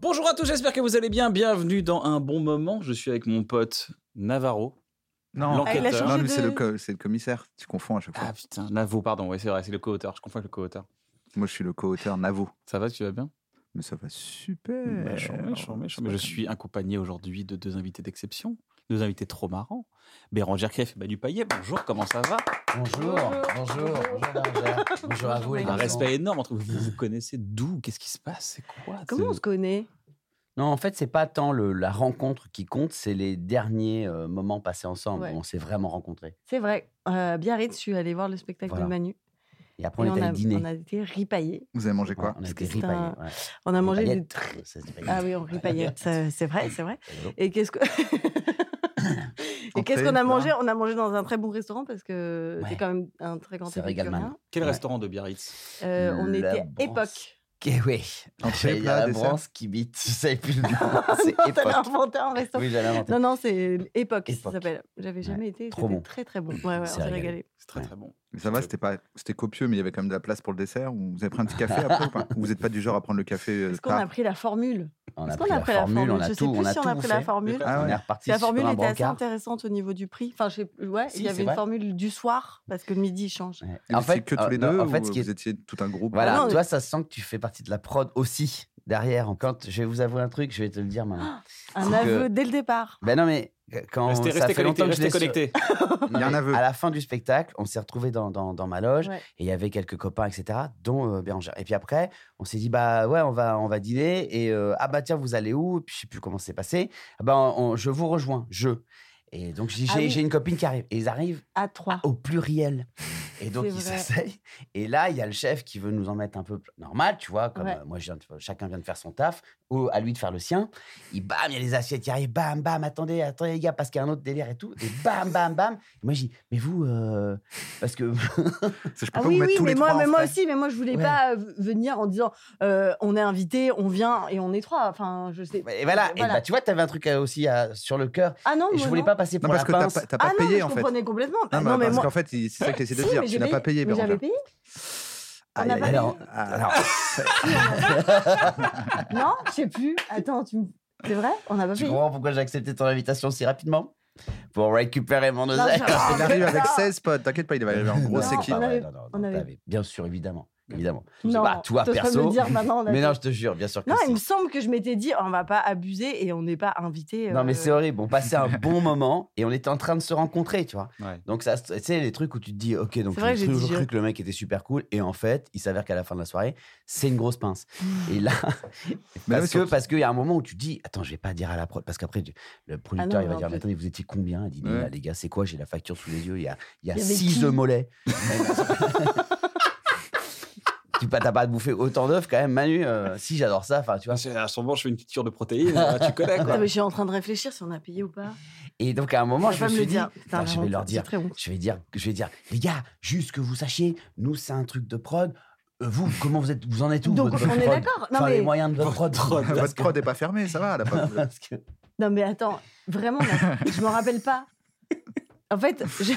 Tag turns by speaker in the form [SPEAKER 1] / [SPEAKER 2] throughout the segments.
[SPEAKER 1] Bonjour à tous, j'espère que vous allez bien. Bienvenue dans un bon moment. Je suis avec mon pote Navarro.
[SPEAKER 2] Non,
[SPEAKER 1] L'enquêteur. Ah, il a changé
[SPEAKER 2] non, lui,
[SPEAKER 3] de-
[SPEAKER 2] c'est le, co- c'est le commissaire. Tu confonds à chaque fois.
[SPEAKER 1] Ah putain, Navo, pardon, oui, c'est vrai, c'est le co-auteur. Je confonds avec le co-auteur.
[SPEAKER 2] Moi, je suis le co-auteur Navo.
[SPEAKER 1] Ça va, tu vas bien
[SPEAKER 2] Mais ça va super.
[SPEAKER 1] Bah, chaud, ouais, chaud, ouais, chaud. Mais Je suis accompagné aujourd'hui de deux invités d'exception, deux invités trop marrants. Bérangère Kreff et Manu Payet, bonjour, comment ça va
[SPEAKER 4] Bonjour, bonjour, bonjour Bérangère. Bonjour à vous. les
[SPEAKER 1] Un
[SPEAKER 4] garçons.
[SPEAKER 1] respect énorme entre vous. Vous vous connaissez d'où Qu'est-ce qui se passe C'est quoi
[SPEAKER 3] Comment on
[SPEAKER 1] ce-
[SPEAKER 3] se connaît
[SPEAKER 4] Non, en fait, c'est pas tant le- la rencontre qui compte, c'est les derniers euh, moments passés ensemble
[SPEAKER 3] Ouais.
[SPEAKER 4] où on s'est vraiment rencontrés.
[SPEAKER 3] C'est vrai. Euh, Biarritz, je suis allée voir le spectacle
[SPEAKER 4] Voilà.
[SPEAKER 3] de Manu.
[SPEAKER 4] Et après,
[SPEAKER 3] Et
[SPEAKER 4] on
[SPEAKER 3] on,
[SPEAKER 4] est allé
[SPEAKER 3] a,
[SPEAKER 4] dîner.
[SPEAKER 3] on a été ripaillés.
[SPEAKER 2] Vous avez mangé quoi
[SPEAKER 4] Ouais, on a
[SPEAKER 3] que
[SPEAKER 4] été
[SPEAKER 3] c'est
[SPEAKER 4] ripaillés.
[SPEAKER 3] un-
[SPEAKER 4] ouais.
[SPEAKER 3] On a
[SPEAKER 4] Des
[SPEAKER 3] mangé des
[SPEAKER 4] paillettes.
[SPEAKER 3] trucs.
[SPEAKER 4] Ça, c'est des
[SPEAKER 3] Ah
[SPEAKER 4] paillettes.
[SPEAKER 3] oui, on ripaillait. Ça, C'est vrai, c'est vrai.
[SPEAKER 4] Hello.
[SPEAKER 3] Et qu'est-ce que- Et qu'est-ce
[SPEAKER 2] Entrée,
[SPEAKER 3] qu'on a
[SPEAKER 2] plat.
[SPEAKER 3] mangé On a mangé dans un très bon restaurant parce que c'est
[SPEAKER 4] Ouais.
[SPEAKER 3] quand même un très grand
[SPEAKER 4] C'est Regalman.
[SPEAKER 3] épicurien.
[SPEAKER 1] Quel
[SPEAKER 4] Ouais.
[SPEAKER 1] restaurant de Biarritz
[SPEAKER 3] Euh, on
[SPEAKER 4] La
[SPEAKER 3] était
[SPEAKER 4] Brance.
[SPEAKER 3] époque.
[SPEAKER 4] Ok, oui.
[SPEAKER 2] Entrée,
[SPEAKER 4] Il y a
[SPEAKER 2] plat,
[SPEAKER 4] la
[SPEAKER 2] dessert.
[SPEAKER 4] branche qui bite. Je savais plus le nom.
[SPEAKER 3] Non,
[SPEAKER 4] c'est
[SPEAKER 3] t'avais
[SPEAKER 4] époque.
[SPEAKER 3] inventé un restaurant.
[SPEAKER 4] Oui, j'avais inventé.
[SPEAKER 3] Non, non, c'est époque, ça
[SPEAKER 4] Époque.
[SPEAKER 3] s'appelle. J'avais jamais été.
[SPEAKER 4] Trop
[SPEAKER 3] C'était
[SPEAKER 4] bon.
[SPEAKER 3] Très, très bon. Ouais, ouais, on
[SPEAKER 4] s'est
[SPEAKER 3] s'est
[SPEAKER 4] régalé.
[SPEAKER 3] régalé.
[SPEAKER 1] C'est très
[SPEAKER 4] Ouais.
[SPEAKER 1] très bon.
[SPEAKER 2] Mais ça va, c'était pas, c'était copieux, mais il y avait quand même de la place pour le dessert. Ou Vous avez pris un petit café après ou pas Ou Vous n'êtes pas du genre à prendre le café euh,
[SPEAKER 3] Est-ce qu'on
[SPEAKER 2] tard
[SPEAKER 3] a pris la formule
[SPEAKER 4] On
[SPEAKER 3] Est-ce
[SPEAKER 4] a
[SPEAKER 3] qu'on
[SPEAKER 4] pris la formule, on a
[SPEAKER 3] Je
[SPEAKER 4] tout.
[SPEAKER 3] sais
[SPEAKER 4] On
[SPEAKER 3] plus
[SPEAKER 4] a
[SPEAKER 3] si on a
[SPEAKER 4] tout
[SPEAKER 3] pris la
[SPEAKER 4] fait.
[SPEAKER 3] formule.
[SPEAKER 2] Ah
[SPEAKER 4] On
[SPEAKER 2] ouais.
[SPEAKER 4] est reparti
[SPEAKER 3] La formule
[SPEAKER 4] sur un
[SPEAKER 3] était assez
[SPEAKER 4] brancard.
[SPEAKER 3] intéressante au niveau du prix. Enfin, je sais, ouais,
[SPEAKER 4] Si,
[SPEAKER 3] il y
[SPEAKER 4] c'est
[SPEAKER 3] avait une
[SPEAKER 4] vrai.
[SPEAKER 3] formule du soir parce que le midi il change.
[SPEAKER 4] Ouais.
[SPEAKER 2] Et vous étiez que tous
[SPEAKER 4] euh,
[SPEAKER 2] les
[SPEAKER 4] non,
[SPEAKER 2] deux
[SPEAKER 4] en fait,
[SPEAKER 2] ou
[SPEAKER 4] ce qui est
[SPEAKER 2] vous étiez tout un groupe
[SPEAKER 4] Voilà,
[SPEAKER 3] Ah non, mais-
[SPEAKER 4] toi, ça sent que tu fais partie de la prod aussi derrière. Quand je vais vous avouer un truc, je vais te le dire maintenant.
[SPEAKER 3] Un
[SPEAKER 4] C'est
[SPEAKER 3] aveu
[SPEAKER 4] que-
[SPEAKER 3] dès le départ.
[SPEAKER 4] Ben non, mais quand
[SPEAKER 1] Restez,
[SPEAKER 4] ça
[SPEAKER 1] restez
[SPEAKER 4] fait
[SPEAKER 1] connectés,
[SPEAKER 4] longtemps que je
[SPEAKER 1] restez
[SPEAKER 4] l'ai sur-
[SPEAKER 1] connectés.
[SPEAKER 2] Il y a un
[SPEAKER 4] Mais
[SPEAKER 2] aveu.
[SPEAKER 4] À la fin du spectacle, on s'est retrouvés dans, dans, dans ma loge
[SPEAKER 3] Ouais.
[SPEAKER 4] et il y avait quelques copains, etc., dont euh, Bérangère. Et puis après, on s'est dit, bah ouais, on va, on va dîner. Et euh, ah bah tiens, vous allez où Et Puis je sais plus comment c'est passé. Ah bah, on- on- je vous rejoins, je. Et donc j'ai
[SPEAKER 3] Ah
[SPEAKER 4] j'ai-
[SPEAKER 3] oui.
[SPEAKER 4] j'ai une copine qui arrive. Et ils arrivent
[SPEAKER 3] À 3.
[SPEAKER 2] Ah,
[SPEAKER 4] au pluriel. Et donc,
[SPEAKER 3] C'est
[SPEAKER 4] ils
[SPEAKER 3] vrai.
[SPEAKER 4] s'asseyent. Et là, il y a le chef qui veut nous en mettre un peu plus- normal, tu vois, comme
[SPEAKER 3] Ouais.
[SPEAKER 4] euh, moi, je viens de- chacun vient de faire son taf, ou à lui de faire le sien. Il bam, il y a les assiettes qui arrivent, bam, bam, attendez, attendez, les gars, parce qu'il y a un autre délire et tout. Et bam, bam, bam. Et moi, je dis, mais vous, euh, parce que.
[SPEAKER 2] Je peux pas
[SPEAKER 3] Ah oui,
[SPEAKER 2] vous
[SPEAKER 3] oui,
[SPEAKER 2] mettre tous
[SPEAKER 3] mais
[SPEAKER 2] les
[SPEAKER 3] moi,
[SPEAKER 2] trois
[SPEAKER 3] mais
[SPEAKER 2] en
[SPEAKER 3] moi
[SPEAKER 2] fait.
[SPEAKER 3] aussi, mais moi je voulais
[SPEAKER 4] Ouais.
[SPEAKER 3] pas euh, venir en disant euh, on est invité, on vient et on est trois. Enfin, je sais.
[SPEAKER 4] Et voilà, Et bah, tu vois, t'avais un truc euh, aussi à- sur le
[SPEAKER 2] bah,
[SPEAKER 4] cœur.
[SPEAKER 3] Ah non,
[SPEAKER 4] Et je
[SPEAKER 3] moi,
[SPEAKER 4] voulais
[SPEAKER 3] non.
[SPEAKER 4] pas passer
[SPEAKER 2] Non,
[SPEAKER 4] pour
[SPEAKER 2] parce
[SPEAKER 4] la
[SPEAKER 2] que t'as
[SPEAKER 4] pince.
[SPEAKER 2] pas, t'as
[SPEAKER 3] Ah
[SPEAKER 2] pas
[SPEAKER 3] non, mais
[SPEAKER 2] payé
[SPEAKER 3] je
[SPEAKER 2] en fait.
[SPEAKER 3] comprenais complètement.
[SPEAKER 2] Non,
[SPEAKER 3] Bah,
[SPEAKER 2] mais
[SPEAKER 3] Non, mais
[SPEAKER 2] parce
[SPEAKER 3] moi.
[SPEAKER 2] qu'en fait, il- c'est ça que j'essaie de
[SPEAKER 3] Si,
[SPEAKER 2] dire.
[SPEAKER 3] mais
[SPEAKER 2] Tu
[SPEAKER 3] j'ai
[SPEAKER 2] l'as
[SPEAKER 3] payé.
[SPEAKER 2] pas payé,
[SPEAKER 3] Mais j'avais
[SPEAKER 2] Bérangère.
[SPEAKER 3] payé.
[SPEAKER 2] Aïe,
[SPEAKER 3] On a
[SPEAKER 2] aïe,
[SPEAKER 3] pas
[SPEAKER 2] aïe.
[SPEAKER 3] payé.
[SPEAKER 4] Alors,
[SPEAKER 2] Ah.
[SPEAKER 4] alors,
[SPEAKER 3] Non, je sais plus. Attends, tu me- c'est vrai On n'a pas
[SPEAKER 4] tu
[SPEAKER 3] payé.
[SPEAKER 4] comprends pourquoi j'ai accepté ton invitation si rapidement Pour récupérer mon oseille.
[SPEAKER 3] je- Ah,
[SPEAKER 2] Il arrive
[SPEAKER 3] mais
[SPEAKER 2] avec
[SPEAKER 3] non.
[SPEAKER 2] 16 potes. T'inquiète pas, il va y avoir une grosse
[SPEAKER 3] Non,
[SPEAKER 2] équipe.
[SPEAKER 3] on avait-
[SPEAKER 4] non, non,
[SPEAKER 3] on
[SPEAKER 4] non,
[SPEAKER 3] avait-
[SPEAKER 4] t'avais- bien sûr, évidemment. évidemment.
[SPEAKER 3] Non,
[SPEAKER 4] Bah, toi,
[SPEAKER 3] t'es en train de
[SPEAKER 4] perso,
[SPEAKER 3] me dire maintenant. on a
[SPEAKER 4] Mais non,
[SPEAKER 3] payé.
[SPEAKER 4] je te jure, bien sûr que
[SPEAKER 3] Non,
[SPEAKER 4] si.
[SPEAKER 3] il me semble que je m'étais dit on va pas abuser et on n'est pas invité.
[SPEAKER 4] Non, mais
[SPEAKER 3] euh,
[SPEAKER 4] c'est horrible. On passait un bon moment et on était en train de se rencontrer, tu vois.
[SPEAKER 1] Ouais.
[SPEAKER 4] Donc, ça, tu sais, les trucs où tu te dis, OK, donc
[SPEAKER 3] C'est vrai que
[SPEAKER 4] j'ai
[SPEAKER 3] j'ai
[SPEAKER 4] toujours
[SPEAKER 3] digéré.
[SPEAKER 4] cru que le mec était super cool. Et en fait, il s'avère qu'à la fin de la soirée, c'est une grosse pince. Et là,
[SPEAKER 2] Mais là,
[SPEAKER 4] parce
[SPEAKER 2] surtout-
[SPEAKER 4] qu'il parce qu'il y a un moment où tu te dis, attends, je vais pas dire à la prod. Parce qu'après, tu- le producteur, il va
[SPEAKER 3] Ah en
[SPEAKER 4] dire, mais
[SPEAKER 3] plus.
[SPEAKER 4] attendez, vous étiez combien Il dit, mais
[SPEAKER 2] Ouais.
[SPEAKER 4] là, les gars, c'est quoi J'ai la facture sous les yeux. Il y a, il y a
[SPEAKER 3] Il y avait
[SPEAKER 4] six
[SPEAKER 3] qui
[SPEAKER 4] œufs mollets. tu n'as pas bouffé autant d'œufs quand même, Manu. euh, si, j'adore ça. Enfin, tu vois.
[SPEAKER 1] Parce que, À son bon, je fais une petite cure de protéines, hein, tu connais
[SPEAKER 3] Putain,
[SPEAKER 1] quoi.
[SPEAKER 3] Ah, mais je suis en train de réfléchir si on a payé ou pas.
[SPEAKER 4] Et donc, à un moment,
[SPEAKER 3] Tu
[SPEAKER 4] je
[SPEAKER 3] vas
[SPEAKER 4] me
[SPEAKER 3] pas
[SPEAKER 4] suis
[SPEAKER 3] le
[SPEAKER 4] dit,
[SPEAKER 3] dire. Putain,
[SPEAKER 4] Putain, je
[SPEAKER 3] la
[SPEAKER 4] vais
[SPEAKER 3] honte,
[SPEAKER 4] leur
[SPEAKER 3] c'est
[SPEAKER 4] dire.
[SPEAKER 3] très honte.
[SPEAKER 4] Je vais dire, je vais dire, les gars, juste que vous sachiez, nous c'est un truc de prod. Euh, Vous, comment vous êtes, vous en êtes où
[SPEAKER 3] Donc,
[SPEAKER 4] votre
[SPEAKER 3] on est
[SPEAKER 4] prod
[SPEAKER 3] d'accord. Non,
[SPEAKER 4] Enfin, les
[SPEAKER 3] mais-
[SPEAKER 4] moyens de votre
[SPEAKER 1] Votre
[SPEAKER 4] prod.
[SPEAKER 1] prod.
[SPEAKER 4] Parce
[SPEAKER 2] Votre
[SPEAKER 4] que-
[SPEAKER 2] prod est pas fermée, ça va. elle a pas-
[SPEAKER 4] parce que-
[SPEAKER 3] Non, mais attends, vraiment, là, je me rappelle pas. En fait, je-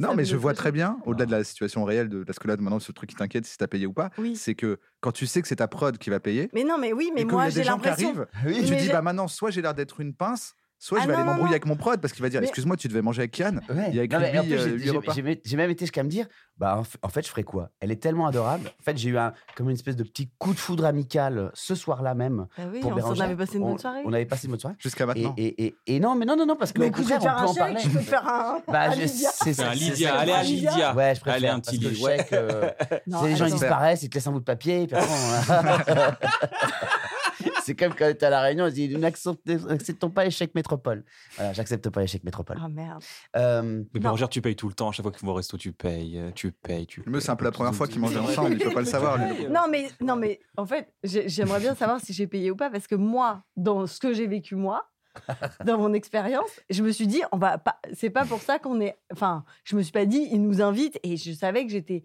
[SPEAKER 2] Non,
[SPEAKER 3] Ça
[SPEAKER 2] mais
[SPEAKER 3] me
[SPEAKER 2] je vois
[SPEAKER 3] touche.
[SPEAKER 2] très bien, au-delà de la situation réelle, de, parce que là, maintenant, ce truc qui t'inquiète, si t'as payé ou pas,
[SPEAKER 3] oui.
[SPEAKER 2] c'est que quand tu sais que c'est ta prod qui va payer,
[SPEAKER 3] Mais non, mais oui, mais
[SPEAKER 2] et qu'il y
[SPEAKER 3] moi
[SPEAKER 2] a des
[SPEAKER 3] j'ai
[SPEAKER 2] gens qui
[SPEAKER 3] l'impression.
[SPEAKER 2] arrivent,
[SPEAKER 4] Oui,
[SPEAKER 2] tu
[SPEAKER 3] mais
[SPEAKER 2] dis,
[SPEAKER 3] j'ai-
[SPEAKER 2] bah maintenant, soit j'ai l'air d'être une pince, Soit je
[SPEAKER 3] Ah
[SPEAKER 2] vais
[SPEAKER 3] non,
[SPEAKER 2] aller
[SPEAKER 3] non,
[SPEAKER 2] m'embrouiller
[SPEAKER 3] non.
[SPEAKER 2] avec mon prod parce qu'il va dire
[SPEAKER 3] Mais-
[SPEAKER 2] Excuse-moi, tu devais manger avec Kian.
[SPEAKER 4] Ouais.
[SPEAKER 2] Il y a écrit
[SPEAKER 4] Non, mais en
[SPEAKER 2] huit,
[SPEAKER 4] plus,
[SPEAKER 2] euh,
[SPEAKER 4] j'ai-
[SPEAKER 2] huit
[SPEAKER 4] j'ai-
[SPEAKER 2] repas.
[SPEAKER 4] j'ai même- J'ai même été jusqu'à me dire, bah en f- en fait, je ferais quoi Elle est tellement adorable. En fait, j'ai eu un, comme une espèce de petit coup de foudre amical euh, ce soir-là même.
[SPEAKER 3] Bah oui,
[SPEAKER 4] Pour
[SPEAKER 3] on s'en
[SPEAKER 4] Bérangère,
[SPEAKER 3] avait passé une
[SPEAKER 4] on,
[SPEAKER 3] bonne soirée.
[SPEAKER 4] on avait passé une bonne soirée.
[SPEAKER 2] Jusqu'à
[SPEAKER 4] Et,
[SPEAKER 2] maintenant.
[SPEAKER 4] et- et- et non, mais non, non, non, parce que
[SPEAKER 3] Mais
[SPEAKER 4] au
[SPEAKER 3] écoute,
[SPEAKER 4] contraire,
[SPEAKER 3] je vais
[SPEAKER 4] on peut en
[SPEAKER 3] faire un
[SPEAKER 4] parler.
[SPEAKER 3] chèque, je peux faire un.
[SPEAKER 4] Bah,
[SPEAKER 3] un
[SPEAKER 4] je-
[SPEAKER 3] Lydia.
[SPEAKER 4] c'est ça.
[SPEAKER 1] Faire un
[SPEAKER 4] c'est
[SPEAKER 1] Lydia,
[SPEAKER 4] ça.
[SPEAKER 1] allez à
[SPEAKER 3] Lydia.
[SPEAKER 1] Lydia.
[SPEAKER 4] Ouais, je préfère.
[SPEAKER 1] Allez, un
[SPEAKER 4] parce
[SPEAKER 1] petit
[SPEAKER 4] que le
[SPEAKER 1] lit, ouais.
[SPEAKER 4] chèque, euh,
[SPEAKER 3] Non,
[SPEAKER 4] c'est les gens ils
[SPEAKER 3] attends.
[SPEAKER 4] disparaissent, ils te laissent un bout de papier et puis après, on- c'est comme quand t'es à la réunion, ils disent nous n'acceptons n'acceptons pas l'échec métropole. Voilà, j'accepte pas l'échec métropole.
[SPEAKER 3] Ah merde.
[SPEAKER 4] Euh,
[SPEAKER 1] Mais
[SPEAKER 3] Non.
[SPEAKER 1] Bérangère, tu payes tout le temps. À chaque fois que tu vas au resto, tu payes, euh, tu payes, tu
[SPEAKER 2] Le mec, c'est un peu la première fois qu'ils mangeaient
[SPEAKER 1] Ouais.
[SPEAKER 2] ensemble, il peut pas le savoir,
[SPEAKER 1] euh,
[SPEAKER 2] lui.
[SPEAKER 3] Non mais, non, mais en fait, j'ai- j'aimerais bien savoir si j'ai payé ou pas, parce que moi, dans ce que j'ai vécu moi, dans mon expérience, je me suis dit, on va pas. C'est pas pour ça qu'on est. Enfin, je me suis pas dit, ils nous invitent, et je savais que j'étais.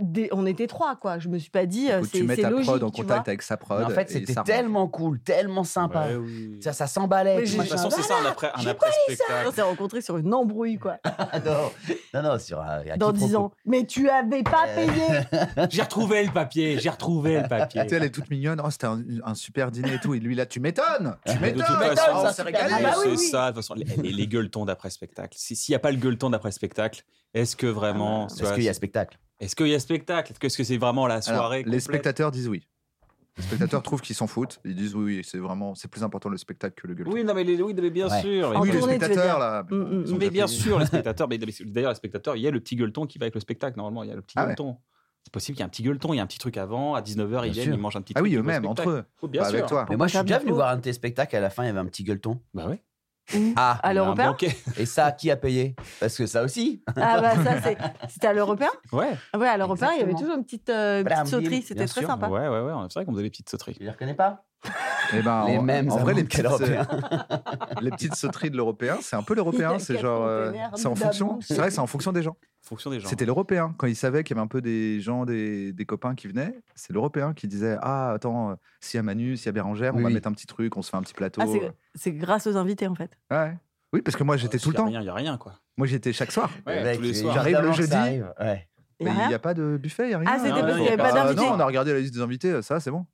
[SPEAKER 3] des- On était trois, quoi. Je me suis pas dit, euh,
[SPEAKER 2] Écoute,
[SPEAKER 3] c'est
[SPEAKER 2] tu mets
[SPEAKER 3] c'est
[SPEAKER 2] ta
[SPEAKER 3] logique.
[SPEAKER 2] prod en
[SPEAKER 3] tu vois.
[SPEAKER 2] contact avec sa prod.
[SPEAKER 4] mais en fait,
[SPEAKER 2] et
[SPEAKER 4] c'était
[SPEAKER 2] ça marche.
[SPEAKER 4] tellement cool, tellement sympa.
[SPEAKER 1] Ouais, oui.
[SPEAKER 4] Ça, ça s'emballait.
[SPEAKER 3] Mais
[SPEAKER 4] tu
[SPEAKER 1] De
[SPEAKER 4] vois,
[SPEAKER 3] j'ai-
[SPEAKER 1] toute
[SPEAKER 4] ça-
[SPEAKER 1] façon, c'est ça un après, un
[SPEAKER 3] J'ai
[SPEAKER 1] après
[SPEAKER 3] on
[SPEAKER 1] spectacle.
[SPEAKER 3] s'est rencontrés sur une embrouille, quoi,
[SPEAKER 4] Ah non, non, non, sur euh, un, un
[SPEAKER 3] dans
[SPEAKER 4] quiproquo.
[SPEAKER 3] dix ans. Mais tu avais pas
[SPEAKER 4] Euh,
[SPEAKER 3] payé
[SPEAKER 1] J'ai retrouvé le papier, j'ai retrouvé le papier.
[SPEAKER 2] Tu sais, elle est toute mignonne. Oh, c'était un, un super dîner et tout. Et lui, là, tu m'étonnes.
[SPEAKER 4] Ah,
[SPEAKER 2] Tu
[SPEAKER 1] Mais de
[SPEAKER 2] m'étonnes.
[SPEAKER 1] toute
[SPEAKER 4] m'étonnes,
[SPEAKER 1] façon,
[SPEAKER 2] on
[SPEAKER 4] ça
[SPEAKER 2] s'est
[SPEAKER 4] fait
[SPEAKER 2] régalé.
[SPEAKER 3] Ah bah
[SPEAKER 1] c'est
[SPEAKER 3] oui, oui.
[SPEAKER 1] ça. De toute façon, les, les- les gueuletons d'après spectacle. Si- S'il n'y a pas le gueuleton d'après spectacle, est-ce que vraiment, tu
[SPEAKER 4] Parce
[SPEAKER 1] vois,
[SPEAKER 4] Ah bah, qu'il y a spectacle.
[SPEAKER 1] est-ce qu'il y a spectacle Est-ce que- est-ce que c'est vraiment la
[SPEAKER 2] Alors,
[SPEAKER 1] soirée
[SPEAKER 2] les
[SPEAKER 1] complète
[SPEAKER 2] spectateurs disent oui. Les spectateurs trouvent qu'ils s'en foutent. Ils disent oui, oui, c'est vraiment, c'est plus important le spectacle que le gueule.
[SPEAKER 1] Oui, non, mais les, oui, non, mais bien
[SPEAKER 4] Ouais.
[SPEAKER 1] sûr.
[SPEAKER 3] En
[SPEAKER 2] oui, les
[SPEAKER 3] tournée, tu veux
[SPEAKER 2] spectateurs
[SPEAKER 3] dire.
[SPEAKER 2] là. ils
[SPEAKER 3] Mm, mm,
[SPEAKER 2] sont
[SPEAKER 3] mm.
[SPEAKER 1] Mais
[SPEAKER 2] déjà
[SPEAKER 1] bien
[SPEAKER 2] payés.
[SPEAKER 1] sûr, les spectateurs. mais- mais c'est- D'ailleurs, les spectateurs, il y a le petit gueuleton qui va avec le spectacle. Normalement, il y a le petit
[SPEAKER 2] Ah ouais.
[SPEAKER 1] gueuleton. C'est possible qu'il y ait un petit gueuleton, il y a un petit truc avant. À 19h, ils
[SPEAKER 4] Bien
[SPEAKER 1] viennent,
[SPEAKER 4] sûr.
[SPEAKER 1] ils mangent un petit
[SPEAKER 2] Ah
[SPEAKER 1] truc.
[SPEAKER 2] oui,
[SPEAKER 1] ils vont au
[SPEAKER 2] eux-mêmes, entre
[SPEAKER 1] spectacle.
[SPEAKER 2] eux.
[SPEAKER 1] Oh, bien
[SPEAKER 2] Pas
[SPEAKER 1] sûr.
[SPEAKER 2] avec toi.
[SPEAKER 4] Mais moi, je suis
[SPEAKER 3] Pourquoi
[SPEAKER 4] déjà
[SPEAKER 3] pas
[SPEAKER 4] venu voir un de tes spectacles. À la fin, il y avait un petit gueuleton.
[SPEAKER 1] Bah ouais.
[SPEAKER 4] Ah,
[SPEAKER 3] à
[SPEAKER 1] On a un
[SPEAKER 3] l'européen.
[SPEAKER 1] banquet.
[SPEAKER 4] et ça, qui a payé Parce que ça aussi.
[SPEAKER 3] Ah bah ça, c'est- c'était à l'européen.
[SPEAKER 1] Ouais.
[SPEAKER 3] Ah Ouais, à l'européen, il y avait
[SPEAKER 4] Exactement.
[SPEAKER 3] toujours une petite, euh, petite
[SPEAKER 4] Blam, bim,
[SPEAKER 3] sauterie.
[SPEAKER 4] bien
[SPEAKER 3] C'était très
[SPEAKER 4] sûr.
[SPEAKER 1] Ouais,
[SPEAKER 3] sympa.
[SPEAKER 1] ouais, ouais. C'est vrai qu'on faisait des petites sauteries.
[SPEAKER 4] Tu les reconnais pas
[SPEAKER 2] Eh ben,
[SPEAKER 4] Les
[SPEAKER 2] en,
[SPEAKER 4] mêmes.
[SPEAKER 2] en vrai, les petites, euh,
[SPEAKER 4] quel européen.
[SPEAKER 2] les petites sauteries de l'européen, c'est un peu
[SPEAKER 3] Il y
[SPEAKER 2] l'européen.
[SPEAKER 3] a
[SPEAKER 2] C'est
[SPEAKER 3] quatre
[SPEAKER 2] genre, euh,
[SPEAKER 3] containers
[SPEAKER 2] c'est en
[SPEAKER 3] d'amour.
[SPEAKER 2] fonction. C'est vrai, c'est en fonction des gens.
[SPEAKER 1] En fonction des gens.
[SPEAKER 2] C'était l'européen. Quand ils savaient qu'il y avait un peu des gens, des, des copains qui venaient, c'est l'européen qui disait Ah, attends, euh, s'il y a Manu, s'il y a Bérangère, on
[SPEAKER 4] Oui,
[SPEAKER 2] va
[SPEAKER 4] oui.
[SPEAKER 2] mettre un petit truc, on se fait un petit plateau. euh.
[SPEAKER 3] Ah, c'est- c'est grâce aux invités, en fait.
[SPEAKER 2] Ouais. Oui, parce que moi, j'étais
[SPEAKER 1] Euh,
[SPEAKER 2] tout
[SPEAKER 1] s'il y
[SPEAKER 2] le
[SPEAKER 1] a
[SPEAKER 2] temps.
[SPEAKER 1] rien, Il n'y a rien, quoi.
[SPEAKER 2] Moi, j'étais chaque soir.
[SPEAKER 1] Ouais,
[SPEAKER 4] Mec,
[SPEAKER 1] tous les
[SPEAKER 4] c'est
[SPEAKER 1] soirs.
[SPEAKER 2] J'arrive le
[SPEAKER 4] évidemment que ça
[SPEAKER 2] jeudi.
[SPEAKER 4] arrive, ouais.
[SPEAKER 3] Il
[SPEAKER 2] Mais
[SPEAKER 3] y a
[SPEAKER 2] Bah, il n'y
[SPEAKER 3] rien.
[SPEAKER 2] a pas de buffet, il n'y a rien.
[SPEAKER 3] Ah, c'était
[SPEAKER 1] parce qu'il y avait pas
[SPEAKER 2] Ah,
[SPEAKER 3] d'invités.
[SPEAKER 2] Non, on a regardé la liste des invités, euh, ça, c'est bon.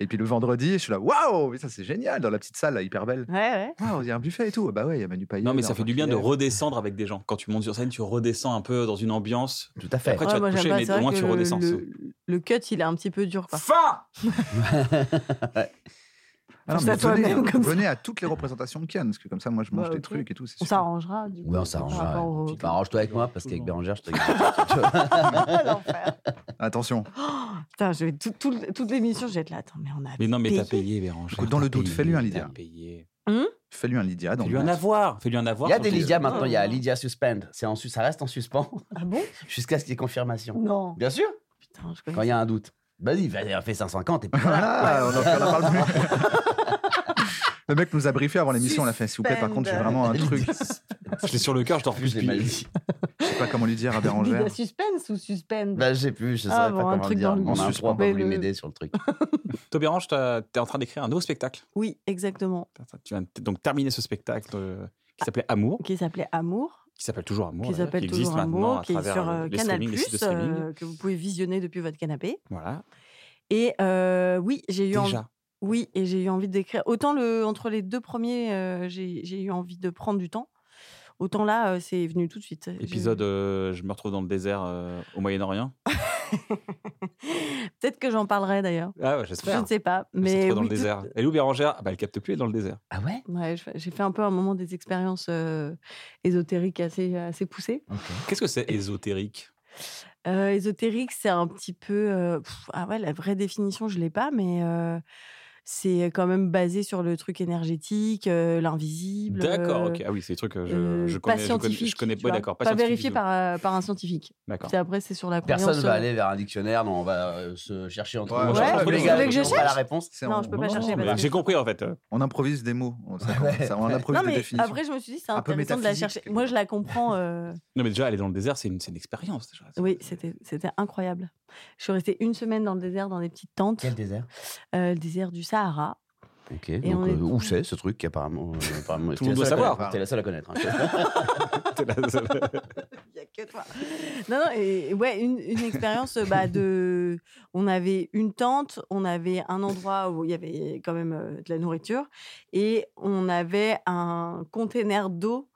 [SPEAKER 2] Et puis le vendredi, je suis là, waouh, mais ça, c'est génial, dans la petite salle, là, hyper belle.
[SPEAKER 3] Ouais, ouais.
[SPEAKER 2] Waouh, il y a un buffet et tout. Bah ouais, il y a Manu Payet.
[SPEAKER 1] Non, mais ça
[SPEAKER 2] Bernard
[SPEAKER 1] fait du bien de
[SPEAKER 2] Kiev.
[SPEAKER 1] redescendre avec des gens. Quand tu montes sur scène, tu redescends un peu dans une ambiance.
[SPEAKER 4] Tout à
[SPEAKER 1] Et
[SPEAKER 4] fait.
[SPEAKER 1] après,
[SPEAKER 3] Ouais,
[SPEAKER 1] tu vas
[SPEAKER 3] moi,
[SPEAKER 1] te
[SPEAKER 3] j'aime
[SPEAKER 1] coucher,
[SPEAKER 3] pas.
[SPEAKER 1] mais
[SPEAKER 3] C'est
[SPEAKER 1] au
[SPEAKER 3] vrai
[SPEAKER 1] moins,
[SPEAKER 3] que
[SPEAKER 1] tu
[SPEAKER 3] le-
[SPEAKER 1] redescends.
[SPEAKER 3] Le, le cut, il est un petit peu dur, quoi.
[SPEAKER 1] Fin
[SPEAKER 2] Ah non,
[SPEAKER 3] Ça
[SPEAKER 2] mais
[SPEAKER 3] toi
[SPEAKER 2] venez,
[SPEAKER 3] même, comme ça.
[SPEAKER 2] venez à toutes les représentations de Kian, parce que comme ça, moi, je mange
[SPEAKER 3] Bah,
[SPEAKER 2] des
[SPEAKER 3] ok.
[SPEAKER 2] trucs et tout. c'est
[SPEAKER 3] On
[SPEAKER 2] super.
[SPEAKER 3] s'arrangera. du coup,
[SPEAKER 4] Ouais, on
[SPEAKER 3] par
[SPEAKER 4] s'arrangera.
[SPEAKER 3] rapport au-
[SPEAKER 4] Puis, bah, Arrange-toi avec moi, parce qu'avec
[SPEAKER 1] Toujours.
[SPEAKER 4] Béranger, je te
[SPEAKER 3] L'enfer.
[SPEAKER 2] Attention,
[SPEAKER 3] Putain, je vais tout, tout le- toute l'émission, je vais être là. Attends, mais on a.
[SPEAKER 1] Mais non, mais
[SPEAKER 3] payé.
[SPEAKER 1] t'as payé, Béranger.
[SPEAKER 2] Écoute, dans le
[SPEAKER 1] T'as
[SPEAKER 2] doute,
[SPEAKER 1] payé,
[SPEAKER 2] fais-lui un
[SPEAKER 1] t'as
[SPEAKER 2] Lydia.
[SPEAKER 1] payé.
[SPEAKER 2] fais-lui un Lydia. donc.
[SPEAKER 1] Fais-lui en avoir. Fais-lui en avoir.
[SPEAKER 4] Il y a
[SPEAKER 1] surtout.
[SPEAKER 4] des Lydia maintenant, il y a
[SPEAKER 3] Ah.
[SPEAKER 4] Lydia Suspend. C'est en, sus- ça reste en suspens
[SPEAKER 3] Ah bon
[SPEAKER 4] jusqu'à ce qu'il y ait confirmation.
[SPEAKER 3] Non.
[SPEAKER 4] Bien sûr,
[SPEAKER 3] Putain, je
[SPEAKER 4] quand
[SPEAKER 3] connais.
[SPEAKER 4] il y a un doute. Vas-y, vas-y, fais 550 et puis voilà.
[SPEAKER 2] Ah, on en on en parle plus. Le mec nous a briefé avant l'émission, on a fait s'il vous plaît, par contre, j'ai vraiment un truc.
[SPEAKER 1] Je l'ai sur le cœur, je t'en
[SPEAKER 4] En plus,
[SPEAKER 1] refuse.
[SPEAKER 4] je l'ai mal dit.
[SPEAKER 2] Je sais pas comment lui dire à Bérangère.
[SPEAKER 3] Lydia suspense ou suspend
[SPEAKER 4] Bah, je sais plus, je
[SPEAKER 3] Ah,
[SPEAKER 4] saurais
[SPEAKER 3] bon,
[SPEAKER 4] pas
[SPEAKER 3] un
[SPEAKER 4] comment
[SPEAKER 3] truc
[SPEAKER 4] le dire.
[SPEAKER 3] dans le
[SPEAKER 4] Mon
[SPEAKER 2] suspens.
[SPEAKER 4] impro a pas
[SPEAKER 3] Mais
[SPEAKER 4] voulu
[SPEAKER 3] le-
[SPEAKER 4] m'aider sur le truc.
[SPEAKER 1] Toi, Bérange, t'as- t'es en train d'écrire un nouveau spectacle.
[SPEAKER 3] Oui, exactement.
[SPEAKER 1] Tu viens de- donc terminer ce spectacle euh, qui s'appelait Amour,
[SPEAKER 3] Qui s'appelait Amour.
[SPEAKER 1] qui s'appelle toujours Amour,
[SPEAKER 3] Ah. qui
[SPEAKER 1] d'ailleurs,
[SPEAKER 3] s'appelle
[SPEAKER 1] existe
[SPEAKER 3] toujours
[SPEAKER 1] maintenant
[SPEAKER 3] Amour,
[SPEAKER 1] à
[SPEAKER 3] qui est
[SPEAKER 1] travers
[SPEAKER 3] sur
[SPEAKER 1] euh,
[SPEAKER 3] euh,
[SPEAKER 1] les
[SPEAKER 3] Canal+,
[SPEAKER 1] streamings, les sites de streaming.
[SPEAKER 3] euh, que vous pouvez visionner depuis votre canapé.
[SPEAKER 1] Voilà.
[SPEAKER 3] Et euh, oui, j'ai eu envie,
[SPEAKER 1] Déjà.
[SPEAKER 3] oui, et j'ai eu envie d'écrire. Autant le entre les deux premiers, euh, j'ai j'ai eu envie de prendre du temps. Autant là, euh, c'est venu tout de suite. J'ai-
[SPEAKER 1] Épisode euh, Je me retrouve dans le désert euh, au Moyen-Orient.
[SPEAKER 3] Peut-être que j'en parlerai d'ailleurs.
[SPEAKER 1] Ah ouais,
[SPEAKER 3] Je
[SPEAKER 1] j'espère.
[SPEAKER 3] ne sais pas,
[SPEAKER 1] Elle se
[SPEAKER 3] mais
[SPEAKER 1] trouve dans
[SPEAKER 3] oui,
[SPEAKER 1] le désert. Elle est où Bérangère ah bah, Elle capte plus, elle est dans le désert.
[SPEAKER 4] Ah ouais
[SPEAKER 3] tout- ouais, je- j'ai fait un peu un moment des expériences euh, ésotériques assez assez poussées.
[SPEAKER 1] Qu'est-ce que c'est ésotérique
[SPEAKER 3] Euh, ésotérique, c'est un petit peu. euh, pff, ah ouais, la vraie définition, je l'ai pas, mais euh, c'est quand même basé sur le truc énergétique, euh, l'invisible.
[SPEAKER 1] D'accord,
[SPEAKER 3] euh,
[SPEAKER 1] ok. Ah oui, c'est des trucs que je,
[SPEAKER 3] euh,
[SPEAKER 1] je
[SPEAKER 3] pas
[SPEAKER 1] connais. Je connais,
[SPEAKER 3] scientifique,
[SPEAKER 1] je connais
[SPEAKER 3] tu
[SPEAKER 1] pas,
[SPEAKER 3] vois,
[SPEAKER 1] d'accord.
[SPEAKER 3] Pas,
[SPEAKER 1] scientifique,
[SPEAKER 3] vérifié
[SPEAKER 1] je-
[SPEAKER 3] par, euh, par un scientifique.
[SPEAKER 1] D'accord.
[SPEAKER 3] Puis après, c'est sur la croyance.
[SPEAKER 4] Personne va
[SPEAKER 3] euh,
[SPEAKER 4] aller vers un dictionnaire, non, on va euh, se chercher entre
[SPEAKER 2] Ouais,
[SPEAKER 4] nous.
[SPEAKER 2] ouais,
[SPEAKER 4] Chercher
[SPEAKER 2] ouais,
[SPEAKER 4] entre
[SPEAKER 2] mais
[SPEAKER 4] les
[SPEAKER 2] vous
[SPEAKER 4] gars,
[SPEAKER 3] voulez que
[SPEAKER 4] et
[SPEAKER 3] je
[SPEAKER 4] on aura
[SPEAKER 3] cherche
[SPEAKER 4] la réponse.
[SPEAKER 2] C'est
[SPEAKER 3] Non,
[SPEAKER 2] en-
[SPEAKER 3] je peux pas
[SPEAKER 2] on-
[SPEAKER 3] chercher,
[SPEAKER 1] Non,
[SPEAKER 3] parce
[SPEAKER 1] Oh, mais
[SPEAKER 3] que-
[SPEAKER 1] J'ai compris en fait. euh,
[SPEAKER 2] On improvise des mots, on, ça,
[SPEAKER 4] Ouais.
[SPEAKER 2] ça- on improvise
[SPEAKER 3] Non,
[SPEAKER 2] des
[SPEAKER 3] mais
[SPEAKER 2] définitions.
[SPEAKER 3] après, je me suis dit, c'est
[SPEAKER 2] Un peu
[SPEAKER 3] intéressant de la
[SPEAKER 2] métaphysique,
[SPEAKER 3] chercher.
[SPEAKER 2] quelque
[SPEAKER 3] Moi,
[SPEAKER 2] part.
[SPEAKER 3] je la comprends. euh,
[SPEAKER 1] Non, mais déjà, aller dans le désert, c'est une, c'est une expérience. Déjà.
[SPEAKER 3] Oui, c'était c'était incroyable. Je suis restée une semaine dans le désert, dans des petites tentes.
[SPEAKER 4] Quel désert
[SPEAKER 3] euh, le désert du Sahara.
[SPEAKER 4] Ok,
[SPEAKER 3] Et
[SPEAKER 4] donc
[SPEAKER 3] on est-
[SPEAKER 4] euh, où c'est ce truc qui apparemment. euh, apparemment
[SPEAKER 1] Tout
[SPEAKER 4] t'es
[SPEAKER 1] le monde doit
[SPEAKER 4] la seule à
[SPEAKER 1] savoir.
[SPEAKER 4] connaître, hein. T'es la seule à connaître. hein.
[SPEAKER 1] T'es la seule.
[SPEAKER 3] Il y a que toi. Non, non, et et ouais, une, une expérience euh, bah, de. On avait une tente, on avait un endroit où il y avait quand même euh, de la nourriture et on avait un container d'eau,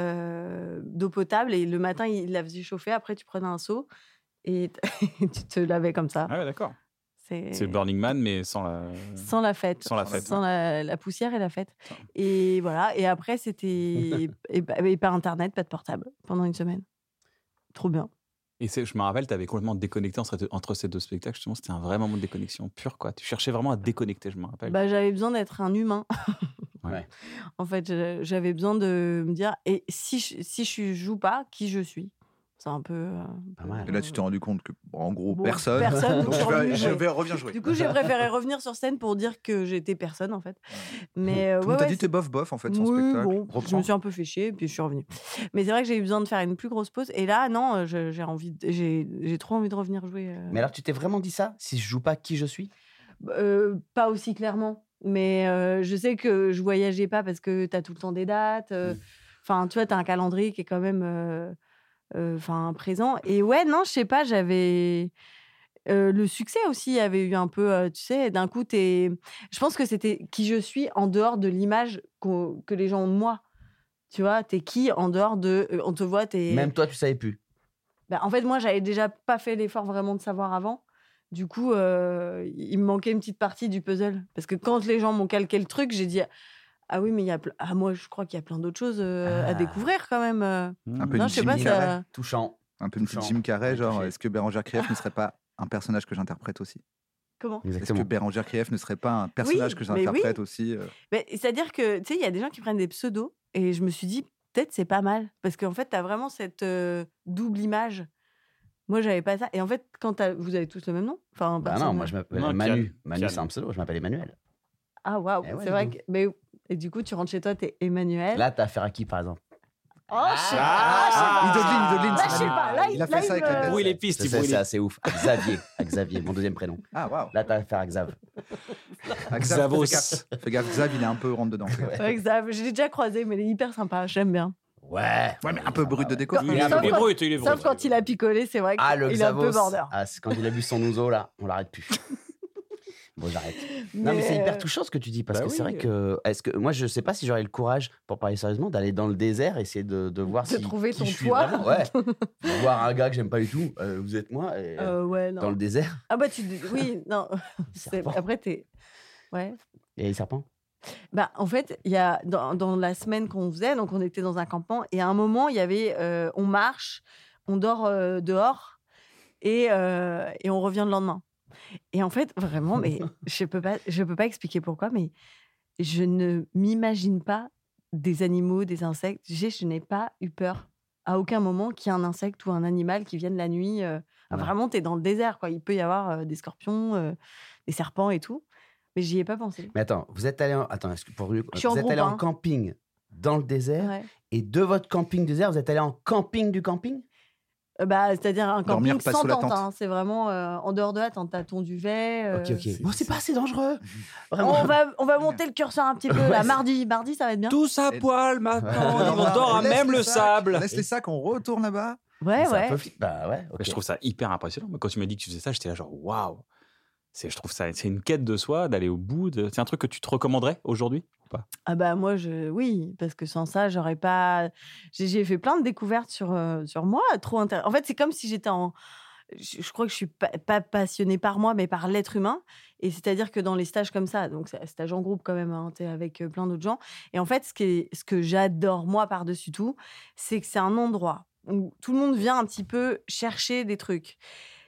[SPEAKER 3] euh, d'eau potable. Et le matin, il la faisait chauffer. Après, tu prenais un seau et tu te lavais comme ça.
[SPEAKER 1] Ah ouais, d'accord.
[SPEAKER 3] C'est
[SPEAKER 1] C'est Burning Man, mais sans la.
[SPEAKER 3] sans la fête.
[SPEAKER 1] Sans la fête,
[SPEAKER 3] Sans la, la poussière et la fête. Et voilà. Et après, c'était. et, pas- et pas Internet, pas de portable pendant une semaine. Trop bien.
[SPEAKER 1] Et c'est- je me rappelle, t'avais complètement déconnecté entre, entre ces deux spectacles. Justement, c'était un vrai moment de déconnexion pure, quoi. Tu cherchais vraiment à déconnecter, je me rappelle.
[SPEAKER 3] Bah, j'avais besoin d'être un humain.
[SPEAKER 4] Ouais.
[SPEAKER 3] En fait, je- j'avais besoin de me dire et si je, si je joue pas, qui je suis C'est un peu. euh, un
[SPEAKER 4] Pas
[SPEAKER 3] peu-
[SPEAKER 4] mal.
[SPEAKER 2] Et là, tu t'es rendu compte que, Mmh. bon, en gros,
[SPEAKER 3] Bon,
[SPEAKER 2] personne.
[SPEAKER 3] personne,
[SPEAKER 2] Donc,
[SPEAKER 3] j'ai
[SPEAKER 2] je
[SPEAKER 3] envie de
[SPEAKER 2] vais, je
[SPEAKER 3] jouer.
[SPEAKER 2] vais revenir jouer.
[SPEAKER 3] Du coup, j'ai préféré revenir sur scène pour dire que j'étais personne en fait. Mais euh,
[SPEAKER 2] Tout le
[SPEAKER 3] ouais,
[SPEAKER 2] monde t'a
[SPEAKER 3] ouais,
[SPEAKER 2] Mmh. dit t'es bof bof en fait son
[SPEAKER 3] oui,
[SPEAKER 2] spectacle.
[SPEAKER 3] bon, je
[SPEAKER 2] Reprends.
[SPEAKER 3] me suis un peu fait chier, puis je suis revenue. Mais c'est vrai que j'ai eu besoin de faire une plus grosse pause. Et là, non, euh, je- j'ai envie, de- j'ai j'ai trop envie de revenir jouer. euh,
[SPEAKER 4] Mais alors, tu t'es vraiment dit ça Si je joue pas, qui je suis
[SPEAKER 3] Euh, pas aussi clairement, mais euh, je sais que je voyageais pas parce que tu as tout le temps des dates. euh, Enfin, tu vois, tu as un calendrier qui est quand même euh, euh, enfin, présent. Et ouais, non, je sais pas, j'avais. euh, le succès aussi avait eu un peu, euh, tu sais, d'un coup, t'es. Je pense que c'était qui je suis en dehors de l'image qu'on- que les gens ont de moi. Tu vois, t'es qui en dehors de. euh, On te voit, t'es.
[SPEAKER 4] Même toi, tu savais plus.
[SPEAKER 3] Bah, en fait, moi, j'avais déjà pas fait l'effort vraiment de savoir avant. Du coup, euh, il me manquait une petite partie du puzzle. Parce que quand les gens m'ont calqué le truc, j'ai dit Ah oui, mais il y a ple- ah, moi, je crois qu'il y a plein d'autres choses euh,
[SPEAKER 4] Ah.
[SPEAKER 3] à découvrir quand même. euh.
[SPEAKER 2] Un peu
[SPEAKER 3] Non,
[SPEAKER 2] une
[SPEAKER 3] je sais
[SPEAKER 2] Jim
[SPEAKER 3] pas,
[SPEAKER 2] Carrey.
[SPEAKER 3] ça.
[SPEAKER 4] Touchant.
[SPEAKER 2] Un peu une petite
[SPEAKER 4] Genre,
[SPEAKER 2] Jim Carrey, genre
[SPEAKER 4] touché.
[SPEAKER 2] est-ce que Bérangère Krief ne serait pas un personnage que j'interprète aussi
[SPEAKER 3] Comment
[SPEAKER 4] Mmh.
[SPEAKER 2] Est-ce que Bérangère Krief ne serait pas un personnage que
[SPEAKER 3] mais oui.
[SPEAKER 2] j'interprète aussi euh,
[SPEAKER 3] Mais C'est-à-dire que, tu sais, il y a des gens qui prennent des pseudos. Et je me suis dit Peut-être c'est pas mal. Parce qu'en fait, t'as vraiment cette euh, double image. Moi, j'avais pas ça. Et en fait, quand t'as- vous avez tous le même nom enfin,
[SPEAKER 4] Bah
[SPEAKER 3] personne-
[SPEAKER 4] non, moi je m'appelle
[SPEAKER 1] Non,
[SPEAKER 4] Manu.
[SPEAKER 1] Kian.
[SPEAKER 4] Manu,
[SPEAKER 1] Kian.
[SPEAKER 4] c'est un pseudo, je m'appelle Emmanuel.
[SPEAKER 3] Ah waouh,
[SPEAKER 4] Eh ouais,
[SPEAKER 3] c'est vrai
[SPEAKER 4] dis
[SPEAKER 3] que. Mais... Et du coup, tu rentres chez toi, t'es Emmanuel.
[SPEAKER 4] Là, t'as affaire à qui, par exemple
[SPEAKER 3] Oh, je sais
[SPEAKER 4] Ah,
[SPEAKER 3] pas, je sais pas.
[SPEAKER 2] ah, Idoline, Idoline,
[SPEAKER 3] Là, je sais
[SPEAKER 2] Manu.
[SPEAKER 3] pas. Là,
[SPEAKER 2] Il a fait
[SPEAKER 3] là,
[SPEAKER 2] ça avec
[SPEAKER 3] me-
[SPEAKER 2] la tête.
[SPEAKER 1] Brûle les
[SPEAKER 4] Ça,
[SPEAKER 1] pistes, il
[SPEAKER 4] C'est
[SPEAKER 1] brûle
[SPEAKER 4] c'est
[SPEAKER 1] les
[SPEAKER 4] assez ouf. À Xavier, à Xavier, mon deuxième prénom.
[SPEAKER 2] Ah
[SPEAKER 3] Bah,
[SPEAKER 2] waouh
[SPEAKER 4] Là, t'as affaire à Xav.
[SPEAKER 2] Ah, Xav,
[SPEAKER 1] Xavos.
[SPEAKER 2] Fais gaffe, Fais gaffe, Xav, il est un peu rentre dedans. fais gaffe.
[SPEAKER 3] Ouais, Xav, je l'ai déjà croisé, mais il est hyper sympa, j'aime bien.
[SPEAKER 4] Ouais.
[SPEAKER 2] Ouais, mais un peu brut de déco.
[SPEAKER 3] Quand-
[SPEAKER 1] Il est
[SPEAKER 4] Sauf
[SPEAKER 1] il est
[SPEAKER 3] quand-
[SPEAKER 1] brut, il est brut.
[SPEAKER 3] Sauf quand il a picolé, c'est vrai qu'il
[SPEAKER 4] Ah, le
[SPEAKER 3] est un peu
[SPEAKER 4] Xavos.
[SPEAKER 3] border.
[SPEAKER 4] Ah, c'est quand il a bu son ouzo, là, on l'arrête plus. Bon, j'arrête. Non, mais c'est
[SPEAKER 3] euh,
[SPEAKER 4] hyper touchant ce que tu dis, parce
[SPEAKER 1] Bah
[SPEAKER 4] que c'est
[SPEAKER 1] oui.
[SPEAKER 4] vrai que, est-ce que. Moi, je sais pas si j'aurais le courage, pour parler sérieusement, d'aller dans le désert, essayer de, de voir
[SPEAKER 3] De
[SPEAKER 4] si.
[SPEAKER 3] trouver
[SPEAKER 4] qui
[SPEAKER 3] ton
[SPEAKER 4] je suis
[SPEAKER 3] poids.
[SPEAKER 4] vraiment. Ouais. De voir un gars que j'aime pas du tout, euh, vous êtes moi, et, euh,
[SPEAKER 3] Euh, ouais, non.
[SPEAKER 4] dans le désert.
[SPEAKER 3] Ah bah tu... Oui, non. c'est-
[SPEAKER 4] Serpent.
[SPEAKER 3] Après, t'es... Ouais.
[SPEAKER 4] Et les serpents
[SPEAKER 3] Bah, en fait, il y a, dans, dans la semaine qu'on faisait, donc on était dans un campement, et à un moment, il y avait euh, on marche, on dort euh, dehors, et, euh, et on revient le lendemain. Et en fait, vraiment, mais je peux pas, je peux pas expliquer pourquoi, mais je ne m'imagine pas des animaux, des insectes. J'ai- Je n'ai pas eu peur à aucun moment qu'il y ait un insecte ou un animal qui vienne la nuit. euh,
[SPEAKER 4] Ouais.
[SPEAKER 3] Vraiment, tu es dans le désert, quoi. Il peut y avoir euh, des scorpions, euh, des serpents et tout. Mais j'y ai pas pensé.
[SPEAKER 4] Mais attends, vous êtes allé en, attends, est-ce que pour mieux-
[SPEAKER 3] Je suis en
[SPEAKER 4] vous êtes
[SPEAKER 3] groupe,
[SPEAKER 4] allé en
[SPEAKER 3] hein.
[SPEAKER 4] camping dans le désert
[SPEAKER 3] Ouais.
[SPEAKER 4] et de votre camping désert, vous êtes allé en camping du camping
[SPEAKER 3] Euh, Bah, c'est-à-dire un
[SPEAKER 2] Dormir
[SPEAKER 3] camping
[SPEAKER 2] pas
[SPEAKER 3] sans
[SPEAKER 2] sous la
[SPEAKER 3] tente.
[SPEAKER 2] tente.
[SPEAKER 3] hein. C'est vraiment euh, en dehors de la tente. T'as ton duvet. euh,
[SPEAKER 4] Ok, ok. Bon, c'est pas assez dangereux. Vraiment.
[SPEAKER 3] On va, on va monter le curseur un petit peu
[SPEAKER 4] Ouais,
[SPEAKER 3] là.
[SPEAKER 4] c'est-
[SPEAKER 3] Mardi, mardi, ça va être bien.
[SPEAKER 1] Tous à
[SPEAKER 2] Et-
[SPEAKER 1] poil maintenant,
[SPEAKER 4] Ouais.
[SPEAKER 1] on dort à
[SPEAKER 2] laisse
[SPEAKER 1] même
[SPEAKER 2] les
[SPEAKER 1] le
[SPEAKER 2] sacs,
[SPEAKER 1] sable.
[SPEAKER 2] On laisse les sacs, on retourne là-bas.
[SPEAKER 3] Ouais,
[SPEAKER 4] C'est un
[SPEAKER 3] ouais.
[SPEAKER 4] peu fli- Bah ouais, ok.
[SPEAKER 1] Je trouve ça hyper impressionnant. Moi, Quand tu m'as dit que tu faisais ça, j'étais là genre waouh. C'est, je trouve ça, c'est une quête de soi d'aller au bout. de- C'est un truc que tu te recommanderais aujourd'hui ou pas
[SPEAKER 3] Ah bah moi, je, oui, parce que sans ça, j'aurais pas. J'ai, j'ai fait plein de découvertes sur, euh, sur moi, trop intér- En fait, c'est comme si j'étais en. Je, je crois que je suis pa- pas passionnée par moi, mais par l'être humain. Et c'est-à-dire que dans les stages comme ça, donc c'est- stage en groupe quand même, hein, t'es avec euh, plein d'autres gens. Et en fait, ce, qui est- ce que j'adore moi par-dessus tout, c'est que c'est un endroit où tout le monde vient un petit peu chercher des trucs.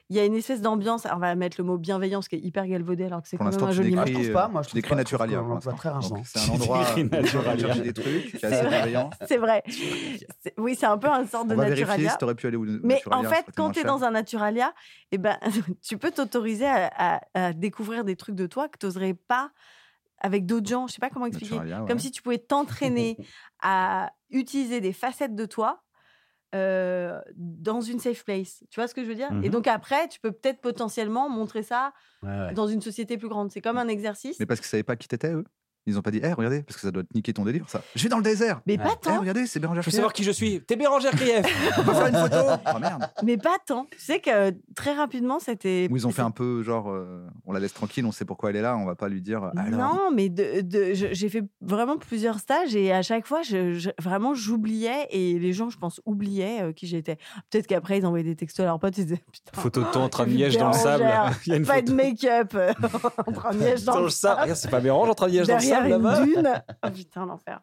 [SPEAKER 3] Il y a une espèce d'ambiance, alors on va mettre le mot bienveillance qui est hyper galvaudé alors que c'est
[SPEAKER 2] Pour
[SPEAKER 3] quand même
[SPEAKER 2] l'instant,
[SPEAKER 3] un
[SPEAKER 2] tu
[SPEAKER 3] joli
[SPEAKER 2] décris-
[SPEAKER 3] mot.
[SPEAKER 4] Ah, je trouve pas, moi, je
[SPEAKER 2] Tu
[SPEAKER 4] trouve
[SPEAKER 2] décris
[SPEAKER 4] pas, je trouve
[SPEAKER 2] Naturalia.
[SPEAKER 4] qu'on
[SPEAKER 2] pour
[SPEAKER 4] l'emploie
[SPEAKER 2] l'instant.
[SPEAKER 4] très rarement.
[SPEAKER 2] Donc, C'est un endroit
[SPEAKER 1] Tu décris
[SPEAKER 2] où tu vas
[SPEAKER 1] Naturalia.
[SPEAKER 2] chercher des trucs, c'est assez
[SPEAKER 3] vrai.
[SPEAKER 2] bienveillant.
[SPEAKER 3] C'est vrai. C'est- Oui, c'est un peu un sort de
[SPEAKER 2] On va vérifier
[SPEAKER 3] naturalia.
[SPEAKER 2] si t'aurais pu aller au
[SPEAKER 3] Mais
[SPEAKER 2] Naturalia,
[SPEAKER 3] en
[SPEAKER 2] ça
[SPEAKER 3] fait,
[SPEAKER 2] aurait été
[SPEAKER 3] quand
[SPEAKER 2] moins
[SPEAKER 3] tu es
[SPEAKER 2] cher.
[SPEAKER 3] dans un naturalia, eh ben, tu peux t'autoriser à, à- à découvrir des trucs de toi que tu n'oserais pas avec d'autres gens. Je sais pas comment expliquer.
[SPEAKER 2] Naturalia, ouais.
[SPEAKER 3] Comme si tu pouvais t'entraîner à utiliser des facettes de toi euh, dans une safe place. Tu vois ce que je veux dire Et
[SPEAKER 2] Mm-hmm.
[SPEAKER 1] Mhm.
[SPEAKER 3] donc après, tu peux peut-être potentiellement montrer ça
[SPEAKER 4] Ouais, ouais.
[SPEAKER 3] dans une société plus grande. C'est comme un exercice.
[SPEAKER 2] Mais parce qu'ils savaient pas qui t'étais, eux Ils ont pas dit, Eh, regardez, parce que ça doit te niquer ton délire, ça. Je vais dans le désert.
[SPEAKER 3] Mais
[SPEAKER 4] Ouais.
[SPEAKER 3] pas
[SPEAKER 2] Eh,
[SPEAKER 3] tant.
[SPEAKER 2] regardez, c'est Bérangère
[SPEAKER 1] Je veux
[SPEAKER 2] Krief.
[SPEAKER 1] savoir qui je suis. T'es Bérangère Krief
[SPEAKER 2] On peut faire une photo. Oh merde.
[SPEAKER 3] Mais pas tant. Tu sais que euh, très rapidement, c'était.
[SPEAKER 2] Où ils ont fait un peu genre, euh, on la laisse tranquille, on sait pourquoi elle est là, on va pas lui dire. Alors,
[SPEAKER 3] Non, mais de, de- je- j'ai fait vraiment plusieurs stages et à chaque fois, je, je- vraiment, j'oubliais et les gens, je pense, oubliaient euh, qui j'étais. Peut-être qu'après, ils envoyaient des textos à leurs potes, ils disaient Putain,
[SPEAKER 1] Photo de toi en train de
[SPEAKER 3] Une
[SPEAKER 1] liège dans le sable.
[SPEAKER 3] Bérangère.
[SPEAKER 1] Il y a une
[SPEAKER 3] pas
[SPEAKER 1] photo
[SPEAKER 3] de make-up, euh, on prend Liège dans
[SPEAKER 1] dans le sable. Regarde, c'est pas Bérange en train de liège dans le sable
[SPEAKER 3] derrière
[SPEAKER 1] là-bas.
[SPEAKER 3] une dune. Oh, putain, l'enfer.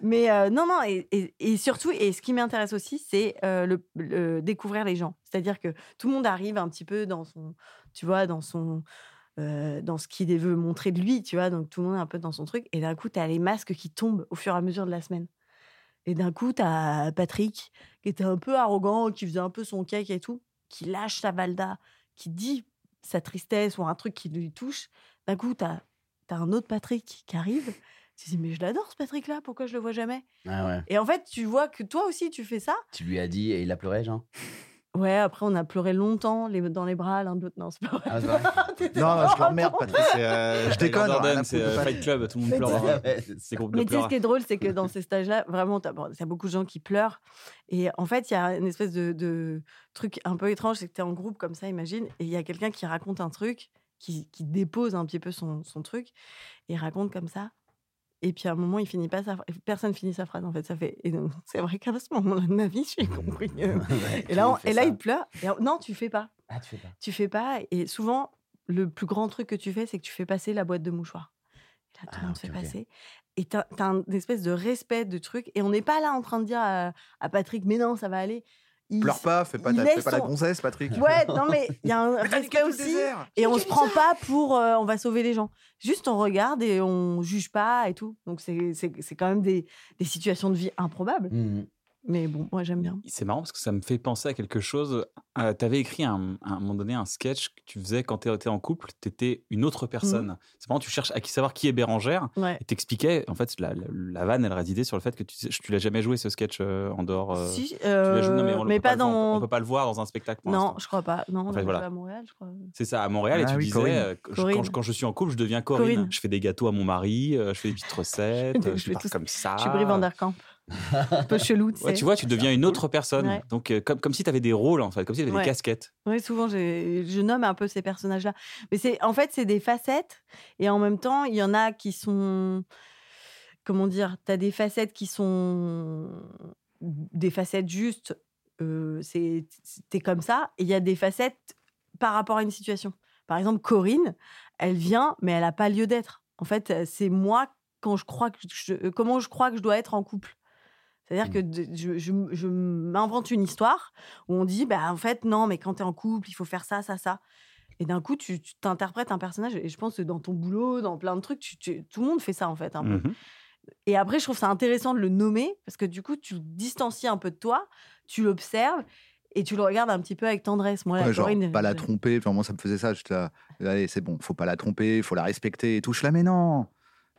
[SPEAKER 3] Mais euh, non, non, et, et- et surtout, et ce qui m'intéresse aussi, c'est euh, le, le- découvrir les gens. C'est-à-dire que tout le monde arrive un petit peu dans son, tu vois, dans son, euh, dans ce qu'il veut montrer de lui, tu vois. Donc tout le monde est un peu dans son truc. Et d'un coup, tu as les masques qui tombent au fur et à mesure de la semaine. Et d'un coup, tu as Patrick, qui était un peu arrogant, qui faisait un peu son cake et tout, qui lâche sa valda, qui dit sa tristesse ou un truc qui lui touche. D'un coup, tu as t'as un autre Patrick qui arrive. Tu te dis, mais je l'adore ce Patrick-là, pourquoi je le vois jamais
[SPEAKER 4] Ah ouais.
[SPEAKER 3] Et en fait, tu vois que toi aussi, tu fais ça.
[SPEAKER 4] Tu lui as dit et il a pleuré, genre.
[SPEAKER 3] Ouais, après, on a pleuré longtemps les, dans les bras l'un de l'autre. Non, c'est pas vrai.
[SPEAKER 4] Ah, c'est vrai.
[SPEAKER 3] T'étais
[SPEAKER 2] non,
[SPEAKER 3] vraiment
[SPEAKER 2] je l'emmerde, Patrick. Je déconne, rien à foutre
[SPEAKER 1] euh, C'est
[SPEAKER 2] de
[SPEAKER 1] euh,
[SPEAKER 2] Patrick.
[SPEAKER 1] Fight Club, tout le monde
[SPEAKER 4] Ouais,
[SPEAKER 1] pleure. hein.
[SPEAKER 4] ouais, c'est
[SPEAKER 1] C'est
[SPEAKER 4] ça.
[SPEAKER 1] groupe de
[SPEAKER 3] Mais tu sais, ce
[SPEAKER 1] pleurs.
[SPEAKER 3] qui est drôle, c'est que dans ces stages-là, vraiment, tu as, beaucoup de gens qui pleurent. Et en fait, il y a une espèce de, de truc un peu étrange, c'est que tu es en groupe comme ça, imagine, et il y a quelqu'un qui raconte un truc, qui, qui dépose un petit peu son, son truc, et raconte comme ça. Et puis à un moment, il finit pas sa phr- personne finit sa phrase en fait. Ça fait et donc, c'est vrai qu'à ce moment-là de ma vie, j'ai compris.
[SPEAKER 4] Ouais, tout
[SPEAKER 3] Et
[SPEAKER 4] le
[SPEAKER 3] là,
[SPEAKER 4] monde
[SPEAKER 3] on-
[SPEAKER 4] fait
[SPEAKER 3] et là,
[SPEAKER 4] ça.
[SPEAKER 3] il pleure. Et on- non, tu fais pas.
[SPEAKER 4] Ah, tu fais pas.
[SPEAKER 3] Tu fais pas. Et souvent, le plus grand truc que tu fais, c'est que tu fais passer la boîte de mouchoirs. Et là, tout le
[SPEAKER 4] Ah,
[SPEAKER 3] monde
[SPEAKER 4] ok,
[SPEAKER 3] fait
[SPEAKER 4] ok.
[SPEAKER 3] passer. Et t'as as une espèce de respect de truc. Et on n'est pas là en train de dire à, à Patrick, mais non, ça va aller. Il-
[SPEAKER 2] Pleure pas, fais pas,
[SPEAKER 3] il
[SPEAKER 2] ta- fais
[SPEAKER 3] laisse
[SPEAKER 2] pas la
[SPEAKER 3] son-
[SPEAKER 2] gonzesse, Patrick.
[SPEAKER 3] Ouais, non, mais il y a un
[SPEAKER 2] Mais t'as niqué
[SPEAKER 3] respect
[SPEAKER 2] tout le
[SPEAKER 3] aussi.
[SPEAKER 2] désert.
[SPEAKER 3] Et on se prend pas pour euh, on va sauver les gens. Juste on regarde et on juge pas et tout. Donc c'est- c'est c'est quand même des, des situations de vie improbables.
[SPEAKER 4] Mhm.
[SPEAKER 3] Mais bon, moi j'aime bien.
[SPEAKER 1] C'est marrant parce que ça me fait penser à quelque chose. Euh, tu avais écrit un- à un moment donné un sketch que tu faisais quand tu étais en couple, tu étais une autre personne.
[SPEAKER 3] Mm.
[SPEAKER 1] C'est marrant, tu cherches à qui savoir qui est Bérangère
[SPEAKER 3] Ouais.
[SPEAKER 1] et t'expliquais. En fait, la, la- la vanne, elle résidait sur le fait que tu, tu l'as jamais joué ce sketch euh, en dehors. euh,
[SPEAKER 3] Si,
[SPEAKER 1] tu l'as joué, non, mais
[SPEAKER 3] euh,
[SPEAKER 1] on, le peut
[SPEAKER 3] pas
[SPEAKER 1] le voir-
[SPEAKER 3] dans.
[SPEAKER 1] on peut pas le voir dans un spectacle. pour
[SPEAKER 3] Non,
[SPEAKER 1] l'instant.
[SPEAKER 3] je crois pas. Non, on
[SPEAKER 1] En
[SPEAKER 3] a
[SPEAKER 1] fait, voilà.
[SPEAKER 3] joué à Montréal, je crois.
[SPEAKER 1] C'est ça, à Montréal, et
[SPEAKER 2] Ah
[SPEAKER 1] tu
[SPEAKER 2] oui,
[SPEAKER 1] disais,
[SPEAKER 2] Corinne.
[SPEAKER 1] euh, que je- quand,
[SPEAKER 3] Corinne.
[SPEAKER 1] je, quand je suis en couple, je deviens Corinne.
[SPEAKER 3] Corinne.
[SPEAKER 1] Je fais des gâteaux à mon mari, euh, je fais des petites recettes,
[SPEAKER 3] Je
[SPEAKER 1] euh, je,
[SPEAKER 3] fais
[SPEAKER 1] parle
[SPEAKER 3] tout ça.
[SPEAKER 1] comme ça.
[SPEAKER 3] Je suis Brie Vanderkamp. Un peu chelou, tu sais.
[SPEAKER 1] Ouais, tu vois, tu deviens une autre personne.
[SPEAKER 3] Ouais.
[SPEAKER 1] Donc, euh, comme, comme si tu avais des rôles, en fait, comme si tu avais
[SPEAKER 3] Ouais.
[SPEAKER 1] des casquettes.
[SPEAKER 3] Oui, souvent, j'ai- je nomme un peu ces personnages-là. Mais c'est, en fait, c'est des facettes. Et en même temps, il y en a qui sont. Comment dire Tu as des facettes qui sont. Des facettes justes. euh, c'est, t'es comme ça. Et il y a des facettes par rapport à une situation. Par exemple, Corinne, elle vient, mais elle n'a pas lieu d'être. En fait, euh, c'est moi quand je crois que je, euh, comment je crois que je dois être en couple. C'est-à-dire que de- je, je, je m'invente une histoire où on dit, bah, en fait, non, mais quand tu es en couple, il faut faire ça, ça, ça. Et d'un coup, tu tu t'interprètes un personnage. Et je pense que dans ton boulot, dans plein de trucs, tu- tu- tout le monde fait ça, en fait. hein. un peu.
[SPEAKER 1] Mhm.
[SPEAKER 3] Et après, je trouve ça intéressant de le nommer parce que du coup, tu le distancies un peu de toi, tu l'observes et tu le regardes un petit peu avec tendresse. Moi, la
[SPEAKER 2] Ouais, genre,
[SPEAKER 3] Corinne,
[SPEAKER 2] pas la
[SPEAKER 3] je-
[SPEAKER 2] tromper. Enfin, moi, ça me faisait ça. J'étais là, allez, c'est bon, faut pas la tromper, faut la respecter et tout. Je la mais non.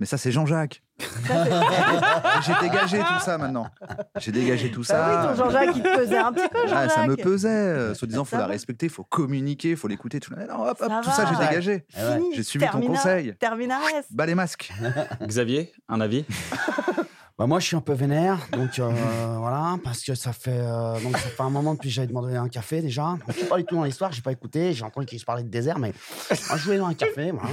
[SPEAKER 2] Mais ça, c'est Jean-Jacques.
[SPEAKER 3] Ça, c'est-
[SPEAKER 2] J'ai dégagé tout ça maintenant. J'ai dégagé tout
[SPEAKER 3] Bah
[SPEAKER 2] ça.
[SPEAKER 3] oui, ton Jean-Jacques, il te pesait un petit peu,
[SPEAKER 2] Ah,
[SPEAKER 3] Jean-Jacques.
[SPEAKER 2] ça me pesait, euh, soi-disant, faut
[SPEAKER 3] Ça
[SPEAKER 2] la
[SPEAKER 3] va.
[SPEAKER 2] respecter, faut communiquer, faut l'écouter. Tout, le- non, hop, hop,
[SPEAKER 3] Ça
[SPEAKER 2] tout ça,
[SPEAKER 3] va.
[SPEAKER 2] j'ai dégagé.
[SPEAKER 4] Ah ouais,
[SPEAKER 3] Fini,
[SPEAKER 2] j'ai suivi ton
[SPEAKER 3] termina-
[SPEAKER 2] conseil.
[SPEAKER 3] Terminares.
[SPEAKER 2] Bas les masques.
[SPEAKER 1] Xavier, un avis
[SPEAKER 4] Bah, moi, je suis un peu vénère, donc euh, voilà, parce que ça fait, euh, donc, ça fait un moment depuis que j'avais demandé un café déjà. Je suis pas du tout dans l'histoire, j'ai pas écouté, j'ai entendu qu'ils se parlaient de désert, mais moi, je voulais dans un café, voilà.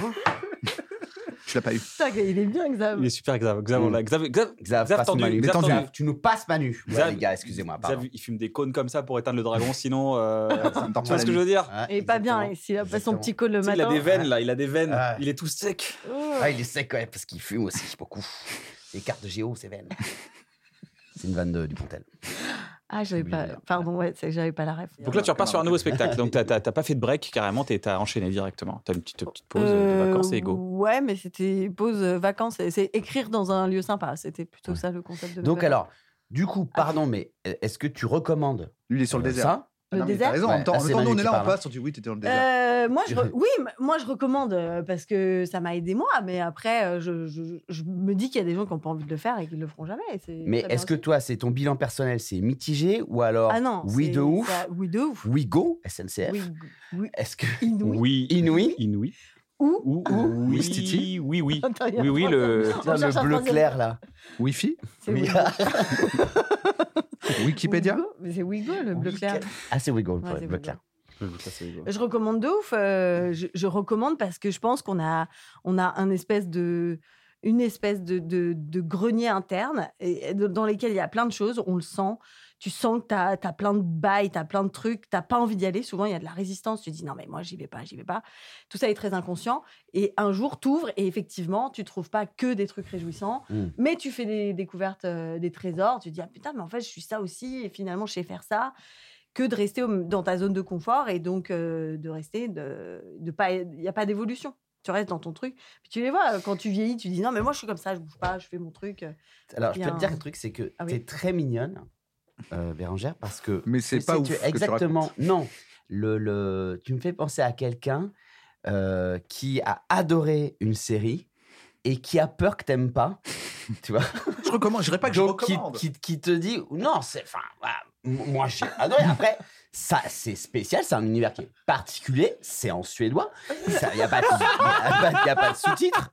[SPEAKER 2] Je l'ai pas eu.
[SPEAKER 3] Putain, il est bien, Xav.
[SPEAKER 1] Il est super, Xav. Xav, on l'a- Xav, Xav-
[SPEAKER 4] Xav,
[SPEAKER 1] Xav
[SPEAKER 4] passe
[SPEAKER 1] tendu,
[SPEAKER 4] Manu.
[SPEAKER 1] Xav
[SPEAKER 4] Tu-
[SPEAKER 1] tendu.
[SPEAKER 4] Tu nous passes Manu. Ouais,
[SPEAKER 1] Xav-
[SPEAKER 4] les gars, excusez-moi, pardon.
[SPEAKER 1] Xav, il fume des cônes comme ça pour éteindre le dragon, sinon. euh,
[SPEAKER 2] Ça
[SPEAKER 1] tu
[SPEAKER 2] me tord pas
[SPEAKER 1] vois ce
[SPEAKER 2] la
[SPEAKER 1] que je
[SPEAKER 2] nuit.
[SPEAKER 1] veux dire
[SPEAKER 4] Ouais,
[SPEAKER 3] Et pas bien,
[SPEAKER 4] exactement.
[SPEAKER 3] et s'il a pas son
[SPEAKER 4] Exactement.
[SPEAKER 3] petit call le
[SPEAKER 1] Tu sais,
[SPEAKER 3] matin.
[SPEAKER 1] Il a des veines, là, il a des veines.
[SPEAKER 4] Ouais.
[SPEAKER 1] Il est tout sec.
[SPEAKER 3] Oh.
[SPEAKER 4] Ah, il est sec, ouais, parce qu'il fume aussi beaucoup. Les cartes de Géo, c'est veine. C'est une vanne de Dupontel.
[SPEAKER 3] Ah, j'avais
[SPEAKER 4] Oui,
[SPEAKER 3] pas.
[SPEAKER 4] voilà.
[SPEAKER 3] Pardon, ouais, c'est que j'avais pas la ref.
[SPEAKER 1] Donc là, tu repars sur un nouveau spectacle. Donc, t'as t'as- t'as pas fait de break carrément, t'es- t'as enchaîné directement. T'as une petite, petite pause
[SPEAKER 3] Euh,
[SPEAKER 1] de vacances et go.
[SPEAKER 3] Ouais, mais c'était pause euh, vacances. et C'est écrire dans un lieu sympa. C'était plutôt
[SPEAKER 4] Ouais.
[SPEAKER 3] ça le concept de. Ah mes
[SPEAKER 4] Donc
[SPEAKER 3] vacances.
[SPEAKER 4] alors, du coup, pardon, mais e-, est-ce que tu recommandes
[SPEAKER 2] Lui, il est sur le
[SPEAKER 4] euh,
[SPEAKER 2] désert.
[SPEAKER 4] ça
[SPEAKER 2] Ah,
[SPEAKER 3] Le
[SPEAKER 2] non, mais
[SPEAKER 3] désert
[SPEAKER 2] T'as raison, en
[SPEAKER 4] Ouais,
[SPEAKER 2] même temps,
[SPEAKER 4] là,
[SPEAKER 2] en même
[SPEAKER 4] c'est
[SPEAKER 2] temps, nous,
[SPEAKER 4] Manu
[SPEAKER 2] on est
[SPEAKER 4] qui
[SPEAKER 2] là, on
[SPEAKER 4] parle, hein.
[SPEAKER 2] passe, on dit oui, t'étais dans le désert.
[SPEAKER 3] Euh, moi, je
[SPEAKER 4] Tu-
[SPEAKER 3] re- oui, m- moi je recommande euh, parce que ça m'a aidé moi, mais après euh, je, je- je me dis qu'il y a des gens qui n'ont pas envie de le faire et qui le feront jamais. et c'est
[SPEAKER 4] Mais
[SPEAKER 3] très bien
[SPEAKER 4] est-ce que
[SPEAKER 3] aussi.
[SPEAKER 4] toi, c'est ton bilan personnel, c'est mitigé ou alors
[SPEAKER 3] ah non,
[SPEAKER 4] oui
[SPEAKER 3] c'est-
[SPEAKER 4] de ouf,
[SPEAKER 3] ça- oui de ouf,
[SPEAKER 4] oui go SNCF
[SPEAKER 3] oui, oui,
[SPEAKER 4] Est-ce que
[SPEAKER 3] inouï.
[SPEAKER 1] Oui.
[SPEAKER 4] Inouï
[SPEAKER 1] Inouï.
[SPEAKER 3] Ou
[SPEAKER 1] Ou,
[SPEAKER 2] Ou-
[SPEAKER 1] Ah
[SPEAKER 2] Ah,
[SPEAKER 1] oui,
[SPEAKER 2] Ouistiti.
[SPEAKER 1] oui, oui.
[SPEAKER 3] Attends, il y a
[SPEAKER 1] Oui, oui,
[SPEAKER 3] un
[SPEAKER 1] le-
[SPEAKER 3] troisième.
[SPEAKER 4] Tiens,
[SPEAKER 3] On cherche un
[SPEAKER 4] le bleu
[SPEAKER 3] troisième.
[SPEAKER 4] clair, là.
[SPEAKER 2] Wi-Fi
[SPEAKER 3] C'est
[SPEAKER 4] Oui.
[SPEAKER 3] Ouigo. Euh,
[SPEAKER 2] Wikipédia
[SPEAKER 3] Ouigo, mais C'est Ouigo, le bleu clair.
[SPEAKER 4] Ah, c'est Wiggle,
[SPEAKER 3] Ouais,
[SPEAKER 4] ouais,
[SPEAKER 3] c'est
[SPEAKER 4] bleu
[SPEAKER 3] Wiggle.
[SPEAKER 4] clair.
[SPEAKER 3] Je recommande de ouf. euh, je, je recommande parce que je pense qu'on a, on a un espèce de, une espèce de, de- de grenier interne et, et de- dans lesquels il y a plein de choses. On le sent. Tu sens que tu as, plein de bails, tu as plein de trucs, tu pas envie d'y aller. Souvent, il y a de la résistance. Tu dis non, mais moi, j'y vais pas, j'y vais pas. Tout ça est très inconscient. Et un jour, tu ouvres et effectivement, tu trouves pas que des trucs réjouissants,
[SPEAKER 4] Mm.
[SPEAKER 3] mais tu fais des découvertes, euh, des trésors. Tu te dis ah putain, mais en fait, je suis ça aussi et finalement, je sais faire ça que de rester au- dans ta zone de confort et donc euh, de rester de, de pas il n'y a pas d'évolution tu restes dans ton truc puis tu les vois euh, quand tu vieillis tu dis non mais moi je suis comme ça je bouge pas je fais mon truc euh,
[SPEAKER 4] Alors, je peux
[SPEAKER 3] Bien.
[SPEAKER 4] te dire un truc, c'est que
[SPEAKER 3] Ah oui.
[SPEAKER 4] t'es très mignonne, euh, Bérangère, parce que.
[SPEAKER 2] Mais c'est
[SPEAKER 4] tu
[SPEAKER 2] pas
[SPEAKER 4] sais,
[SPEAKER 2] ouf
[SPEAKER 4] tu-
[SPEAKER 2] que tu
[SPEAKER 4] exactement. non. Le, le, tu me fais penser à quelqu'un euh, qui a adoré une série et qui a peur que t'aimes pas. tu vois
[SPEAKER 2] Je recommande, je dirais pas que je
[SPEAKER 4] Donc, qui,
[SPEAKER 2] recommande.
[SPEAKER 4] qui- qui te dit non, c'est. Enfin, voilà, m- moi j'ai adoré. Après, ça c'est spécial, c'est un univers qui est particulier, c'est en suédois. Il n'y a pas de, y a pas- y a pas de sous-titres.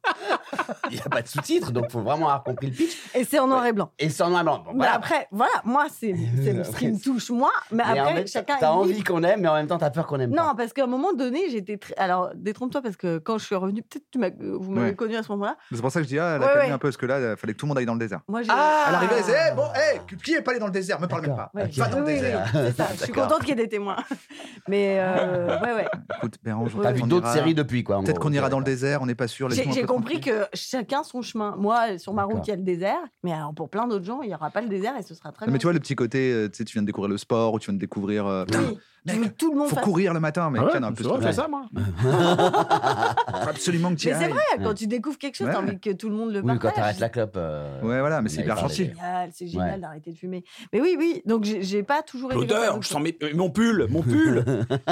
[SPEAKER 4] Il n'y a pas de sous-titres, donc faut vraiment avoir compris le pitch.
[SPEAKER 3] et c'est en noir et blanc
[SPEAKER 4] Et c'est en noir et blanc. Bon,
[SPEAKER 3] mais
[SPEAKER 4] voilà.
[SPEAKER 3] après voilà moi c'est c'est ce qui me touche moi mais
[SPEAKER 4] Mais en
[SPEAKER 3] après
[SPEAKER 4] même temps,
[SPEAKER 3] chacun
[SPEAKER 4] T'as
[SPEAKER 3] est libre.
[SPEAKER 4] envie qu'on aime, mais en même temps, t'as peur qu'on aime
[SPEAKER 3] Non,
[SPEAKER 4] pas.
[SPEAKER 3] parce qu'à un moment donné, j'étais très... Alors, détrompe-toi, parce que quand je suis revenue, peut-être tu m'as- euh, vous m'avez
[SPEAKER 2] Ouais.
[SPEAKER 3] connue à ce moment-là.
[SPEAKER 2] C'est pour ça que je dis, ah, elle a
[SPEAKER 3] Ouais,
[SPEAKER 2] calmé
[SPEAKER 3] ouais.
[SPEAKER 2] un peu, parce que là, il fallait que tout le monde aille dans le désert.
[SPEAKER 3] Moi, j'ai...
[SPEAKER 4] Ah
[SPEAKER 2] À l'arrivée, elle disait, Eh, bon, eh, qui est pas allé dans le désert Me parle même pas.
[SPEAKER 4] D'accord.
[SPEAKER 3] Ouais,
[SPEAKER 4] Ok.
[SPEAKER 2] Va dans le
[SPEAKER 3] oui, oui,
[SPEAKER 2] désert.
[SPEAKER 3] oui, c'est ça. Je suis
[SPEAKER 4] D'accord.
[SPEAKER 3] contente qu'il y ait des témoins. Mais, euh, ouais, ouais.
[SPEAKER 2] Écoute, Bérange,
[SPEAKER 3] T'as
[SPEAKER 4] T'as
[SPEAKER 2] peut-être
[SPEAKER 4] vu
[SPEAKER 2] qu'on
[SPEAKER 4] d'autres
[SPEAKER 2] ira-
[SPEAKER 4] séries depuis, quoi. en
[SPEAKER 2] Peut-être
[SPEAKER 4] gros.
[SPEAKER 2] qu'on ira dans le désert, on n'est pas sûr.
[SPEAKER 3] J'ai
[SPEAKER 2] laisse-nous un
[SPEAKER 3] j'ai
[SPEAKER 2] peu
[SPEAKER 3] compris
[SPEAKER 2] tranquille.
[SPEAKER 3] que chacun son chemin. Moi, euh, sur ma
[SPEAKER 4] D'accord.
[SPEAKER 3] route, il y a le désert. Mais alors, pour plein d'autres gens, il n'y aura pas le désert et ce sera très
[SPEAKER 2] Non,
[SPEAKER 3] bien.
[SPEAKER 2] Mais tu vois, le petit côté, euh, tu sais, tu viens de découvrir le sport, ou tu viens de découvrir. euh,
[SPEAKER 3] oui, tu
[SPEAKER 2] Mec,
[SPEAKER 3] veux que tout le monde
[SPEAKER 2] faut
[SPEAKER 3] fasse-
[SPEAKER 2] courir le matin, mais
[SPEAKER 1] Ah ouais,
[SPEAKER 2] tiens, on a un peu
[SPEAKER 1] c'est
[SPEAKER 2] ce
[SPEAKER 1] vrai,
[SPEAKER 2] truc-là.
[SPEAKER 1] je fais ça, moi.
[SPEAKER 2] Faut absolument que tu y
[SPEAKER 3] Mais c'est
[SPEAKER 2] ailles.
[SPEAKER 3] vrai, quand tu découvres quelque chose,
[SPEAKER 2] Ouais.
[SPEAKER 3] t'as envie que tout le monde le
[SPEAKER 4] Oui, quand
[SPEAKER 3] partage.
[SPEAKER 4] t'arrêtes la clope. euh,
[SPEAKER 2] Ouais, voilà, mais
[SPEAKER 4] on
[SPEAKER 2] c'est
[SPEAKER 4] avait
[SPEAKER 2] hyper
[SPEAKER 4] parlé.
[SPEAKER 3] C'est
[SPEAKER 2] gentil.
[SPEAKER 3] génial, c'est génial
[SPEAKER 4] Ouais.
[SPEAKER 3] d'arrêter de fumer. Mais oui, oui, donc j'ai j'ai pas toujours été. comme ça,
[SPEAKER 1] L'odeur,
[SPEAKER 3] donc
[SPEAKER 1] je sens mes, euh, mon pull, mon pull.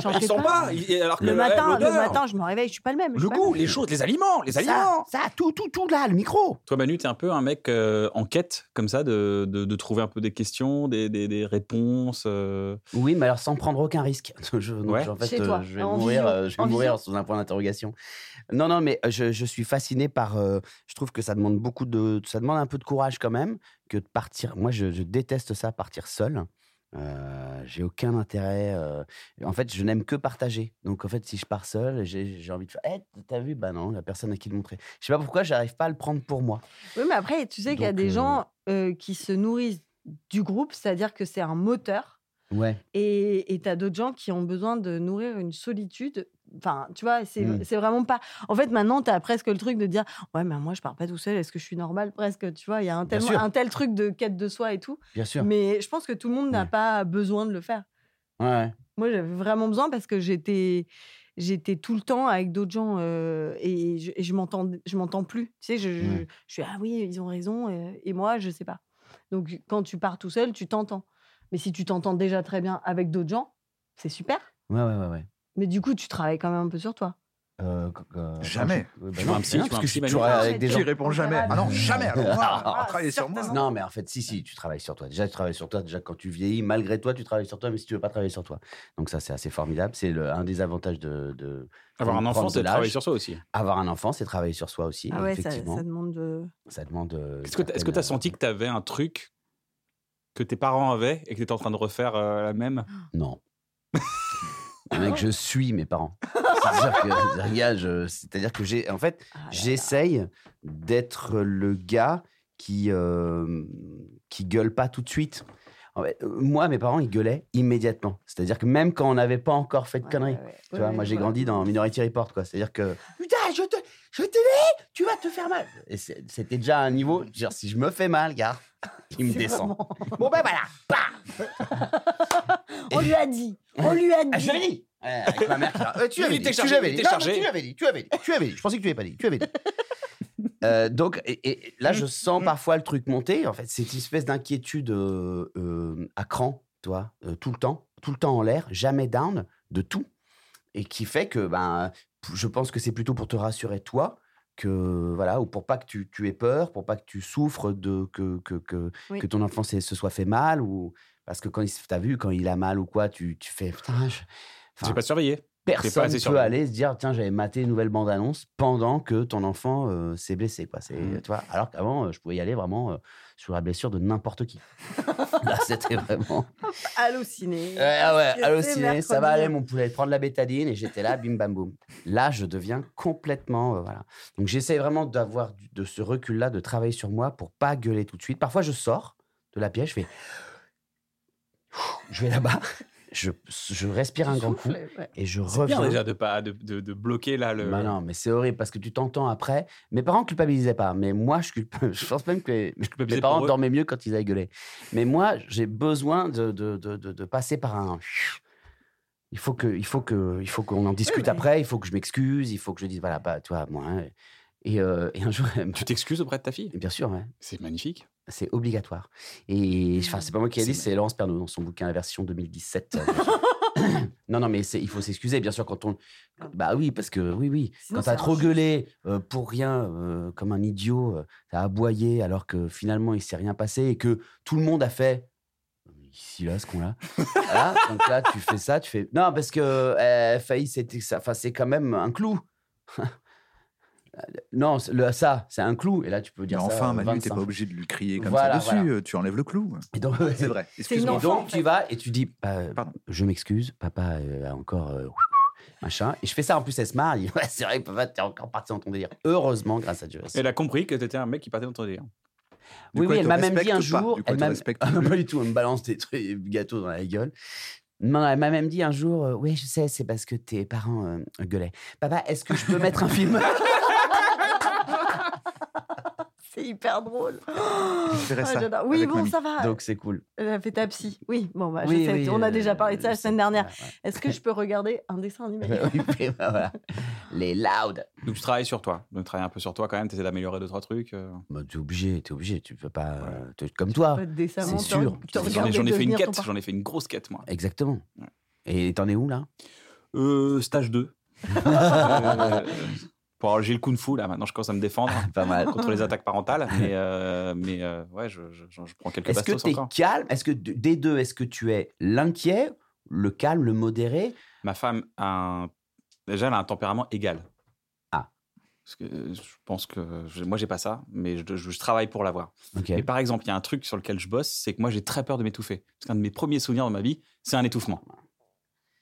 [SPEAKER 3] j'en
[SPEAKER 1] Je
[SPEAKER 3] fais
[SPEAKER 1] sens pas. il- alors que,
[SPEAKER 3] Le
[SPEAKER 1] eh,
[SPEAKER 3] matin, le
[SPEAKER 1] l'odeur,
[SPEAKER 3] matin, je me réveille, je suis pas le même. je
[SPEAKER 1] le
[SPEAKER 3] suis pas
[SPEAKER 1] goût,
[SPEAKER 3] même.
[SPEAKER 1] les choses, les aliments, les
[SPEAKER 4] Ça,
[SPEAKER 1] aliments.
[SPEAKER 4] ça, tout, tout, tout là, le micro.
[SPEAKER 1] Toi, Manu, t'es un peu un mec euh, en quête, comme ça, de, de, de trouver un peu des questions, des, des, des réponses. euh.
[SPEAKER 4] Oui, mais alors sans prendre aucun risque. Je, donc,
[SPEAKER 1] Ouais.
[SPEAKER 4] en fait,
[SPEAKER 3] Chez toi,
[SPEAKER 4] euh, je vais
[SPEAKER 3] en
[SPEAKER 4] mourir,
[SPEAKER 3] visio,
[SPEAKER 4] euh, je vais
[SPEAKER 3] en
[SPEAKER 4] mourir sous un point d'interrogation. Non, non, mais euh, je, je suis fasciné par. euh, je trouve que ça demande beaucoup de, ça demande un peu de courage quand même que de partir. Moi, je, je déteste ça, partir seul. Euh, j'ai aucun intérêt. euh, en fait, je n'aime que partager. Donc, en fait, si je pars seul, j'ai j'ai envie de faire. Eh, t'as vu Bah non, la personne à qui le montrer. Je sais pas pourquoi, j'arrive pas à le prendre pour moi.
[SPEAKER 3] Oui, mais après, tu sais qu'il y a
[SPEAKER 4] Donc,
[SPEAKER 3] des
[SPEAKER 4] euh,
[SPEAKER 3] gens euh, qui se nourrissent du groupe, c'est-à-dire que c'est un moteur.
[SPEAKER 4] Ouais.
[SPEAKER 3] Et tu as d'autres gens qui ont besoin de nourrir une solitude. Enfin, tu vois, c'est
[SPEAKER 4] Mm.
[SPEAKER 3] c'est vraiment pas. En fait, maintenant, tu as presque le truc de dire Ouais, mais moi, je pars pas tout seul, est-ce que je suis normal Presque, tu vois, il y a un
[SPEAKER 4] Bien
[SPEAKER 3] tel,
[SPEAKER 4] sûr.
[SPEAKER 3] un tel truc de quête de soi et tout.
[SPEAKER 4] Bien sûr.
[SPEAKER 3] Mais je pense que tout le monde n'a
[SPEAKER 4] Ouais.
[SPEAKER 3] pas besoin de le faire.
[SPEAKER 4] Ouais.
[SPEAKER 3] Moi, j'avais vraiment besoin parce que j'étais. J'étais tout le temps avec d'autres gens euh, et je, et je m'entends, je m'entends plus. Tu sais, je, je-
[SPEAKER 4] Ouais.
[SPEAKER 3] je suis ah oui, ils ont raison euh, et moi je sais pas. Donc quand tu pars tout seul, tu t'entends. Mais si tu t'entends déjà très bien avec d'autres gens, c'est super.
[SPEAKER 4] Ouais, ouais, ouais, ouais.
[SPEAKER 3] Mais du coup, tu travailles quand même un peu sur toi.
[SPEAKER 4] Euh, qu- euh,
[SPEAKER 2] Jamais.
[SPEAKER 4] quand je- Ouais, bah
[SPEAKER 1] Tu
[SPEAKER 4] non,
[SPEAKER 1] vois un psy,
[SPEAKER 4] non,
[SPEAKER 1] tu vois
[SPEAKER 4] parce
[SPEAKER 1] un
[SPEAKER 4] que
[SPEAKER 1] psy,
[SPEAKER 4] je suis
[SPEAKER 1] Manu.
[SPEAKER 4] toujours avec des gens.
[SPEAKER 2] Tu réponds jamais. Ah non, jamais. Alors, moi,
[SPEAKER 3] Ah,
[SPEAKER 2] on va travailler sur moi.
[SPEAKER 4] Non, mais en fait, si, si, tu travailles sur toi. Déjà, tu travailles sur toi. Déjà, quand tu vieillis, malgré toi, tu travailles sur toi, mais si tu veux pas travailler sur toi. Donc, ça, c'est assez formidable. C'est le- un des avantages de, de
[SPEAKER 1] Avoir un
[SPEAKER 4] prendre
[SPEAKER 1] enfant,
[SPEAKER 4] de
[SPEAKER 1] c'est de
[SPEAKER 4] l'âge.
[SPEAKER 1] travailler sur soi aussi.
[SPEAKER 4] avoir un enfant, c'est travailler sur soi aussi.
[SPEAKER 3] Ah ouais, ça,
[SPEAKER 4] effectivement,
[SPEAKER 3] ça
[SPEAKER 4] ça,
[SPEAKER 3] demande de.
[SPEAKER 4] demande. euh,
[SPEAKER 1] Est-ce que tu
[SPEAKER 4] certaines-
[SPEAKER 1] as senti que tu avais un truc que tes parents avaient et que tu étais en train de refaire euh, la même
[SPEAKER 4] Non. Mec, je suis mes parents. C'est-à-dire que, regarde, je- c'est-à-dire que j'ai, en fait,
[SPEAKER 3] Ah là là.
[SPEAKER 4] J'essaye d'être le gars qui, euh, qui gueule pas tout de suite. En fait, euh, moi, mes parents, ils gueulaient immédiatement. C'est-à-dire que même quand on n'avait pas encore fait de
[SPEAKER 3] Ouais,
[SPEAKER 4] conneries.
[SPEAKER 3] ouais, ouais.
[SPEAKER 4] Tu
[SPEAKER 3] Ouais,
[SPEAKER 4] vois,
[SPEAKER 3] ouais,
[SPEAKER 4] moi,
[SPEAKER 3] je
[SPEAKER 4] j'ai
[SPEAKER 3] vois.
[SPEAKER 4] grandi dans Minority Report, quoi. C'est-à-dire que putain, je te, je t'ai dit, tu vas te faire mal. Et c'est- c'était déjà à un niveau, genre, si je me fais mal, gars, il me
[SPEAKER 3] C'est
[SPEAKER 4] descend.
[SPEAKER 3] vraiment-
[SPEAKER 4] Bon ben voilà, bam
[SPEAKER 3] On lui a dit. On lui a
[SPEAKER 4] Ah,
[SPEAKER 3] dit.
[SPEAKER 4] je l'avais dit. Ouais, avec ma mère qui là, Euh, tu
[SPEAKER 1] Il
[SPEAKER 4] l'avais
[SPEAKER 1] était
[SPEAKER 4] dit, tu
[SPEAKER 1] chargé,
[SPEAKER 4] l'avais
[SPEAKER 1] il
[SPEAKER 4] dit,
[SPEAKER 1] était
[SPEAKER 4] Non, mais
[SPEAKER 1] chargé.
[SPEAKER 4] tu l'avais dit, tu l'avais dit, tu l'avais dit. Je pensais que tu l'avais pas dit, tu l'avais dit. Mm. Euh, donc, et, et là, je sens parfois le truc monter. En fait, cette espèce d'inquiétude euh, euh, à cran, toi, euh, tout le temps, tout le temps en l'air, jamais down de tout, et qui fait que, ben, je pense que c'est plutôt pour te rassurer toi que voilà, ou pour pas que tu, tu aies peur, pour pas que tu souffres de que que que,
[SPEAKER 3] Oui.
[SPEAKER 4] que ton enfant s'est- se soit fait mal ou parce que quand il s- t'as vu quand il a mal ou quoi, tu, tu fais putain, je-
[SPEAKER 1] J'ai
[SPEAKER 4] Enfin,
[SPEAKER 1] pas surveillé.
[SPEAKER 4] personne
[SPEAKER 1] assez
[SPEAKER 4] peut
[SPEAKER 1] surveillé.
[SPEAKER 4] aller se dire tiens j'avais maté une nouvelle bande annonce pendant que ton enfant euh, s'est blessé quoi c'est
[SPEAKER 1] Mm.
[SPEAKER 4] tu vois alors qu'avant euh, je pouvais y aller vraiment euh, sur la blessure de n'importe qui là c'était vraiment
[SPEAKER 3] Halluciné.
[SPEAKER 4] ouais, ah ouais
[SPEAKER 3] Qu'est-ce que
[SPEAKER 4] halluciné
[SPEAKER 3] c'est,
[SPEAKER 4] ça va
[SPEAKER 3] mercredi
[SPEAKER 4] aller mon poulet prendre la bétadine et j'étais là bim bam boum là je deviens complètement euh, voilà donc j'essaie vraiment d'avoir du- de ce recul là de travailler sur moi pour pas gueuler tout de suite parfois je sors de la pièce je fais je vais là-bas je, je respire un grand coup
[SPEAKER 3] Souffle, ouais.
[SPEAKER 4] et je
[SPEAKER 1] C'est bien
[SPEAKER 4] reviens
[SPEAKER 1] déjà de, pas, de, de- de bloquer là le.
[SPEAKER 4] bah non, mais c'est horrible parce que tu t'entends après. Mes parents culpabilisaient pas, mais moi, je, culp- je pense même que les-
[SPEAKER 1] culpabilisais
[SPEAKER 4] mes parents
[SPEAKER 1] pour eux.
[SPEAKER 4] dormaient mieux quand ils avaient gueulé. Mais moi, j'ai besoin de, de, de, de- de passer par un. Il faut que, il faut que, il faut qu'on en discute
[SPEAKER 3] mais-
[SPEAKER 4] après. Il faut que je m'excuse. Il faut que je dise voilà, bah, tu vois, moi. hein. Et, euh, et un jour, elle
[SPEAKER 1] Tu t'excuses auprès de ta fille
[SPEAKER 4] me- bien sûr, ouais,
[SPEAKER 1] C'est magnifique.
[SPEAKER 4] c'est obligatoire. Et enfin, c'est pas moi qui l'ai
[SPEAKER 1] C'est
[SPEAKER 4] dit, c'est Laurence Pernaud dans son bouquin, la version 2017. euh, bien sûr. non, non, mais c'est- il faut s'excuser, bien sûr, quand on.
[SPEAKER 1] Ah.
[SPEAKER 4] Bah oui, parce que oui, oui.
[SPEAKER 3] Sinon,
[SPEAKER 4] quand t'as
[SPEAKER 3] c'est
[SPEAKER 4] trop
[SPEAKER 3] injuste.
[SPEAKER 4] gueulé euh, pour rien, euh, comme un idiot, euh, t'as aboyé alors que finalement il s'est rien passé et que tout le monde a fait. euh, Ici, là, ce qu'on-là. Voilà, donc là, tu fais ça, tu fais. Non, parce que euh, failli, c'était ça. Enfin, c'est quand même un clou. Euh, non, c'est- le, ça, c'est un clou. Et là, tu peux
[SPEAKER 2] Mais
[SPEAKER 4] dire. ça,
[SPEAKER 2] enfin,
[SPEAKER 4] euh,
[SPEAKER 2] Manu, t'es
[SPEAKER 4] 25
[SPEAKER 2] pas obligé de lui crier comme
[SPEAKER 4] Voilà,
[SPEAKER 2] ça dessus. euh, Tu enlèves le clou.
[SPEAKER 4] et donc,
[SPEAKER 2] C'est vrai.
[SPEAKER 4] et
[SPEAKER 3] Non,
[SPEAKER 2] Excuse-moi.
[SPEAKER 3] enfin, en
[SPEAKER 4] donc,
[SPEAKER 3] fait.
[SPEAKER 4] tu vas et tu dis, bah,
[SPEAKER 2] Pardon.
[SPEAKER 4] je m'excuse, papa euh, a encore euh, machin. Et je fais ça, en plus, elle se marre. Elle dit, ouais, c'est vrai, papa, t'es encore parti dans ton délire. Heureusement, grâce à Dieu.
[SPEAKER 1] Elle a compris que t'étais un mec qui partait dans ton délire.
[SPEAKER 2] Du
[SPEAKER 4] oui,
[SPEAKER 2] coup, elle
[SPEAKER 4] oui, elle
[SPEAKER 2] te
[SPEAKER 4] m'a même
[SPEAKER 2] respecte
[SPEAKER 4] dit un
[SPEAKER 2] ou pas
[SPEAKER 4] jour.
[SPEAKER 2] Du coup, elle
[SPEAKER 4] Elle
[SPEAKER 2] te
[SPEAKER 4] m'a
[SPEAKER 2] respecte
[SPEAKER 4] Ah,
[SPEAKER 2] plus.
[SPEAKER 4] pas du tout, elle me balance des trucs, des gâteaux dans la gueule. Non, elle m'a même dit un jour, euh, oui, je sais, c'est parce que tes parents euh, gueulaient. Papa, est-ce que je peux mettre un film
[SPEAKER 3] C'est hyper drôle.
[SPEAKER 2] Je verrai
[SPEAKER 3] Ah,
[SPEAKER 2] ça
[SPEAKER 3] j'adore. oui,
[SPEAKER 2] avec
[SPEAKER 3] bon,
[SPEAKER 2] mamie.
[SPEAKER 3] ça va.
[SPEAKER 4] Donc c'est cool.
[SPEAKER 3] Elle a fait ta psy. Oui, bon, bah, je
[SPEAKER 4] Oui,
[SPEAKER 3] sais,
[SPEAKER 4] oui,
[SPEAKER 3] on a
[SPEAKER 4] euh,
[SPEAKER 3] déjà parlé de ça la
[SPEAKER 4] je sais.
[SPEAKER 3] semaine dernière.
[SPEAKER 4] Ouais, ouais.
[SPEAKER 3] Est-ce que je peux regarder un dessin animé
[SPEAKER 4] Oui, oui, bah, voilà. Les loud.
[SPEAKER 1] Donc tu travailles sur toi. Donc tu travailles un peu sur toi quand même. T'essaies d'améliorer deux trois trucs. euh.
[SPEAKER 4] Bah, t'es obligé, t'es obligé, tu peux pas. euh, t'es comme toi.
[SPEAKER 3] Pas de dessin,
[SPEAKER 4] C'est
[SPEAKER 3] non,
[SPEAKER 4] sûr.
[SPEAKER 3] t'aurais-
[SPEAKER 4] J'en ai-
[SPEAKER 3] t'aurais
[SPEAKER 1] J'en ai,
[SPEAKER 3] regardé
[SPEAKER 1] j'en ai fait une
[SPEAKER 3] devenir ton
[SPEAKER 1] quête. J'en ai fait une grosse quête moi.
[SPEAKER 4] Exactement.
[SPEAKER 1] Ouais.
[SPEAKER 4] Et t'en es où là
[SPEAKER 1] Euh, stage 2. Euh, pour avoir- j'ai le kung fu là. Maintenant je commence à me défendre
[SPEAKER 4] Pas mal.
[SPEAKER 1] contre les attaques parentales. Mais, euh, mais euh, ouais, je, je- je- je prends quelques
[SPEAKER 4] Est-ce que
[SPEAKER 1] bastos
[SPEAKER 4] t'es
[SPEAKER 1] encore.
[SPEAKER 4] calme Est-ce que d- des deux, est-ce que tu es l'inquiet, le calme, le modéré
[SPEAKER 1] Ma femme a un... déjà elle a un tempérament égal.
[SPEAKER 4] Ah.
[SPEAKER 1] Parce que euh, je pense que je- moi j'ai pas ça, mais je, je- je travaille pour l'avoir.
[SPEAKER 4] Ok.
[SPEAKER 1] Et par exemple, il y a un truc sur lequel je bosse, c'est que moi j'ai très peur de m'étouffer. Parce qu'un de mes premiers souvenirs de ma vie, c'est un étouffement.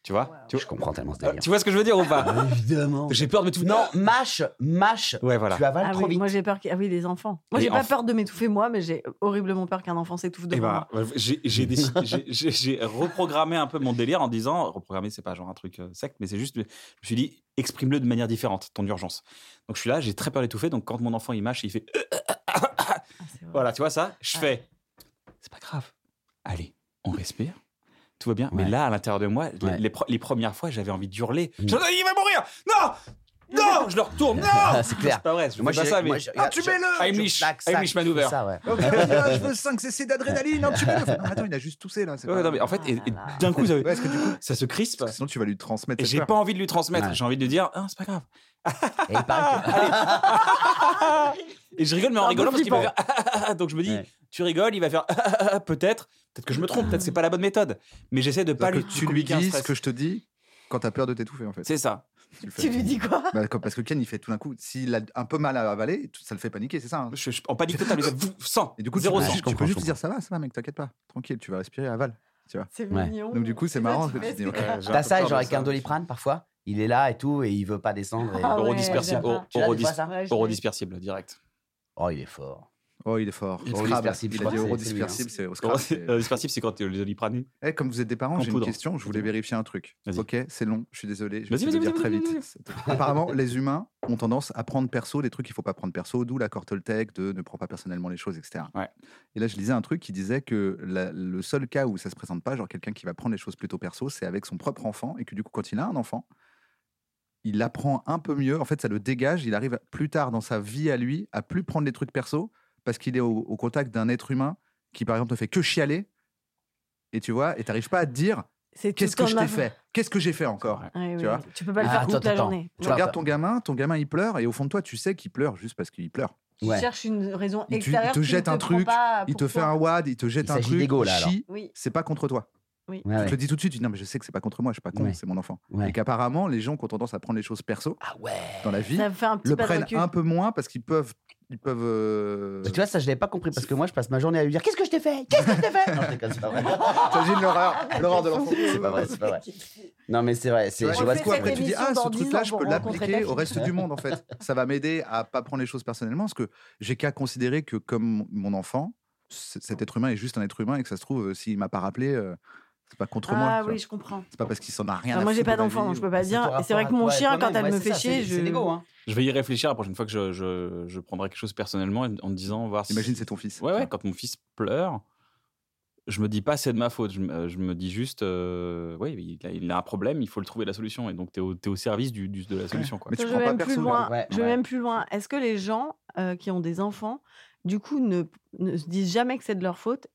[SPEAKER 1] Tu vois, tu,
[SPEAKER 4] Je comprends tellement ce
[SPEAKER 1] vois
[SPEAKER 4] délire.
[SPEAKER 1] tu vois ce que je veux dire ou pas
[SPEAKER 4] Ah, Évidemment.
[SPEAKER 1] J'ai peur de m'étouffer.
[SPEAKER 4] Non, mâche, mâche.
[SPEAKER 1] Ouais, voilà.
[SPEAKER 4] Tu avales
[SPEAKER 3] Ah
[SPEAKER 4] trop
[SPEAKER 3] oui,
[SPEAKER 4] vite.
[SPEAKER 3] moi j'ai peur. qu'il- Ah oui, les enfants. Moi
[SPEAKER 1] Et
[SPEAKER 3] j'ai pas
[SPEAKER 1] enf-
[SPEAKER 3] peur de m'étouffer moi, mais j'ai horriblement peur qu'un enfant s'étouffe
[SPEAKER 1] Eh
[SPEAKER 3] devant
[SPEAKER 1] ben,
[SPEAKER 3] moi.
[SPEAKER 1] j'ai- j'ai déci- j'ai- j'ai- j'ai reprogrammé un peu mon délire en disant reprogrammer, c'est pas genre un truc euh, sec, mais c'est juste, je me suis dit, exprime-le de manière différente, ton urgence. Donc je suis là, j'ai très peur d'étouffer, donc quand mon enfant il mâche, il fait
[SPEAKER 3] Ah, c'est vrai.
[SPEAKER 1] voilà, tu vois ça Je
[SPEAKER 3] Ouais.
[SPEAKER 1] fais. C'est pas grave. Allez, on respire. Tout va bien. Mais
[SPEAKER 4] Ouais.
[SPEAKER 1] là, à l'intérieur de moi, les-
[SPEAKER 4] Ouais.
[SPEAKER 1] les, pro- les premières fois, j'avais envie d'hurler.
[SPEAKER 4] Mm.
[SPEAKER 1] Je- Il va mourir Non Non Je le retourne Non
[SPEAKER 4] Ah, C'est clair.
[SPEAKER 1] C'est pas vrai, je
[SPEAKER 4] Moi,
[SPEAKER 1] fais pas
[SPEAKER 4] j'ai-
[SPEAKER 1] ça, mais.
[SPEAKER 4] moi, j'ai-
[SPEAKER 1] Ah, tu
[SPEAKER 4] je-
[SPEAKER 1] mets le Heimlich,
[SPEAKER 4] Je plaque ça,
[SPEAKER 1] Heimlich
[SPEAKER 4] je fais
[SPEAKER 1] maneuver.
[SPEAKER 4] ça, ouais.
[SPEAKER 2] Ok, viens, je veux 5 cc d'adrénaline, un petit peu de- Non, attends, il a juste toussé là. c'est
[SPEAKER 1] Ouais,
[SPEAKER 2] pas-
[SPEAKER 1] non, mais en fait, et- et
[SPEAKER 3] Ah là là.
[SPEAKER 1] d'un coup, ça-
[SPEAKER 2] Ouais, est-ce que du coup,
[SPEAKER 1] ça se crispe.
[SPEAKER 2] sinon tu vas lui transmettre
[SPEAKER 1] Et
[SPEAKER 2] cette
[SPEAKER 1] j'ai
[SPEAKER 2] peur.
[SPEAKER 1] pas envie de lui transmettre.
[SPEAKER 4] Ouais.
[SPEAKER 1] J'ai envie de dire, ah, c'est pas grave.
[SPEAKER 4] Et il paraît que-
[SPEAKER 1] Et je rigole, mais en
[SPEAKER 3] Un peu
[SPEAKER 1] rigolant parce qu'il va faire. ah,
[SPEAKER 3] flippant.
[SPEAKER 1] Donc je me dis,
[SPEAKER 4] Ouais.
[SPEAKER 1] tu rigoles, il va faire. ah, peut-être. Peut-être que je me trompe. Peut-être que c'est pas la bonne méthode. Mais j'essaie de pas
[SPEAKER 2] que
[SPEAKER 1] lui.
[SPEAKER 2] tu lui
[SPEAKER 1] communiquer un
[SPEAKER 2] dis ce
[SPEAKER 1] stress.
[SPEAKER 2] que je te dis quand t'as peur de t'étouffer en fait.
[SPEAKER 1] C'est ça.
[SPEAKER 2] Tu le fais.
[SPEAKER 3] Tu lui dis quoi
[SPEAKER 2] Bah, comme- parce que Ken, il fait tout d'un coup, s'il a un peu mal à avaler, tout- ça le fait paniquer, c'est ça. hein.
[SPEAKER 1] Je suis en panique totale. mais vous- 100.
[SPEAKER 2] Et du coup, tu,
[SPEAKER 1] zéro
[SPEAKER 2] peux
[SPEAKER 4] Ouais,
[SPEAKER 1] cent.
[SPEAKER 2] juste-
[SPEAKER 4] je
[SPEAKER 2] tu peux
[SPEAKER 4] comprends,
[SPEAKER 2] juste
[SPEAKER 4] je
[SPEAKER 2] dire ça va, ça va, mec, t'inquiète pas, tranquille, tu vas respirer, avale.
[SPEAKER 3] C'est
[SPEAKER 4] Ouais.
[SPEAKER 3] mignon.
[SPEAKER 2] Donc, du coup, c'est
[SPEAKER 3] Et toi,
[SPEAKER 2] marrant,
[SPEAKER 3] tu
[SPEAKER 2] tu te
[SPEAKER 3] fais
[SPEAKER 2] dis,
[SPEAKER 3] ce
[SPEAKER 2] ok.
[SPEAKER 3] que-
[SPEAKER 1] Ouais, j'ai un
[SPEAKER 4] T'as
[SPEAKER 1] peu
[SPEAKER 4] ça,
[SPEAKER 1] peur
[SPEAKER 4] genre
[SPEAKER 1] de
[SPEAKER 4] avec un doliprane parfois. Il est là et tout, et il veut pas descendre. et-
[SPEAKER 3] Ah ouais,
[SPEAKER 1] Eurodispersible.
[SPEAKER 3] j'adore.
[SPEAKER 1] au-
[SPEAKER 4] Tu l'as des
[SPEAKER 1] eurodis-
[SPEAKER 4] fois, ça
[SPEAKER 3] Ouais, je l'ai.
[SPEAKER 1] Eurodispersible, direct.
[SPEAKER 4] Oh, il est fort.
[SPEAKER 2] Oh, il est fort.
[SPEAKER 1] Il est
[SPEAKER 2] Au
[SPEAKER 4] fort.
[SPEAKER 2] Scrabble.
[SPEAKER 4] Dispersible,
[SPEAKER 2] Il
[SPEAKER 4] je
[SPEAKER 2] a dit
[SPEAKER 4] crois que c'est hein.
[SPEAKER 2] eurodispersible, c'est au Scrabble, c'est-
[SPEAKER 1] Eurodispersible, c'est quand tu les oliprané.
[SPEAKER 2] Eh, comme vous êtes des parents,
[SPEAKER 1] En
[SPEAKER 2] j'ai une
[SPEAKER 1] poudre.
[SPEAKER 2] question. Je voulais vérifier un truc.
[SPEAKER 1] Vas-y.
[SPEAKER 2] Ok, c'est long. Je suis désolé. Je vais
[SPEAKER 1] Vas-y,
[SPEAKER 2] essayer de
[SPEAKER 1] vas-y,
[SPEAKER 2] dire
[SPEAKER 1] vas-y,
[SPEAKER 2] très
[SPEAKER 1] vas-y,
[SPEAKER 2] vite. Apparemment, les humains ont tendance à prendre perso des trucs qu'il faut pas prendre perso, d'où l'accord Toltec de ne prends pas personnellement les choses, etc.
[SPEAKER 1] Ouais.
[SPEAKER 2] Et là, je lisais un truc qui disait que la- le seul cas où ça se présente pas, genre quelqu'un qui va prendre les choses plutôt perso, c'est avec son propre enfant, et que du coup, quand il a un enfant, il apprend un peu mieux. En fait, ça le dégage. Il arrive plus tard dans sa vie à lui à plus prendre les trucs perso parce qu'il est au, au contact d'un être humain qui, par exemple, ne fait que chialer. Et tu vois, et t'arrives pas à te dire
[SPEAKER 3] C'est
[SPEAKER 2] qu'est-ce
[SPEAKER 3] tout
[SPEAKER 2] que je
[SPEAKER 3] en
[SPEAKER 2] t'ai
[SPEAKER 3] avant.
[SPEAKER 2] fait Qu'est-ce que j'ai fait encore
[SPEAKER 3] Ouais, ouais,
[SPEAKER 2] Tu vois
[SPEAKER 3] ouais. Tu peux pas le
[SPEAKER 4] Ah,
[SPEAKER 3] faire
[SPEAKER 4] attends,
[SPEAKER 3] toute la
[SPEAKER 4] attends,
[SPEAKER 3] journée.
[SPEAKER 4] attends.
[SPEAKER 2] Tu
[SPEAKER 4] Ouais.
[SPEAKER 2] regardes ton gamin, ton gamin il pleure, et au fond de toi, tu sais qu'il pleure juste parce qu'il pleure.
[SPEAKER 3] Tu
[SPEAKER 4] Ouais.
[SPEAKER 3] cherches une raison
[SPEAKER 2] Il te- il
[SPEAKER 3] extérieure.
[SPEAKER 2] te
[SPEAKER 3] qui ne
[SPEAKER 2] jette un
[SPEAKER 3] prend
[SPEAKER 2] truc,
[SPEAKER 3] pas
[SPEAKER 2] Il
[SPEAKER 3] pour
[SPEAKER 2] te fait
[SPEAKER 3] toi.
[SPEAKER 2] un wad, il te jette
[SPEAKER 4] Il
[SPEAKER 2] un
[SPEAKER 4] s'agit
[SPEAKER 2] truc,
[SPEAKER 4] d'ego,
[SPEAKER 2] il
[SPEAKER 4] là, alors.
[SPEAKER 2] chie,
[SPEAKER 3] Oui.
[SPEAKER 2] c'est pas contre toi.
[SPEAKER 3] Oui.
[SPEAKER 4] Ouais,
[SPEAKER 2] Je
[SPEAKER 4] Ah ouais.
[SPEAKER 2] te le dis tout de suite, tu dis non, mais je sais que c'est pas contre moi, je suis pas con,
[SPEAKER 4] Ouais.
[SPEAKER 2] c'est mon enfant.
[SPEAKER 4] Ouais.
[SPEAKER 2] Et qu'apparemment, les gens qui ont tendance à prendre les choses perso
[SPEAKER 4] Ah ouais.
[SPEAKER 2] dans la vie
[SPEAKER 3] Ça me fait un petit
[SPEAKER 2] le
[SPEAKER 3] pas de
[SPEAKER 2] prennent
[SPEAKER 3] recul.
[SPEAKER 2] un peu moins parce qu'ils peuvent. Ils peuvent euh,
[SPEAKER 4] Bah, Tu vois, ça, je l'avais pas compris parce que moi, je passe ma journée à lui dire Qu'est-ce que je t'ai fait Qu'est-ce que je t'ai fait Non, je déconne, c'est pas vrai.
[SPEAKER 2] T'imagines l'horreur, l'horreur de l'enfant.
[SPEAKER 4] C'est pas vrai, c'est pas vrai. Non, mais c'est vrai.
[SPEAKER 2] Tu
[SPEAKER 4] c'est-
[SPEAKER 2] vois,
[SPEAKER 4] Je
[SPEAKER 3] On
[SPEAKER 4] vois
[SPEAKER 3] fait
[SPEAKER 4] ce
[SPEAKER 2] quoi,
[SPEAKER 4] que
[SPEAKER 3] cette
[SPEAKER 2] après tu dis
[SPEAKER 3] émission
[SPEAKER 2] ah ce
[SPEAKER 3] dans 10
[SPEAKER 2] truc là
[SPEAKER 3] ans
[SPEAKER 2] je
[SPEAKER 3] pour
[SPEAKER 2] peux
[SPEAKER 3] rencontrer ta
[SPEAKER 2] l'appliquer au
[SPEAKER 3] fille.
[SPEAKER 2] reste du monde en fait ça va m'aider à pas prendre les choses personnellement parce que j'ai qu'à considérer que comme mon enfant c- cet être humain est juste un être humain et que ça se trouve euh, s'il m'a pas rappelé euh, c'est pas contre moi
[SPEAKER 3] Ah
[SPEAKER 2] tu vois.
[SPEAKER 3] oui, je comprends.
[SPEAKER 2] c'est pas parce qu'il s'en a rien
[SPEAKER 3] Enfin,
[SPEAKER 2] à
[SPEAKER 3] moi, j'ai
[SPEAKER 2] foutre
[SPEAKER 3] pas
[SPEAKER 2] de ma
[SPEAKER 3] d'enfant,
[SPEAKER 2] vie
[SPEAKER 3] donc je
[SPEAKER 2] ou-
[SPEAKER 3] peux pas
[SPEAKER 4] C'est
[SPEAKER 3] dire.
[SPEAKER 4] ton
[SPEAKER 3] Et
[SPEAKER 4] rapport
[SPEAKER 3] c'est vrai
[SPEAKER 4] à
[SPEAKER 3] que mon
[SPEAKER 4] toi et
[SPEAKER 3] chien, quand
[SPEAKER 4] toi-même,
[SPEAKER 3] elle
[SPEAKER 4] ouais, c'est
[SPEAKER 3] me fait
[SPEAKER 4] ça,
[SPEAKER 3] chier,
[SPEAKER 4] c'est- C'est l'ego,
[SPEAKER 3] je.
[SPEAKER 4] hein.
[SPEAKER 1] Je vais y réfléchir la prochaine fois que je, je, je prendrai quelque chose personnellement en en me disant voir si.
[SPEAKER 2] imagine c'est ton fils
[SPEAKER 1] Ouais, ouais, quand mon fils pleure, je me dis pas c'est de ma faute. Je, me- euh, je me dis juste, euh, oui, il a, il a un problème, il faut le trouver la solution. Et donc, tu es, au service du, du- de la solution. Quoi.
[SPEAKER 2] mais tu
[SPEAKER 3] Je
[SPEAKER 2] prends
[SPEAKER 3] vais
[SPEAKER 2] pas
[SPEAKER 3] même plus
[SPEAKER 2] perso
[SPEAKER 3] loin.
[SPEAKER 4] Ouais,
[SPEAKER 3] Je vais
[SPEAKER 4] ouais.
[SPEAKER 3] même plus loin. Est-ce que les gens euh, qui ont des enfants, du coup, ne, ne se disent jamais que c'est de leur faute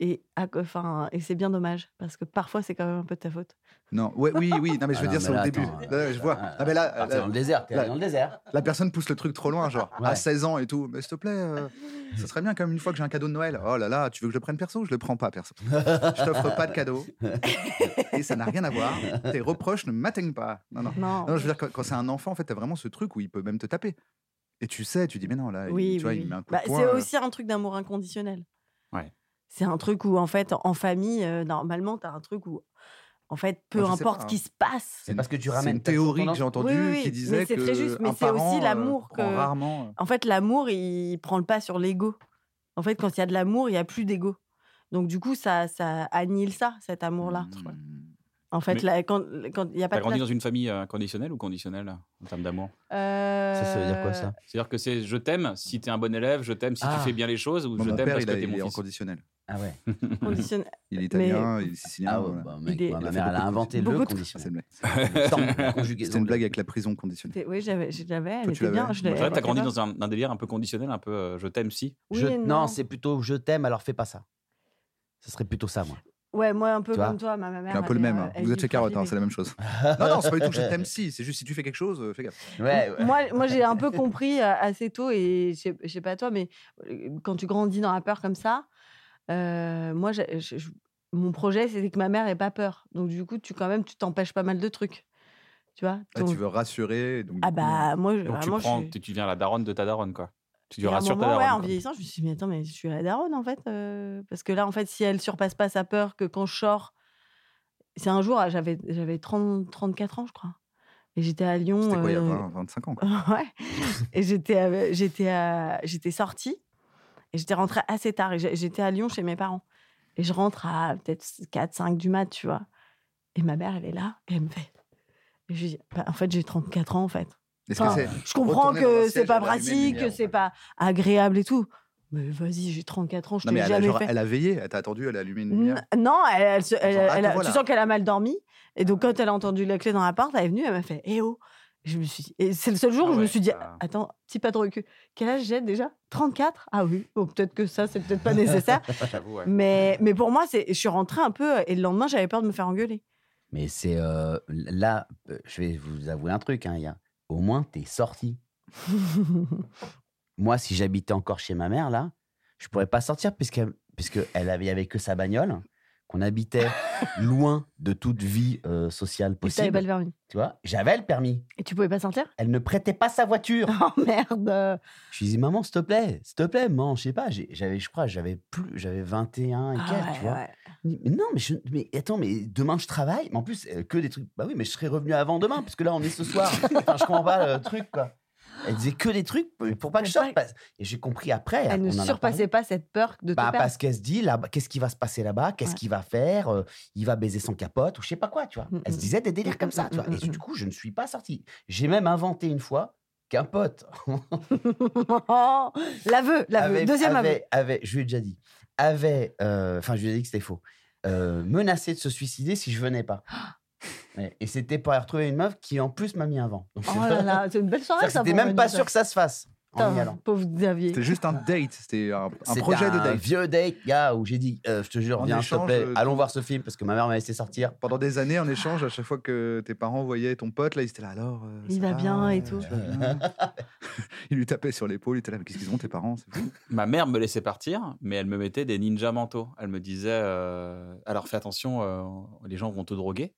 [SPEAKER 3] et, à- enfin, et c'est bien dommage, parce que parfois, c'est quand même un peu de ta faute.
[SPEAKER 2] non ouais oui oui non mais je
[SPEAKER 4] Ah
[SPEAKER 2] veux
[SPEAKER 4] non,
[SPEAKER 2] dire
[SPEAKER 4] mais
[SPEAKER 2] c'est au
[SPEAKER 4] là,
[SPEAKER 2] début
[SPEAKER 4] attends,
[SPEAKER 2] Là,
[SPEAKER 4] euh,
[SPEAKER 2] je vois
[SPEAKER 4] euh,
[SPEAKER 2] ah mais là
[SPEAKER 4] Partir
[SPEAKER 2] là,
[SPEAKER 4] dans le désert, t'es
[SPEAKER 2] là-
[SPEAKER 4] allé dans le désert.
[SPEAKER 2] la personne pousse le truc trop loin genre à
[SPEAKER 4] Ouais.
[SPEAKER 2] 16 ans et tout mais s'il te plaît euh, ça serait bien quand même une fois que j'ai un cadeau de Noël oh là là tu veux que je le prenne perso je le prends pas perso je t'offre pas de cadeau et ça n'a rien à voir. Tes reproches ne m'atteignent pas. Non, non.
[SPEAKER 3] Non.
[SPEAKER 2] Non, je veux dire, quand, quand c'est un enfant, en fait, t'as vraiment ce truc où il peut même te taper. Et tu sais, tu dis, mais non, là, il-
[SPEAKER 3] oui,
[SPEAKER 2] tu vois,
[SPEAKER 3] oui,
[SPEAKER 2] il
[SPEAKER 3] oui.
[SPEAKER 2] met un coup
[SPEAKER 3] Bah,
[SPEAKER 2] de poing.
[SPEAKER 3] C'est
[SPEAKER 2] euh,
[SPEAKER 3] aussi un truc d'amour inconditionnel.
[SPEAKER 1] Ouais.
[SPEAKER 3] C'est un truc où, en fait, en famille, euh, normalement, tu as un truc où, en fait, peu
[SPEAKER 2] Ah, je sais
[SPEAKER 3] importe
[SPEAKER 2] pas,
[SPEAKER 3] ce
[SPEAKER 2] hein.
[SPEAKER 3] qui se passe,
[SPEAKER 4] C'est parce que tu
[SPEAKER 2] C'est
[SPEAKER 4] ramènes.
[SPEAKER 2] une
[SPEAKER 4] t'as toujours
[SPEAKER 2] théorie que
[SPEAKER 4] tendance-
[SPEAKER 2] j'ai entendue
[SPEAKER 3] Oui, oui, mais
[SPEAKER 2] qui disait
[SPEAKER 3] c'est
[SPEAKER 2] que
[SPEAKER 3] très juste, mais
[SPEAKER 2] un
[SPEAKER 3] c'est aussi
[SPEAKER 2] parent, euh,
[SPEAKER 3] l'amour
[SPEAKER 2] prend
[SPEAKER 3] que-
[SPEAKER 2] rarement. euh,
[SPEAKER 3] En fait, l'amour, il prend le pas sur l'ego. En fait, quand il y a de l'amour, il y a plus d'ego. Donc, du coup, ça, ça annihile ça, cet amour-là.
[SPEAKER 2] hmm,
[SPEAKER 3] En fait,
[SPEAKER 1] Mmh. Mais-
[SPEAKER 3] là, quand quand il n'y a
[SPEAKER 1] T'as
[SPEAKER 3] pas de
[SPEAKER 1] grandi
[SPEAKER 3] place...
[SPEAKER 1] dans une famille euh, conditionnelle ou conditionnelle en termes d'amour
[SPEAKER 4] Ça, ça veut dire quoi,
[SPEAKER 3] Euh,
[SPEAKER 4] ça
[SPEAKER 1] C'est-à-dire que c'est je t'aime si t'es un bon élève, je t'aime si
[SPEAKER 4] Ah.
[SPEAKER 1] tu fais bien les choses, ou
[SPEAKER 2] moi,
[SPEAKER 1] je
[SPEAKER 2] Mon
[SPEAKER 1] t'aime
[SPEAKER 2] bah, père,
[SPEAKER 1] parce
[SPEAKER 2] il,
[SPEAKER 1] que
[SPEAKER 2] a-
[SPEAKER 1] t'es
[SPEAKER 2] il est
[SPEAKER 1] mon
[SPEAKER 2] en
[SPEAKER 1] fils.
[SPEAKER 2] conditionnel.
[SPEAKER 4] Ah ouais.
[SPEAKER 3] Euh, conditionnel.
[SPEAKER 2] Il est italien, il est sicilien.
[SPEAKER 4] Ah ouais,
[SPEAKER 2] voilà.
[SPEAKER 4] bah, mec,
[SPEAKER 3] Il est-
[SPEAKER 4] moi,
[SPEAKER 2] Il a
[SPEAKER 4] ma
[SPEAKER 2] fait
[SPEAKER 4] mère, elle a
[SPEAKER 2] beaucoup de
[SPEAKER 4] inventé le
[SPEAKER 3] beaucoup de-
[SPEAKER 2] Ah, c'est
[SPEAKER 4] conditionnel.
[SPEAKER 2] une blague.
[SPEAKER 4] euh, La
[SPEAKER 2] C'était
[SPEAKER 4] conjugaison
[SPEAKER 2] une
[SPEAKER 4] de-
[SPEAKER 2] blague avec la prison conditionnelle.
[SPEAKER 3] T'es- Oui, j'avais, je l'avais, elle
[SPEAKER 2] Toi, tu
[SPEAKER 3] était
[SPEAKER 2] l'avais
[SPEAKER 3] bien. Je
[SPEAKER 2] Moi,
[SPEAKER 1] C'est
[SPEAKER 3] l'avais-
[SPEAKER 1] vrai, t'as
[SPEAKER 3] elle
[SPEAKER 1] grandi
[SPEAKER 3] était
[SPEAKER 1] dans un, un délire un peu conditionnel, un peu euh, je t'aime si.
[SPEAKER 3] pas-
[SPEAKER 4] Je-
[SPEAKER 3] Oui,
[SPEAKER 4] Non,
[SPEAKER 3] non.
[SPEAKER 4] c'est plutôt je t'aime, alors fais pas ça. Ce serait plutôt ça, moi.
[SPEAKER 3] Ouais, moi, un peu
[SPEAKER 4] Tu vois
[SPEAKER 3] comme toi, ma ma mère.
[SPEAKER 2] C'est un peu le
[SPEAKER 3] elle est,
[SPEAKER 2] même.
[SPEAKER 3] euh,
[SPEAKER 2] hein.
[SPEAKER 3] elle
[SPEAKER 2] Vous
[SPEAKER 3] est
[SPEAKER 2] êtes chez
[SPEAKER 3] ultra
[SPEAKER 2] Carotte, hein,
[SPEAKER 3] privée.
[SPEAKER 2] c'est la même chose. Non, non, c'est pas du tout que je t'aime si. C'est juste si tu fais quelque chose, euh, fais gaffe.
[SPEAKER 4] Ouais, ouais.
[SPEAKER 3] Moi, moi j'ai un peu compris euh, assez tôt, et je sais- je sais pas toi, mais euh, quand tu grandis dans la peur comme ça, euh, moi, j'ai- je- je- mon projet, c'était que ma mère ait pas peur. Donc, du coup, tu quand même, tu t'empêches pas mal de trucs. Tu vois
[SPEAKER 2] Ah, tu
[SPEAKER 3] Ton-
[SPEAKER 2] veux rassurer. donc,
[SPEAKER 3] Ah
[SPEAKER 2] du coup, euh,
[SPEAKER 3] bah, moi, je-
[SPEAKER 1] Donc tu,
[SPEAKER 3] vraiment, je
[SPEAKER 1] prends,
[SPEAKER 3] suis-
[SPEAKER 1] tu, tu viens la daronne de ta daronne, quoi. Tu
[SPEAKER 3] Et
[SPEAKER 1] lui
[SPEAKER 3] à un
[SPEAKER 1] rassures ta
[SPEAKER 3] moment, ouais,
[SPEAKER 1] daronne.
[SPEAKER 3] en
[SPEAKER 1] quoi.
[SPEAKER 3] vieillissant, je me suis dit, mais attends, mais je suis la daronne, en fait. euh, parce que là, en fait, si elle surpasse pas sa peur, que quand je sors. C'est un jour, ah, j'avais j'avais 30 34 ans, je crois. Et j'étais à Lyon.
[SPEAKER 2] C'était quoi, il y a
[SPEAKER 3] euh,
[SPEAKER 2] 20, 25 ans quoi.
[SPEAKER 3] Ouais. Et j'étais, avec- j'étais, à- j'étais sortie et j'étais rentrée assez tard. Et j'ai- j'étais à Lyon chez mes parents. Et je rentre à peut-être 4-5 du mat, tu vois. Et ma mère, elle est là et elle me fait. Et je lui dis, Bah, en fait, j'ai 34 ans, en fait.
[SPEAKER 2] Est-ce
[SPEAKER 3] euh, Enfin,
[SPEAKER 2] que c'est
[SPEAKER 3] Je comprends
[SPEAKER 2] Retourner dans un
[SPEAKER 3] que
[SPEAKER 2] siège,
[SPEAKER 3] c'est pas
[SPEAKER 2] elle a allumé une
[SPEAKER 3] pratique,
[SPEAKER 2] lumière,
[SPEAKER 3] que c'est
[SPEAKER 2] en fait.
[SPEAKER 3] pas agréable et tout. Mais vas-y, j'ai 34 ans, je
[SPEAKER 2] Non, mais
[SPEAKER 3] t'ai
[SPEAKER 2] elle a,
[SPEAKER 3] jamais
[SPEAKER 2] genre-
[SPEAKER 3] fait.
[SPEAKER 2] elle a veillé, elle t'a attendu, elle a allumé une
[SPEAKER 3] N-
[SPEAKER 2] lumière.
[SPEAKER 3] Non, elle, elle se- elle-
[SPEAKER 2] Genre, ah,
[SPEAKER 3] elle
[SPEAKER 2] te
[SPEAKER 3] a-
[SPEAKER 2] voilà.
[SPEAKER 3] tu sens qu'elle a mal dormi. Et donc,
[SPEAKER 4] Ah.
[SPEAKER 3] quand elle a entendu la clé dans la porte, elle est venue, elle m'a fait Eh oh Je me suis dit- Et c'est le seul jour où
[SPEAKER 1] Ah
[SPEAKER 3] je me
[SPEAKER 1] ouais,
[SPEAKER 3] suis dit
[SPEAKER 1] ça-
[SPEAKER 3] Attends, petit pas de recul. Quel âge j'ai déjà 34 Ah oui, bon, peut-être que ça, c'est peut-être pas nécessaire.
[SPEAKER 2] Ah,
[SPEAKER 1] J'avoue, ouais.
[SPEAKER 3] mais, mais pour moi, c'est- je suis rentrée un peu et le lendemain, j'avais peur de me faire engueuler.
[SPEAKER 4] Mais c'est euh, là, euh, je vais vous avouer un truc. Hein, il y a- au moins, t'es sorti. Moi, si j'habitais encore chez ma mère, là, je pourrais pas sortir puisque puisque elle avait, il y avait que sa bagnole, qu'on habitait loin de toute vie euh, sociale
[SPEAKER 3] et t'avais pas
[SPEAKER 4] possible.
[SPEAKER 3] le permis.
[SPEAKER 4] Tu vois, j'avais le permis.
[SPEAKER 3] Et tu pouvais pas sortir
[SPEAKER 4] Elle ne prêtait pas sa voiture.
[SPEAKER 3] Oh merde
[SPEAKER 4] Je lui dis maman, s'il te plaît, s'il te plaît, maman, je sais pas, j'ai- j'avais, je crois, j'avais plus, j'avais 21 et
[SPEAKER 3] Ah
[SPEAKER 4] quelques,
[SPEAKER 3] ouais,
[SPEAKER 4] tu vois.
[SPEAKER 3] ouais.
[SPEAKER 4] Elle me dit, Mais non, mais, je- mais attends, mais demain je travaille. Mais en plus, euh, que des trucs. Bah oui, mais je serais revenu avant demain, parce que là on est ce soir. enfin, je comprends pas le truc, quoi. Elle disait que des trucs pour- pour pas que je sorte. parce- Et j'ai compris après.
[SPEAKER 3] Elle ne
[SPEAKER 4] on en a
[SPEAKER 3] surpassait
[SPEAKER 4] parlé.
[SPEAKER 3] pas cette peur de te
[SPEAKER 4] Bah,
[SPEAKER 3] perdre.
[SPEAKER 4] parce qu'elle se dit, là, qu'est-ce qui va se passer là-bas Qu'est-ce
[SPEAKER 3] Ouais.
[SPEAKER 4] qu'il va faire Euh, Il va baiser sans capote ou je sais pas quoi, tu vois.
[SPEAKER 3] Mm,
[SPEAKER 4] Elle se
[SPEAKER 3] mm.
[SPEAKER 4] disait des délires
[SPEAKER 3] Mm,
[SPEAKER 4] comme ça,
[SPEAKER 3] mm,
[SPEAKER 4] tu vois.
[SPEAKER 3] mm,
[SPEAKER 4] Et
[SPEAKER 3] mm.
[SPEAKER 4] du coup, je ne suis pas sorti. J'ai même inventé une fois qu'un pote
[SPEAKER 3] Oh, l'aveu, l'aveu.
[SPEAKER 4] avait-
[SPEAKER 3] Deuxième aveu.
[SPEAKER 4] avait- avait- je lui ai déjà dit, avait, euh, enfin, je lui ai dit que c'était faux, euh, menacé de se suicider si je venais pas. Ouais, Et c'était pour aller retrouver une meuf qui en plus m'a mis un vent. Donc,
[SPEAKER 3] Oh là là, c'est une belle soirée
[SPEAKER 4] c'est-à-dire
[SPEAKER 3] ça.
[SPEAKER 4] que c'était
[SPEAKER 3] pour
[SPEAKER 4] même
[SPEAKER 3] une
[SPEAKER 4] pas
[SPEAKER 3] soirée.
[SPEAKER 4] sûr que ça se fasse en y
[SPEAKER 3] Putain,
[SPEAKER 4] allant.
[SPEAKER 3] pauvre Xavier.
[SPEAKER 2] C'était juste un date, c'était un, un
[SPEAKER 4] C'était
[SPEAKER 2] projet de
[SPEAKER 4] un
[SPEAKER 2] date.
[SPEAKER 4] vieux date, gars, où j'ai dit, euh, je te jure,
[SPEAKER 2] En
[SPEAKER 4] viens, s'il te
[SPEAKER 2] échange,
[SPEAKER 4] plaît,
[SPEAKER 2] euh,
[SPEAKER 4] allons voir ce film parce que ma mère m'a laissé sortir.
[SPEAKER 2] Pendant des années, en échange, à chaque fois que tes parents voyaient ton pote, là, ils étaient là, alors. euh,
[SPEAKER 3] Il
[SPEAKER 2] ça
[SPEAKER 3] va bien et
[SPEAKER 2] euh,
[SPEAKER 3] tout.
[SPEAKER 2] tu vas bien il lui tapait sur l'épaule, il était là, mais qu'est-ce qu'ils ont tes parents C'est fou.
[SPEAKER 1] Ma mère me laissait partir, mais elle me mettait des ninjas manteaux. Elle me disait euh, Alors fais attention, euh, les gens vont te droguer.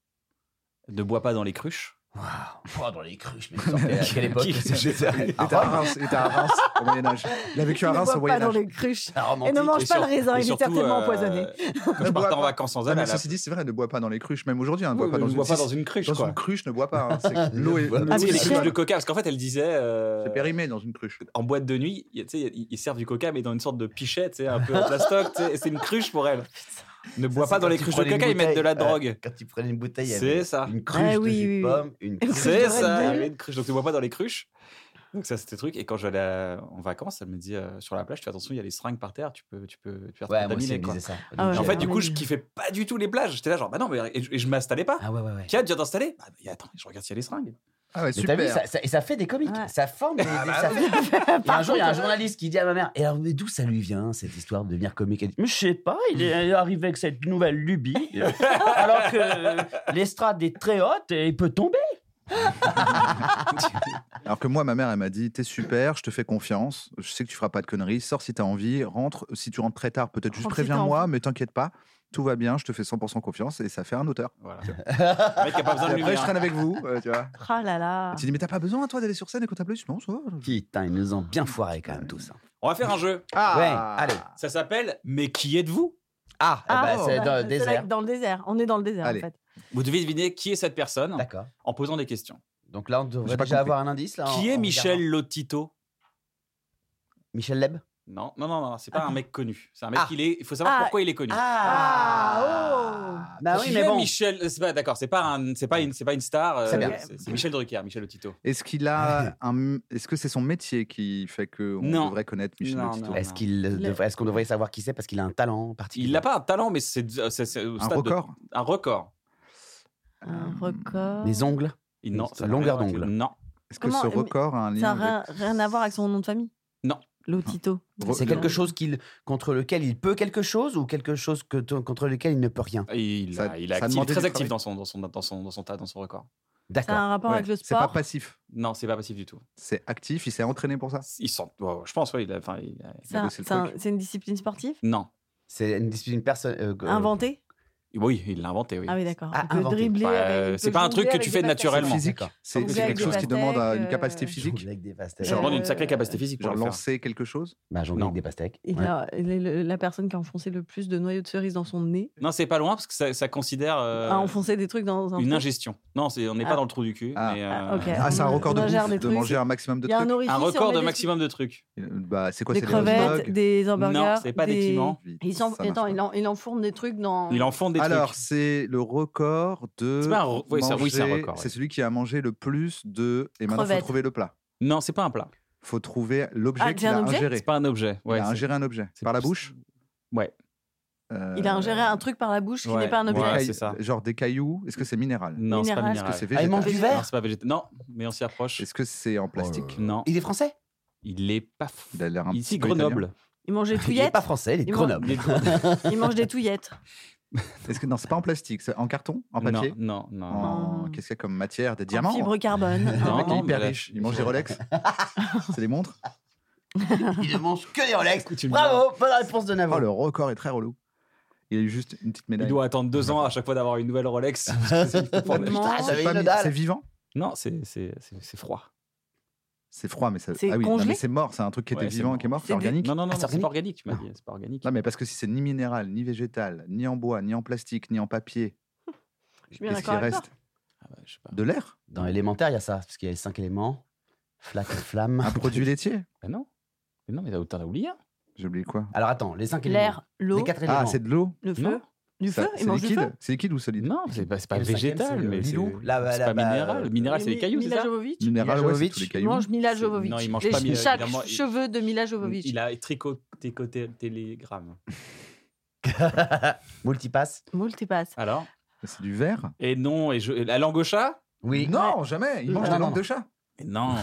[SPEAKER 1] Ne bois pas dans les cruches.
[SPEAKER 4] Oh, dans les cruches, mais sortez à quelle époque
[SPEAKER 1] Qui-
[SPEAKER 4] C'était
[SPEAKER 2] Il était à Reims, il était à Reims au Moyen-Âge. Il a vécu à
[SPEAKER 3] ne
[SPEAKER 2] Reims
[SPEAKER 3] bois
[SPEAKER 2] au
[SPEAKER 3] pas dans
[SPEAKER 2] Moyen-Âge.
[SPEAKER 3] les cruches.
[SPEAKER 4] un
[SPEAKER 3] Et
[SPEAKER 4] romantique.
[SPEAKER 3] ne mange
[SPEAKER 1] Et
[SPEAKER 3] pas
[SPEAKER 1] sur-
[SPEAKER 3] le raisin,
[SPEAKER 1] et
[SPEAKER 3] il est
[SPEAKER 1] surtout,
[SPEAKER 3] certainement
[SPEAKER 1] euh,
[SPEAKER 3] empoisonné.
[SPEAKER 1] Quand
[SPEAKER 2] Ne
[SPEAKER 1] je
[SPEAKER 2] bois
[SPEAKER 1] partais en
[SPEAKER 2] pas.
[SPEAKER 1] vacances sans
[SPEAKER 2] Non,
[SPEAKER 1] elle,
[SPEAKER 2] mais
[SPEAKER 1] elle a-
[SPEAKER 2] ceci dit, c'est vrai, ne bois pas dans les cruches. Même aujourd'hui, hein, ne bois
[SPEAKER 1] Oui,
[SPEAKER 2] pas
[SPEAKER 1] mais
[SPEAKER 2] dans
[SPEAKER 1] je
[SPEAKER 2] une
[SPEAKER 1] bois pas
[SPEAKER 2] si-
[SPEAKER 1] dans une cruche.
[SPEAKER 2] dans
[SPEAKER 1] quoi.
[SPEAKER 2] une cruche, ne bois pas. hein. C'est- L'eau est,
[SPEAKER 4] bois
[SPEAKER 1] Tu sais,
[SPEAKER 4] pas.
[SPEAKER 3] Ah,
[SPEAKER 1] les
[SPEAKER 3] mais
[SPEAKER 1] cruches
[SPEAKER 3] c'est-
[SPEAKER 1] de coca, parce qu'en fait, elle disait euh,
[SPEAKER 2] c'est périmé dans une cruche.
[SPEAKER 1] en boîte de nuit, y a- tu sais, ils ils servent du coca, mais dans une sorte de pichette, un peu en plastoc. tu sais, et C'est une cruche pour elle. Ne bois pas dans les cruches de coca, ils mettent de la drogue.
[SPEAKER 4] Quand tu prenais une bouteille, il y
[SPEAKER 1] C'est
[SPEAKER 4] avait
[SPEAKER 1] ça.
[SPEAKER 4] une cruche
[SPEAKER 3] Ah
[SPEAKER 4] de
[SPEAKER 3] oui,
[SPEAKER 4] jus de
[SPEAKER 3] oui, oui.
[SPEAKER 4] pomme, une
[SPEAKER 3] Une
[SPEAKER 4] cruche
[SPEAKER 3] cruche
[SPEAKER 1] C'est
[SPEAKER 3] de
[SPEAKER 1] ça, il y
[SPEAKER 3] Red Bull.
[SPEAKER 1] avait une cruche. Donc, tu ne bois pas dans les cruches. Donc, ça, c'était le truc. Et quand j'allais euh, en vacances, elle me dit euh, sur la plage, tu fais attention, il y a les seringues par terre, tu peux, tu peux, tu peux te
[SPEAKER 4] Ouais, moi aussi,
[SPEAKER 1] contaminer,
[SPEAKER 4] elle me
[SPEAKER 1] quoi.
[SPEAKER 4] disait ça.
[SPEAKER 3] Ah ouais.
[SPEAKER 1] Et en fait, du
[SPEAKER 3] Ouais.
[SPEAKER 1] coup, je kiffais pas du tout les plages. J'étais là, genre, bah non, mais et je, et je m'installais pas.
[SPEAKER 4] Ah ouais, ouais, ouais.
[SPEAKER 1] Qui a déjà t'installer Bah, et attends, je regarde s'il y a les seringues.
[SPEAKER 2] Ah ouais,
[SPEAKER 4] Mais t'as vu,
[SPEAKER 2] super.
[SPEAKER 4] ça, ça- et ça fait des comiques.
[SPEAKER 3] Ouais.
[SPEAKER 4] Ça forme des. des-
[SPEAKER 1] Ah
[SPEAKER 4] ça fait- Il y a un jour, il y a un journaliste qui dit à ma mère Et alors, mais d'où ça lui vient, cette histoire de devenir comique Elle dit Mais je sais pas, il est
[SPEAKER 1] Mm.
[SPEAKER 4] arrivé avec cette nouvelle lubie, euh, alors que euh, l'estrade est très haute et il peut tomber.
[SPEAKER 2] Alors que moi, ma mère, elle m'a dit T'es super, je te fais confiance, je sais que tu feras pas de conneries, sors si t'as envie, rentre. Si tu rentres très tard, peut-être juste
[SPEAKER 3] Rentre si t'as
[SPEAKER 2] préviens-moi, mais t'inquiète pas, tout va bien, je te fais 100% confiance et ça fait un auteur.
[SPEAKER 1] Voilà. le mec a pas besoin de
[SPEAKER 2] Et après, je
[SPEAKER 1] lumière.
[SPEAKER 2] traîne avec vous, euh, tu vois.
[SPEAKER 3] Ah là là.
[SPEAKER 2] Tu dis Mais t'as pas besoin, toi, d'aller sur scène et qu'on t'applaudisse Non, ça va.
[SPEAKER 4] Putain, ils nous ont bien foiré quand même tous.
[SPEAKER 1] On va faire un jeu. Ah.
[SPEAKER 4] Ouais, allez.
[SPEAKER 1] Ça s'appelle Mais qui êtes-vous
[SPEAKER 4] Ah, eh
[SPEAKER 3] Ah,
[SPEAKER 2] bah,
[SPEAKER 4] ben,
[SPEAKER 3] ouais.
[SPEAKER 4] c'est dans le
[SPEAKER 3] C'est
[SPEAKER 4] désert.
[SPEAKER 3] là- Dans le désert. On est dans le désert, en
[SPEAKER 2] Allez.
[SPEAKER 3] fait.
[SPEAKER 1] Vous devez deviner qui est cette personne
[SPEAKER 4] D'accord.
[SPEAKER 1] en posant des questions.
[SPEAKER 4] Donc là, on
[SPEAKER 2] J'ai
[SPEAKER 4] devrait
[SPEAKER 2] pas
[SPEAKER 4] déjà
[SPEAKER 2] compris.
[SPEAKER 4] avoir un indice. Là, en-
[SPEAKER 1] Qui est
[SPEAKER 4] en
[SPEAKER 1] Michel
[SPEAKER 4] regardant.
[SPEAKER 1] Lotito
[SPEAKER 4] Michel Leb
[SPEAKER 1] Non, non, non, non, c'est pas un mec connu. C'est un mec,
[SPEAKER 4] Ah.
[SPEAKER 1] il est. Il faut savoir
[SPEAKER 3] Ah.
[SPEAKER 1] pourquoi il est connu.
[SPEAKER 3] Ah,
[SPEAKER 4] Bah oui,
[SPEAKER 1] Qui
[SPEAKER 4] mais
[SPEAKER 1] est
[SPEAKER 4] bon.
[SPEAKER 1] Michel, euh, c'est pas d'accord, c'est pas un- c'est pas une, c'est pas une star. euh,
[SPEAKER 4] C'est bien.
[SPEAKER 1] c'est c'est Michel Drucker, Michel Lotito.
[SPEAKER 2] Est-ce qu'il a un. Est-ce que c'est son métier qui fait qu'on
[SPEAKER 1] Non.
[SPEAKER 2] devrait connaître Michel
[SPEAKER 1] Non,
[SPEAKER 2] Lotito
[SPEAKER 1] non.
[SPEAKER 4] Est-ce qu'il devrait- est-ce qu'on devrait savoir qui c'est parce qu'il a un talent particulier
[SPEAKER 1] Il n'a pas un talent, mais c'est c'est- c'est au
[SPEAKER 2] Un
[SPEAKER 1] stade de-
[SPEAKER 2] record
[SPEAKER 1] un record.
[SPEAKER 3] Un
[SPEAKER 2] Euh,
[SPEAKER 3] record.
[SPEAKER 4] Les ongles
[SPEAKER 1] Il- Non,
[SPEAKER 4] C'est
[SPEAKER 1] ça n'a
[SPEAKER 4] longueur
[SPEAKER 1] rien à voir avec-
[SPEAKER 4] d'ongle.
[SPEAKER 1] Non,
[SPEAKER 2] Est-ce que
[SPEAKER 3] Comment-
[SPEAKER 2] ce
[SPEAKER 3] mais-
[SPEAKER 2] record a un
[SPEAKER 3] Ça
[SPEAKER 2] lien
[SPEAKER 3] n'a rien,
[SPEAKER 2] avec-
[SPEAKER 3] rien à voir avec son nom de famille
[SPEAKER 1] Non.
[SPEAKER 3] Lotito.
[SPEAKER 2] Re-
[SPEAKER 4] C'est quelque chose qu'il contre lequel il peut quelque chose ou quelque chose que, contre lequel il ne peut rien.
[SPEAKER 1] il,
[SPEAKER 2] Ça-
[SPEAKER 1] a- il est
[SPEAKER 2] ça a
[SPEAKER 1] actif,
[SPEAKER 2] demandé
[SPEAKER 1] très
[SPEAKER 2] du
[SPEAKER 1] actif
[SPEAKER 2] travail.
[SPEAKER 1] dans son, dans son dans son dans son tas, dans son record.
[SPEAKER 3] Ça a
[SPEAKER 4] D'accord.
[SPEAKER 3] un rapport
[SPEAKER 2] Ouais.
[SPEAKER 3] avec le
[SPEAKER 2] C'est pas
[SPEAKER 3] sport.
[SPEAKER 2] passif,
[SPEAKER 1] Non, c'est pas possible du tout.
[SPEAKER 2] c'est actif, il s'est entraîné pour ça.
[SPEAKER 1] Il sent, ouais, ouais, je pense, ouais, il a- enfin, il a-
[SPEAKER 3] C'est un-
[SPEAKER 2] bossé le
[SPEAKER 3] c'est un-
[SPEAKER 2] truc.
[SPEAKER 3] c'est une discipline sportive
[SPEAKER 1] non.
[SPEAKER 4] C'est une discipline personne. euh, euh,
[SPEAKER 3] Inventée
[SPEAKER 1] Oui, il l'a inventé. Oui.
[SPEAKER 3] Ah oui, d'accord.
[SPEAKER 4] Ah,
[SPEAKER 3] On peut
[SPEAKER 4] inventée.
[SPEAKER 3] dribbler.
[SPEAKER 1] Bah,
[SPEAKER 3] avec-
[SPEAKER 1] euh,
[SPEAKER 3] on
[SPEAKER 1] c'est
[SPEAKER 3] peut
[SPEAKER 1] pas un
[SPEAKER 3] jongler
[SPEAKER 1] truc que
[SPEAKER 3] avec
[SPEAKER 1] tu
[SPEAKER 3] des
[SPEAKER 1] fais
[SPEAKER 3] patates.
[SPEAKER 1] naturellement.
[SPEAKER 2] Physique,
[SPEAKER 4] D'accord.
[SPEAKER 2] c'est
[SPEAKER 3] Vous
[SPEAKER 2] c'est
[SPEAKER 3] avez
[SPEAKER 2] quelque
[SPEAKER 3] des
[SPEAKER 2] chose qui demande euh, une
[SPEAKER 3] pastèques,
[SPEAKER 2] capacité
[SPEAKER 3] euh,
[SPEAKER 4] je jongle
[SPEAKER 2] physique.
[SPEAKER 4] avec des pastèques.
[SPEAKER 1] Ça
[SPEAKER 3] Genre-
[SPEAKER 1] demande une
[SPEAKER 3] Euh,
[SPEAKER 1] sacrée capacité physique. pour
[SPEAKER 2] Genre
[SPEAKER 1] le faire.
[SPEAKER 2] lancer quelque chose
[SPEAKER 4] Bah, jongle
[SPEAKER 1] Non.
[SPEAKER 4] avec des pastèques.
[SPEAKER 3] Il
[SPEAKER 4] Ouais.
[SPEAKER 3] a- il est le- la personne qui a enfoncé le plus de noyaux de cerise dans son nez
[SPEAKER 1] Non, c'est pas loin parce que ça, ça considère euh,
[SPEAKER 4] Ah,
[SPEAKER 3] a enfoncé des trucs dans un.
[SPEAKER 1] une
[SPEAKER 3] trou.
[SPEAKER 1] ingestion. Non, c'est- on n'est pas
[SPEAKER 3] Ah.
[SPEAKER 1] dans le trou du cul.
[SPEAKER 2] Ah.
[SPEAKER 1] mais,
[SPEAKER 3] Ah,
[SPEAKER 1] euh,
[SPEAKER 3] ok.
[SPEAKER 2] Ah, c'est un
[SPEAKER 3] On-
[SPEAKER 2] record de
[SPEAKER 3] on ingère des
[SPEAKER 2] bouffe, de
[SPEAKER 3] trucs.
[SPEAKER 2] manger un maximum de
[SPEAKER 3] Il y a un
[SPEAKER 2] trucs.
[SPEAKER 3] orifice.
[SPEAKER 1] Un
[SPEAKER 3] on
[SPEAKER 1] record
[SPEAKER 3] met
[SPEAKER 1] de
[SPEAKER 3] des-
[SPEAKER 1] maximum de trucs.
[SPEAKER 2] Euh, Bah, c'est quoi
[SPEAKER 3] Des
[SPEAKER 2] c'est
[SPEAKER 3] crevettes,
[SPEAKER 2] hot-dogs
[SPEAKER 3] des hamburgers.
[SPEAKER 1] Non, c'est pas des piments.
[SPEAKER 3] Il, s'en-
[SPEAKER 2] Ça marche
[SPEAKER 3] attends,
[SPEAKER 2] pas.
[SPEAKER 3] il, en, il enfourne des trucs dans.
[SPEAKER 1] Il en font des
[SPEAKER 2] Alors,
[SPEAKER 1] trucs.
[SPEAKER 2] c'est le record de.
[SPEAKER 1] C'est pas un re- oui, c'est- oui, c'est un
[SPEAKER 2] manger-
[SPEAKER 1] record, oui.
[SPEAKER 2] C'est celui qui a mangé le plus de. Et maintenant, il faut
[SPEAKER 3] Crevettes.
[SPEAKER 2] trouver le plat.
[SPEAKER 1] Non, c'est pas un plat.
[SPEAKER 2] faut trouver l'objet
[SPEAKER 3] Ah, c'est
[SPEAKER 2] qu'il
[SPEAKER 3] un
[SPEAKER 2] a
[SPEAKER 3] objet
[SPEAKER 1] C'est
[SPEAKER 2] ingéré.
[SPEAKER 1] pas un objet. Ouais,
[SPEAKER 2] il a
[SPEAKER 1] c'est-
[SPEAKER 2] ingéré un objet.
[SPEAKER 1] c'est
[SPEAKER 2] Par la
[SPEAKER 1] plus-
[SPEAKER 2] bouche
[SPEAKER 1] Ouais.
[SPEAKER 2] Euh,
[SPEAKER 3] Il a ingéré un truc par la bouche qui
[SPEAKER 1] Ouais,
[SPEAKER 3] n'est pas un
[SPEAKER 2] des
[SPEAKER 3] objet.
[SPEAKER 1] ouais.
[SPEAKER 2] cailloux-
[SPEAKER 1] c'est ça.
[SPEAKER 2] Genre des cailloux. Est-ce que c'est minéral
[SPEAKER 1] Non, c'est pas
[SPEAKER 3] Minéral.
[SPEAKER 1] minéral.
[SPEAKER 2] Est-ce que c'est
[SPEAKER 4] Ah, il
[SPEAKER 2] végétal
[SPEAKER 4] mange du
[SPEAKER 1] Non,
[SPEAKER 4] verre
[SPEAKER 1] c'est pas végétal. Non, mais on s'y approche. Euh,
[SPEAKER 2] Est-ce que c'est en plastique
[SPEAKER 1] Non,
[SPEAKER 4] Il est français
[SPEAKER 1] il est pas. f-
[SPEAKER 2] Il a l'air un
[SPEAKER 1] Ici,
[SPEAKER 2] petit peu Ah,
[SPEAKER 1] Grenoble.
[SPEAKER 3] Il mange des
[SPEAKER 4] Il est
[SPEAKER 3] touillettes.
[SPEAKER 4] pas français, il est de
[SPEAKER 3] Il
[SPEAKER 4] Grenoble.
[SPEAKER 1] Il est de Grenoble.
[SPEAKER 3] Il mange des touillettes.
[SPEAKER 2] italien. Est-ce que non, c'est pas en plastique, c'est en carton, en papier, Ah,
[SPEAKER 1] Non, non, non.
[SPEAKER 2] en
[SPEAKER 3] Non.
[SPEAKER 2] qu'est-ce qu'il y a comme matière, des
[SPEAKER 3] En
[SPEAKER 2] diamants.
[SPEAKER 3] fibre carbone. hein.
[SPEAKER 2] Le mec est
[SPEAKER 1] Non,
[SPEAKER 2] hyper
[SPEAKER 1] mais là-
[SPEAKER 2] riche. Il mange des Rolex. c'est des montres.
[SPEAKER 4] Il ne mange que des Rolex.
[SPEAKER 1] Tu me
[SPEAKER 4] Bravo, bonne réponse
[SPEAKER 3] Ah
[SPEAKER 4] de
[SPEAKER 2] Oh,
[SPEAKER 4] Navo.
[SPEAKER 2] le record est très relou. Il a eu juste une petite
[SPEAKER 1] Il
[SPEAKER 2] médaille.
[SPEAKER 1] doit attendre deux ans à chaque fois d'avoir une nouvelle Rolex. Parce que c'est-
[SPEAKER 4] Oh, putain,
[SPEAKER 3] Non.
[SPEAKER 4] j'avais
[SPEAKER 2] Ah, C'est
[SPEAKER 4] une
[SPEAKER 2] pas mi-
[SPEAKER 4] dalle.
[SPEAKER 2] c'est vivant.
[SPEAKER 1] non, c'est c'est- c'est- c'est froid.
[SPEAKER 2] C'est froid, mais ça-
[SPEAKER 3] C'est
[SPEAKER 2] ah oui, non,
[SPEAKER 3] congelé
[SPEAKER 2] mais c'est mort. C'est un truc qui était
[SPEAKER 1] Ouais, c'est
[SPEAKER 2] vivant,
[SPEAKER 1] mort.
[SPEAKER 2] qui est mort, c'est
[SPEAKER 3] C'est du-
[SPEAKER 2] organique.
[SPEAKER 1] Non, non, non,
[SPEAKER 4] Ah,
[SPEAKER 1] non,
[SPEAKER 4] c'est
[SPEAKER 1] c'est pas organique, tu m'as dit. C'est pas organique.
[SPEAKER 2] Non, mais parce que si c'est ni minéral, ni végétal, ni en bois, ni en plastique, ni en papier,
[SPEAKER 3] Je suis bien
[SPEAKER 2] qu'est-ce qui
[SPEAKER 3] d'accord avec toi.
[SPEAKER 2] reste
[SPEAKER 1] Ah bah, je sais pas.
[SPEAKER 2] De l'air
[SPEAKER 4] Dans élémentaire, il y a ça, parce qu'il y a les cinq éléments. Flaque, flamme.
[SPEAKER 2] Un produit laitier
[SPEAKER 1] Bah non. Mais non, mais t'as- t'en as oublié. hein. un.
[SPEAKER 2] J'ai oublié quoi
[SPEAKER 4] Alors attends, les cinq éléments.
[SPEAKER 3] L'air, l'eau,
[SPEAKER 4] Les quatre éléments.
[SPEAKER 2] Ah, c'est de l'eau
[SPEAKER 3] le
[SPEAKER 1] Non.
[SPEAKER 3] feu. Du
[SPEAKER 2] Ça-
[SPEAKER 3] feu
[SPEAKER 2] C'est
[SPEAKER 3] Il mange du feu
[SPEAKER 2] liquide C'est liquide ou solide
[SPEAKER 1] Non, c'est pas, c'est pas
[SPEAKER 4] Et le cinquième,
[SPEAKER 1] végétal,
[SPEAKER 4] c'est le
[SPEAKER 1] mais c'est euh,
[SPEAKER 4] Lilou. Là, bah,
[SPEAKER 1] c'est
[SPEAKER 4] là,
[SPEAKER 1] pas
[SPEAKER 4] bah,
[SPEAKER 1] minéral.
[SPEAKER 4] euh,
[SPEAKER 1] Le minéral, c'est les
[SPEAKER 3] Mi-
[SPEAKER 1] cailloux, c'est
[SPEAKER 3] Mila
[SPEAKER 1] ça
[SPEAKER 3] Jovovich
[SPEAKER 2] Minéral, ouais, c'est
[SPEAKER 4] Jovovich.
[SPEAKER 2] tous les
[SPEAKER 3] Il
[SPEAKER 2] cailloux.
[SPEAKER 3] mange Mila
[SPEAKER 1] C'est-
[SPEAKER 3] Jovovich.
[SPEAKER 1] non, il mange
[SPEAKER 3] Les-
[SPEAKER 1] pas Mila-
[SPEAKER 3] Chaque
[SPEAKER 1] évidemment, il-
[SPEAKER 3] cheveu de Mila Jovovich.
[SPEAKER 1] Il a tricoté côté télégramme.
[SPEAKER 4] Multipass.
[SPEAKER 3] Multipass.
[SPEAKER 1] Alors
[SPEAKER 2] C'est du verre
[SPEAKER 1] Et non, et je- et la langue au chat
[SPEAKER 4] Oui.
[SPEAKER 2] Non, jamais Il mange
[SPEAKER 4] Non,
[SPEAKER 2] des
[SPEAKER 4] non,
[SPEAKER 2] langues
[SPEAKER 4] non.
[SPEAKER 2] de chat
[SPEAKER 1] Et non.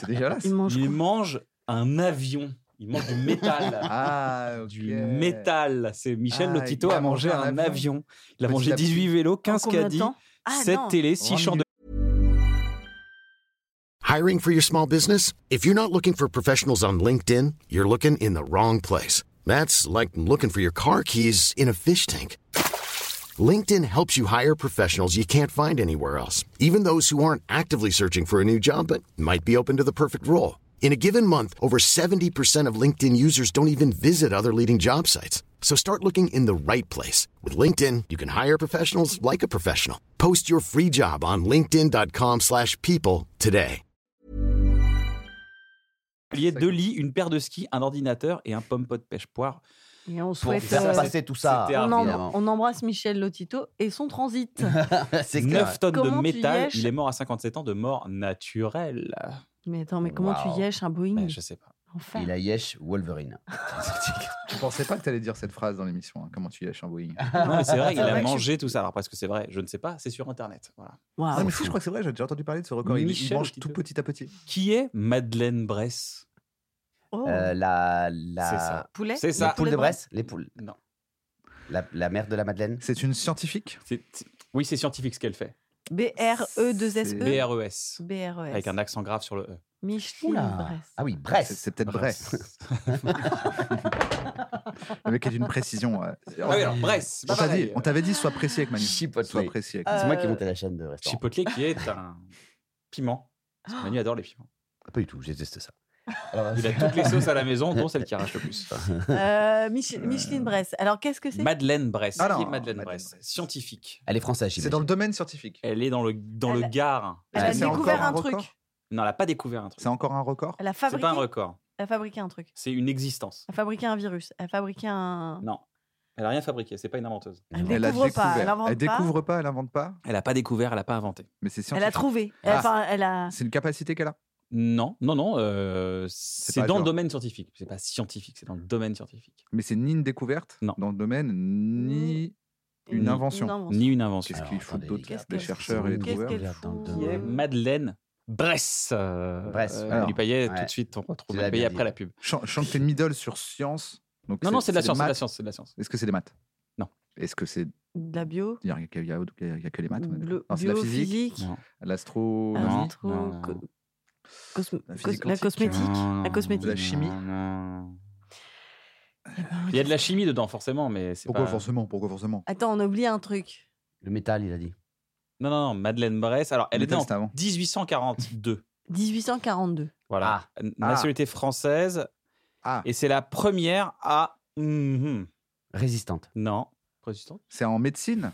[SPEAKER 2] C'est dégueulasse
[SPEAKER 3] Il mange
[SPEAKER 1] Il
[SPEAKER 3] quoi
[SPEAKER 1] mange un avion. Il mange du métal.
[SPEAKER 2] Ah, ok.
[SPEAKER 1] du métal. C'est Michel
[SPEAKER 2] Ah,
[SPEAKER 1] Lotito
[SPEAKER 2] il
[SPEAKER 1] a mangé un avion. Il a
[SPEAKER 2] Petit
[SPEAKER 1] mangé
[SPEAKER 2] à petit.
[SPEAKER 1] 18 vélos,
[SPEAKER 3] En
[SPEAKER 1] 15
[SPEAKER 3] combien de Ah,
[SPEAKER 1] caddies,
[SPEAKER 3] temps Ah,
[SPEAKER 1] 7
[SPEAKER 3] non.
[SPEAKER 1] télés,
[SPEAKER 2] Au
[SPEAKER 1] 6 champs de
[SPEAKER 5] Hiring for your small business? If you're not looking for professionals on LinkedIn, you're looking in the wrong place. That's like looking for your car keys in a fish tank. LinkedIn helps you hire professionals you can't find anywhere else, even those who aren't actively searching for a new job but might be open to the perfect role. In a given month, over 70% of LinkedIn users don't even visit other leading job sites. So start looking in the right place. With LinkedIn, you can hire professionals like a professional. Post your free job on linkedin.com/people slash people today.
[SPEAKER 1] Il y a deux lits, une paire de skis, un ordinateur et un pomme pot de pêche poire.
[SPEAKER 3] Et on
[SPEAKER 4] Pour
[SPEAKER 3] souhaite.
[SPEAKER 4] faire
[SPEAKER 3] euh,
[SPEAKER 4] passer tout ça.
[SPEAKER 1] c'était
[SPEAKER 3] on,
[SPEAKER 1] un-
[SPEAKER 3] em-
[SPEAKER 4] évidemment.
[SPEAKER 3] on embrasse Michel Lotito et son transit.
[SPEAKER 4] C'est clair.
[SPEAKER 1] 9 tonnes
[SPEAKER 3] Comment
[SPEAKER 1] de
[SPEAKER 3] tu
[SPEAKER 1] métal.
[SPEAKER 3] lèches
[SPEAKER 1] Il est mort à 57 ans de mort naturelle.
[SPEAKER 3] mais attends, mais comment
[SPEAKER 4] Waouh.
[SPEAKER 3] tu yèches un Boeing
[SPEAKER 1] Mais je sais pas.
[SPEAKER 3] Enfer.
[SPEAKER 6] Il a Yesh Wolverine.
[SPEAKER 2] Je pensais pas que tu allais dire cette phrase dans l'émission. hein. Comment tu lèches un Boeing
[SPEAKER 1] Non, mais Ah, c'est vrai, il
[SPEAKER 3] C'est vrai
[SPEAKER 1] a
[SPEAKER 3] que je-
[SPEAKER 1] mangé tout ça. Alors, parce que c'est vrai, je ne sais pas, c'est sur Internet. Voilà.
[SPEAKER 3] Waouh.
[SPEAKER 2] Non, mais si, je crois que c'est vrai, j'ai déjà entendu parler de ce record. Il- Il,
[SPEAKER 1] Michel
[SPEAKER 2] mange
[SPEAKER 1] Petit
[SPEAKER 2] tout
[SPEAKER 1] peu.
[SPEAKER 2] petit à petit.
[SPEAKER 1] Qui est Madeleine Bresse
[SPEAKER 3] Oh,
[SPEAKER 6] Euh, la la
[SPEAKER 1] C'est ça.
[SPEAKER 3] poulet.
[SPEAKER 1] C'est
[SPEAKER 6] les
[SPEAKER 1] ça.
[SPEAKER 6] poules de Bresse, les poules.
[SPEAKER 1] Non.
[SPEAKER 6] La, la mère de la Madeleine.
[SPEAKER 2] C'est une scientifique
[SPEAKER 1] C'est- c'est- Oui, c'est scientifique ce qu'elle fait.
[SPEAKER 3] E
[SPEAKER 1] Euh,
[SPEAKER 2] C'est-
[SPEAKER 3] B-R-E-2-S-E.
[SPEAKER 1] BRES.
[SPEAKER 3] B-R-E-S.
[SPEAKER 1] Avec un accent grave sur le E.
[SPEAKER 3] E Micheline
[SPEAKER 6] Oula.
[SPEAKER 3] Bresse.
[SPEAKER 6] Ah oui,
[SPEAKER 2] C'est-
[SPEAKER 6] Bresse.
[SPEAKER 2] C'est peut-être Bresse. Le mec est d'une précision. ouais.
[SPEAKER 1] Ah oui, alors, Bresse.
[SPEAKER 2] On
[SPEAKER 1] pas
[SPEAKER 2] t'a
[SPEAKER 1] pareil.
[SPEAKER 2] dit, on t'avait dit sois précis avec Manu.
[SPEAKER 6] Chipotle.
[SPEAKER 2] Sois précis avec
[SPEAKER 6] C'est moi qui
[SPEAKER 3] Euh,
[SPEAKER 6] montais la chaîne de restaurant.
[SPEAKER 1] Chipotle qui est un piment. Parce que Manu adore les piments.
[SPEAKER 6] Pas du tout, je déteste ça. Alors,
[SPEAKER 1] Il a toutes les sauces à la maison, dont celle qui arrache le plus.
[SPEAKER 3] Euh, Mich- Micheline Bresse. Alors, qu'est-ce que c'est
[SPEAKER 1] Madeleine Bresse.
[SPEAKER 2] Ah non,
[SPEAKER 1] qui est Madeleine,
[SPEAKER 2] Madeleine
[SPEAKER 1] Bresse,
[SPEAKER 2] Bresse.
[SPEAKER 1] Scientifique.
[SPEAKER 6] Elle est française,
[SPEAKER 2] C'est dans le
[SPEAKER 6] j'imagine.
[SPEAKER 2] domaine scientifique.
[SPEAKER 1] Elle est dans le, dans
[SPEAKER 3] Elle-
[SPEAKER 1] le Gard.
[SPEAKER 3] Elle
[SPEAKER 6] Ouais,
[SPEAKER 3] a
[SPEAKER 6] c'est
[SPEAKER 3] découvert
[SPEAKER 2] encore
[SPEAKER 3] un
[SPEAKER 2] un
[SPEAKER 3] truc.
[SPEAKER 2] record
[SPEAKER 1] Non, elle n'a pas découvert un truc.
[SPEAKER 2] C'est encore un record
[SPEAKER 3] Elle a
[SPEAKER 1] C'est
[SPEAKER 3] fabriqué.
[SPEAKER 1] pas un record.
[SPEAKER 3] Elle a fabriqué un truc.
[SPEAKER 1] C'est une existence.
[SPEAKER 3] Elle a fabriqué un virus. Elle a fabriqué un.
[SPEAKER 1] Non. Elle n'a rien fabriqué. C'est pas une inventeuse.
[SPEAKER 3] Elle
[SPEAKER 2] Elle a
[SPEAKER 3] découvre pas. Elle
[SPEAKER 2] découvert.
[SPEAKER 3] invente
[SPEAKER 2] Elle
[SPEAKER 3] pas.
[SPEAKER 2] découvre pas, elle invente pas,
[SPEAKER 1] Elle n'a pas découvert, elle n'a pas inventé.
[SPEAKER 2] mais c'est
[SPEAKER 3] Elle hein.
[SPEAKER 2] scientifique.
[SPEAKER 3] a trouvé.
[SPEAKER 2] Ah.
[SPEAKER 3] Enfin, elle a.
[SPEAKER 2] C'est une capacité qu'elle a.
[SPEAKER 1] Non, non, non. euh, c'est
[SPEAKER 2] pas
[SPEAKER 1] dans le
[SPEAKER 2] genre.
[SPEAKER 1] domaine scientifique. C'est pas scientifique, c'est dans le domaine scientifique.
[SPEAKER 2] Mais c'est ni une découverte
[SPEAKER 1] Non.
[SPEAKER 2] dans le domaine, ni une
[SPEAKER 3] Ni-
[SPEAKER 2] invention.
[SPEAKER 1] Ni une invention.
[SPEAKER 2] Qu'est-ce
[SPEAKER 6] Alors,
[SPEAKER 2] qu'il faut
[SPEAKER 6] attendez,
[SPEAKER 2] d'autre
[SPEAKER 6] les gars,
[SPEAKER 3] Qu'est-ce
[SPEAKER 2] Les
[SPEAKER 3] qu'elle-
[SPEAKER 2] chercheurs et les
[SPEAKER 3] qu'est-ce
[SPEAKER 2] trouveurs.
[SPEAKER 3] qu'elle
[SPEAKER 6] Ouvert dans le
[SPEAKER 3] fout
[SPEAKER 6] domaine.
[SPEAKER 1] Qui est Madeleine Bresse. Euh,
[SPEAKER 6] Bresse,
[SPEAKER 1] euh,
[SPEAKER 2] alors.
[SPEAKER 1] Amélie Payet,
[SPEAKER 6] Ouais.
[SPEAKER 1] tout de suite, on retrouve
[SPEAKER 6] Tu l'as
[SPEAKER 1] Amélie Payet
[SPEAKER 6] bien
[SPEAKER 1] après
[SPEAKER 6] dit.
[SPEAKER 1] la pub.
[SPEAKER 2] Chant chant que t'es middle sur science. Donc
[SPEAKER 1] Non, non, c'est de la
[SPEAKER 2] des
[SPEAKER 1] science, c'est de la
[SPEAKER 2] maths.
[SPEAKER 1] science, c'est de la science.
[SPEAKER 2] Est-ce que c'est des maths
[SPEAKER 1] Non.
[SPEAKER 2] Est-ce que c'est.
[SPEAKER 3] De la bio.
[SPEAKER 2] Il n'y a, il y a- il y a- il y a que les maths on est
[SPEAKER 3] bio-
[SPEAKER 2] d'accord Non, c'est de la physique,
[SPEAKER 3] Biophysique.
[SPEAKER 1] Non.
[SPEAKER 2] l'astro. euh,
[SPEAKER 1] Ah,
[SPEAKER 2] non.
[SPEAKER 3] astro-
[SPEAKER 1] non, non,
[SPEAKER 3] co-
[SPEAKER 1] non.
[SPEAKER 3] cosme-
[SPEAKER 2] La
[SPEAKER 3] cos-
[SPEAKER 2] physique
[SPEAKER 3] La
[SPEAKER 2] quantique.
[SPEAKER 3] cosmétique.
[SPEAKER 1] Non, non,
[SPEAKER 3] cosmétique.
[SPEAKER 1] non,
[SPEAKER 2] La chimie.
[SPEAKER 1] non. Il y a de la chimie dedans, forcément, mais c'est
[SPEAKER 2] Pourquoi
[SPEAKER 1] pas...
[SPEAKER 2] forcément Pourquoi forcément
[SPEAKER 3] Attends, on oublie un truc.
[SPEAKER 6] Le métal, il a dit.
[SPEAKER 1] Non, non, non, Madeleine Bresse. Alors, elle
[SPEAKER 2] Le
[SPEAKER 1] est née en
[SPEAKER 2] test avant.
[SPEAKER 1] 1842.
[SPEAKER 3] 1842.
[SPEAKER 1] Voilà. Nationalité française.
[SPEAKER 2] Ah,
[SPEAKER 1] Et c'est la première à. Mhm.
[SPEAKER 6] Résistante.
[SPEAKER 1] Non. Résistante.
[SPEAKER 2] c'est en médecine